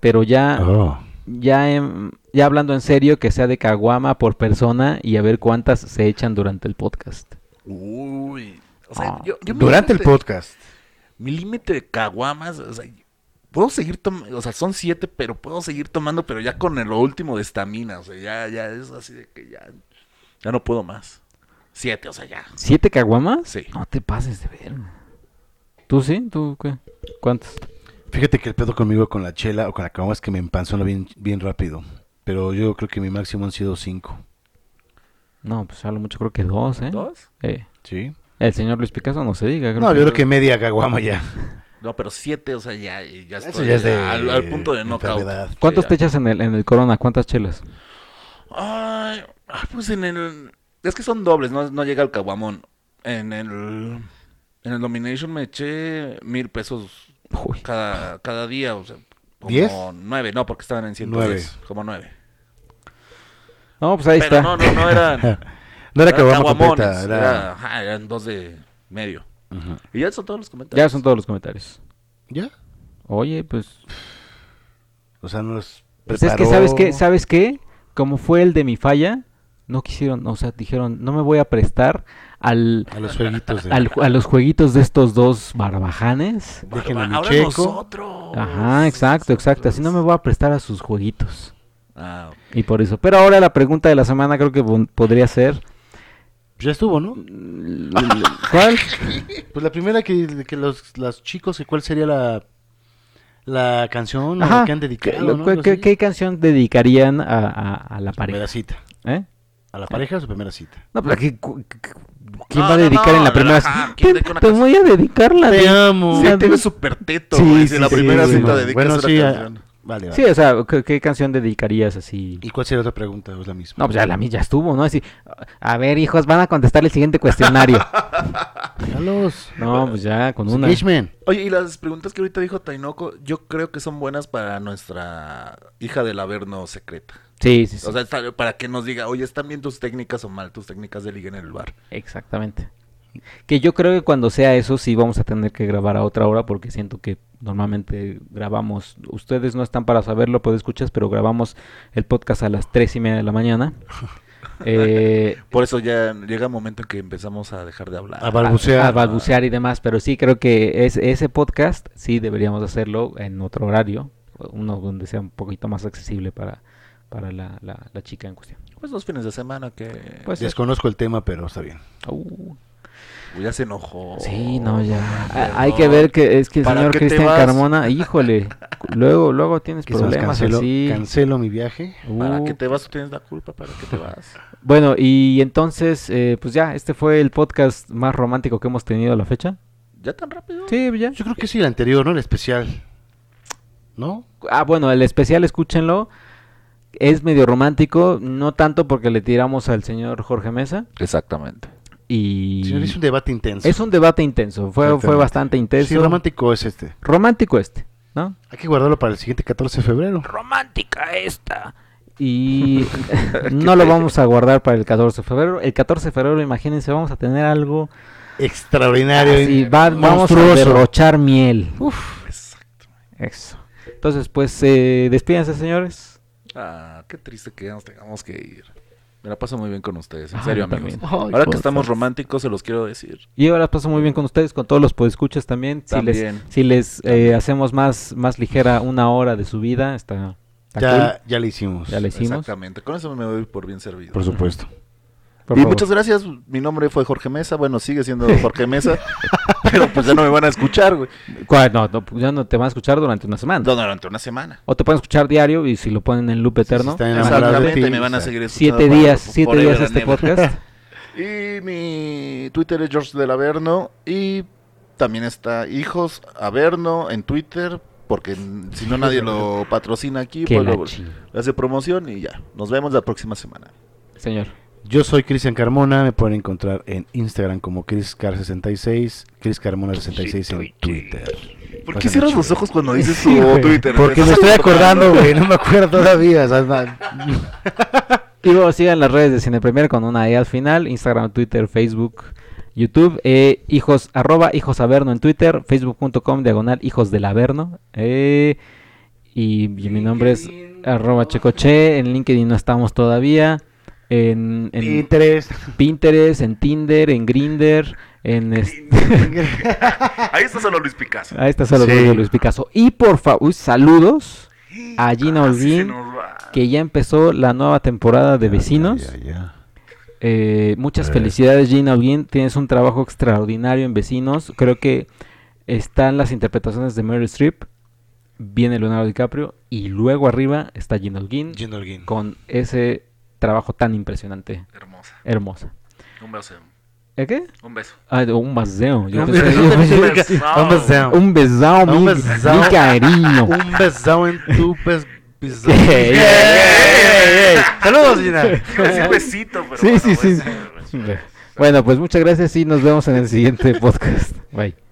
[SPEAKER 2] Pero ya,
[SPEAKER 3] Oh.
[SPEAKER 2] ya, em, ya hablando en serio, que sea de caguama por persona y a ver cuántas se echan durante el podcast.
[SPEAKER 1] Uy. O sea,
[SPEAKER 2] Ah.
[SPEAKER 1] yo, yo este- mi
[SPEAKER 3] Durante el
[SPEAKER 1] límite-
[SPEAKER 3] podcast.
[SPEAKER 1] Mi límite de caguamas, o sea, puedo seguir tomando, o sea, son siete, pero puedo seguir tomando, pero ya con el- lo último de estamina, o sea, ya, ya es así de que ya, ya no puedo más. Siete, o sea, ya.
[SPEAKER 2] ¿Siete caguamas?
[SPEAKER 1] Sí.
[SPEAKER 2] No te pases de ver. ¿Tú sí? ¿Tú qué? ¿Cuántas?
[SPEAKER 3] Fíjate que el pedo conmigo con la chela o con la caguama es que me empanzona bien, bien rápido. Pero yo creo que mi máximo han sido cinco.
[SPEAKER 2] No, pues hablo mucho, creo que dos, ¿eh?
[SPEAKER 1] ¿Dos?
[SPEAKER 2] Eh,
[SPEAKER 3] ¿Sí?
[SPEAKER 2] El señor Luis Picasso no se diga. creo
[SPEAKER 3] No,
[SPEAKER 2] que-
[SPEAKER 3] yo creo que media caguama ya.
[SPEAKER 1] No, pero siete, o sea, ya, ya
[SPEAKER 3] Eso
[SPEAKER 1] estoy
[SPEAKER 3] ya es de
[SPEAKER 1] al, al punto de
[SPEAKER 3] enfermedad.
[SPEAKER 1] knockout.
[SPEAKER 2] ¿Cuántos
[SPEAKER 1] Sí,
[SPEAKER 2] te echas en el, en el corona? ¿Cuántas chelas?
[SPEAKER 1] Ay, ah, pues en el. Es que son dobles, no, no llega al caguamón. En el. En el Domination me eché mil pesos
[SPEAKER 2] Uy.
[SPEAKER 1] cada, cada día, o sea. Como
[SPEAKER 3] ¿Diez?
[SPEAKER 1] nueve, no, porque estaban en 110, como nueve.
[SPEAKER 2] No, pues ahí
[SPEAKER 1] Pero
[SPEAKER 2] está.
[SPEAKER 1] no, no, no eran.
[SPEAKER 3] No era que
[SPEAKER 1] eran
[SPEAKER 3] vamos completa,
[SPEAKER 1] caguamones,
[SPEAKER 3] era-
[SPEAKER 1] era- ajá, eran dos de medio. Y ya son todos los comentarios.
[SPEAKER 2] Ya son todos los comentarios.
[SPEAKER 3] ¿Ya?
[SPEAKER 2] Oye, pues.
[SPEAKER 3] O sea, nos
[SPEAKER 2] pues es que,
[SPEAKER 3] preparó.
[SPEAKER 2] ¿sabes qué? ¿Sabes qué? Como fue el de mi falla, no quisieron, o sea, dijeron, no me voy a prestar al,
[SPEAKER 3] A los jueguitos de...
[SPEAKER 2] al- a los jueguitos de estos dos barbajanes.
[SPEAKER 1] Barba-
[SPEAKER 3] Déjenlo en mi
[SPEAKER 1] Ahora
[SPEAKER 3] checo.
[SPEAKER 1] nosotros.
[SPEAKER 2] Ajá, exacto, exacto. Así no me voy a prestar a sus jueguitos.
[SPEAKER 1] Ah, ok.
[SPEAKER 2] Y por eso. Pero ahora la pregunta de la semana creo que pon- podría ser.
[SPEAKER 3] Ya estuvo, ¿no?
[SPEAKER 2] ¿Cuál?
[SPEAKER 3] Pues la primera que, que los, las chicos, ¿cuál sería la, la canción o
[SPEAKER 2] Ajá.
[SPEAKER 3] la que han dedicado?
[SPEAKER 2] ¿Qué-
[SPEAKER 3] ¿no?
[SPEAKER 2] qué-
[SPEAKER 3] Algo
[SPEAKER 2] qué,
[SPEAKER 3] así.
[SPEAKER 2] qué canción dedicarían a, a- a la
[SPEAKER 1] Pues
[SPEAKER 3] Su Primera
[SPEAKER 2] pareja?
[SPEAKER 3] cita.
[SPEAKER 2] ¿Eh?
[SPEAKER 3] ¿A la pareja o su primera cita?
[SPEAKER 2] No, pero aquí, cu- cu- ¿quién
[SPEAKER 1] No,
[SPEAKER 2] va a
[SPEAKER 1] no,
[SPEAKER 2] dedicar
[SPEAKER 1] no,
[SPEAKER 2] en la primera
[SPEAKER 1] relajado,
[SPEAKER 2] cita?
[SPEAKER 1] ¿quién
[SPEAKER 2] Te,
[SPEAKER 1] dedica una
[SPEAKER 2] te
[SPEAKER 1] canción?
[SPEAKER 2] voy a dedicar la
[SPEAKER 3] Te
[SPEAKER 2] de-
[SPEAKER 3] amo.
[SPEAKER 2] la
[SPEAKER 1] Sí,
[SPEAKER 2] de-
[SPEAKER 1] tiene súper teto,
[SPEAKER 2] Sí,
[SPEAKER 1] güey.
[SPEAKER 2] sí,
[SPEAKER 1] si en la
[SPEAKER 2] sí,
[SPEAKER 1] primera
[SPEAKER 2] sí,
[SPEAKER 1] cita
[SPEAKER 2] no.
[SPEAKER 1] dedicas
[SPEAKER 3] Bueno,
[SPEAKER 1] una
[SPEAKER 3] sí, a-
[SPEAKER 1] canción.
[SPEAKER 3] Vale, vale.
[SPEAKER 2] Sí, o sea, ¿qué, qué canción dedicarías así?
[SPEAKER 3] ¿Y cuál sería otra pregunta? ¿O es la misma?
[SPEAKER 2] No, pues ya la mía ya estuvo, ¿no? Así, a ver, hijos, van a contestar el siguiente cuestionario.
[SPEAKER 3] Déjalos.
[SPEAKER 2] No, pues ya, con una.
[SPEAKER 3] Engagement.
[SPEAKER 1] Oye, y las preguntas que ahorita dijo Tainoco, yo creo que son buenas para nuestra hija del Averno secreta.
[SPEAKER 2] Sí, sí, sí.
[SPEAKER 1] O sea, está- para que nos diga, oye, ¿están bien tus técnicas o mal tus técnicas de liga en el bar?
[SPEAKER 2] Exactamente. Que yo creo que cuando sea eso sí vamos a tener que grabar a otra hora porque siento que normalmente grabamos, ustedes no están para saberlo, pues escuchas, pero grabamos el podcast a las tres y media de la mañana. Eh,
[SPEAKER 1] Por eso ya llega un momento en que empezamos a dejar de hablar.
[SPEAKER 3] A balbucear.
[SPEAKER 2] a Ah, balbucear y demás, pero sí creo que es, ese podcast sí deberíamos hacerlo en otro horario, uno donde sea un poquito más accesible para, para la, la- la chica en cuestión.
[SPEAKER 1] Pues los fines de semana que
[SPEAKER 2] Pues sí.
[SPEAKER 3] Desconozco el tema, pero está bien.
[SPEAKER 2] Uh,
[SPEAKER 1] Uy, ya se enojó.
[SPEAKER 2] sí, no, ya.
[SPEAKER 1] mames,
[SPEAKER 2] Ah, Hay que ver que es que el
[SPEAKER 1] Oh, ¿Para
[SPEAKER 2] señor
[SPEAKER 1] qué te
[SPEAKER 2] Cristian
[SPEAKER 1] vas?
[SPEAKER 2] Carmona, híjole, luego luego tienes
[SPEAKER 3] Que se los
[SPEAKER 2] problemas
[SPEAKER 3] cancelo,
[SPEAKER 2] así.
[SPEAKER 3] cancelo mi viaje.
[SPEAKER 2] Uh,
[SPEAKER 1] ¿Para qué te vas? Tú tienes la culpa, ¿para qué te vas?
[SPEAKER 2] Bueno, y entonces, eh, pues ya, este fue el podcast más romántico que hemos tenido a la fecha.
[SPEAKER 1] ¿Ya tan rápido?
[SPEAKER 2] Sí, ya.
[SPEAKER 3] Yo creo que sí, pues el anterior, ¿no? El especial. ¿No?
[SPEAKER 2] Ah, bueno, el especial, escúchenlo. Es medio romántico, no tanto porque le tiramos al señor Jorge Mesa.
[SPEAKER 1] Exactamente.
[SPEAKER 2] Y
[SPEAKER 3] Señor, es un debate intenso.
[SPEAKER 2] es un debate intenso, fue, fue
[SPEAKER 3] Exactamente.
[SPEAKER 2] bastante intenso.
[SPEAKER 3] Sí, romántico es este.
[SPEAKER 2] Romántico este, ¿no?
[SPEAKER 3] Hay que guardarlo para el siguiente 14 de febrero.
[SPEAKER 2] romántica esta. Y no lo vamos a guardar para el 14 de febrero. El 14 de febrero, imagínense, vamos a tener algo.
[SPEAKER 3] Extraordinario.
[SPEAKER 1] eh,
[SPEAKER 2] Así, Ah, va- vamos a
[SPEAKER 3] monstruoso.
[SPEAKER 2] derrochar miel.
[SPEAKER 1] Exacto.
[SPEAKER 2] Eso. Entonces, pues, eh, despídense, señores.
[SPEAKER 1] Ah, qué triste que ya nos tengamos que ir. Me la paso muy bien con ustedes, en
[SPEAKER 2] Ah,
[SPEAKER 1] serio,
[SPEAKER 2] yo
[SPEAKER 1] amigos.
[SPEAKER 2] también.
[SPEAKER 3] Ay,
[SPEAKER 1] Ahora que
[SPEAKER 3] cosas.
[SPEAKER 1] estamos románticos, se los quiero decir.
[SPEAKER 2] Y ahora paso muy bien con ustedes, con todos los podescuchas también. Si
[SPEAKER 1] También.
[SPEAKER 2] les, si les eh, hacemos más, más ligera una hora de su vida, está, está
[SPEAKER 3] Ya, ya le hicimos.
[SPEAKER 2] cool. Ya le hicimos.
[SPEAKER 1] Exactamente. Con eso me doy por bien servido.
[SPEAKER 3] Por supuesto.
[SPEAKER 2] Por
[SPEAKER 1] y
[SPEAKER 2] favor.
[SPEAKER 1] muchas gracias. Mi nombre fue Jorge Mesa. Bueno, sigue siendo Jorge Mesa. pero pues ya no me van a escuchar, güey.
[SPEAKER 2] ¿Cuál? No, no, pues, ya no te van a escuchar durante una semana.
[SPEAKER 1] No, durante una semana.
[SPEAKER 2] O te pueden escuchar diario y si lo ponen en loop
[SPEAKER 3] si
[SPEAKER 2] eterno.
[SPEAKER 3] están
[SPEAKER 2] van a
[SPEAKER 3] enamorados de
[SPEAKER 2] escuchar
[SPEAKER 1] Exactamente,
[SPEAKER 3] ti,
[SPEAKER 1] me van a
[SPEAKER 3] o sea.
[SPEAKER 1] seguir escuchando.
[SPEAKER 2] siete
[SPEAKER 1] por-
[SPEAKER 2] días,
[SPEAKER 1] por-
[SPEAKER 2] siete
[SPEAKER 1] forever
[SPEAKER 2] días este
[SPEAKER 1] and ever. Y
[SPEAKER 2] podcast.
[SPEAKER 1] mi Twitter es George del Averno. Y también está Hijos Averno en Twitter. Porque n- si no nadie lo patrocina aquí,
[SPEAKER 2] Que
[SPEAKER 1] pues
[SPEAKER 2] la
[SPEAKER 1] lo-
[SPEAKER 2] ching-
[SPEAKER 1] le hace promoción y ya. Nos vemos la próxima semana.
[SPEAKER 2] Señor.
[SPEAKER 3] Yo soy Cristian Carmona, me pueden encontrar en Instagram como ChrisCar66, ChrisCarmona66 en Twitter.
[SPEAKER 1] ¿Por qué
[SPEAKER 3] Pásenla
[SPEAKER 1] cierras
[SPEAKER 3] chido.
[SPEAKER 1] los ojos cuando dices
[SPEAKER 2] Sí,
[SPEAKER 1] tu
[SPEAKER 2] güey.
[SPEAKER 1] Twitter?
[SPEAKER 3] Porque me
[SPEAKER 1] estás
[SPEAKER 3] estoy acordando, güey, no me acuerdo todavía. o sea, na-
[SPEAKER 2] Y luego sigan las redes de Cine Premier con una E al final, Instagram, Twitter, Facebook, YouTube, eh, hijos, arroba hijos averno en Twitter, facebook.com diagonal hijos del averno. eh, y, y mi nombre es arroba checoche, en LinkedIn no estamos todavía, en, en
[SPEAKER 3] Pinterest.
[SPEAKER 2] Pinterest, en Tinder, en Grinder, en... este-
[SPEAKER 1] Ahí está solo Luis Picasso.
[SPEAKER 2] Ahí está solo
[SPEAKER 3] Sí.
[SPEAKER 2] Bruno Luis Picasso. Y por favor, saludos a Gina
[SPEAKER 1] Así Ah, se
[SPEAKER 2] Holguín,
[SPEAKER 1] nos va.
[SPEAKER 2] que ya empezó la nueva temporada de Vecinos.
[SPEAKER 3] Ya, ya, ya.
[SPEAKER 2] Eh, muchas
[SPEAKER 3] Eh.
[SPEAKER 2] felicidades, Gina Holguín. Tienes un trabajo extraordinario en Vecinos. Creo que están las interpretaciones de Meryl Streep. Viene Leonardo DiCaprio. Y luego arriba está Gina Holguín
[SPEAKER 3] Gino Holguín.
[SPEAKER 2] con ese trabajo tan impresionante.
[SPEAKER 1] Hermosa.
[SPEAKER 2] Hermosa.
[SPEAKER 1] Un beso.
[SPEAKER 2] ¿Eh, ¿Qué?
[SPEAKER 1] Un beso.
[SPEAKER 2] Ah, un baseo. Yo
[SPEAKER 3] Un
[SPEAKER 2] pensé, yo pensé-
[SPEAKER 1] Un beso.
[SPEAKER 3] Un besao.
[SPEAKER 2] un besao, mi,
[SPEAKER 3] Un besao.
[SPEAKER 2] mi cariño.
[SPEAKER 3] Un besao en tu pez. besao.
[SPEAKER 2] Ey, ey, ey, ey.
[SPEAKER 3] Saludos, Gina.
[SPEAKER 1] Iba a decir besito, pero
[SPEAKER 2] Sí,
[SPEAKER 1] bueno,
[SPEAKER 2] sí, sí.
[SPEAKER 1] beso.
[SPEAKER 2] Bueno, pues muchas gracias y nos vemos en el siguiente podcast. Bye.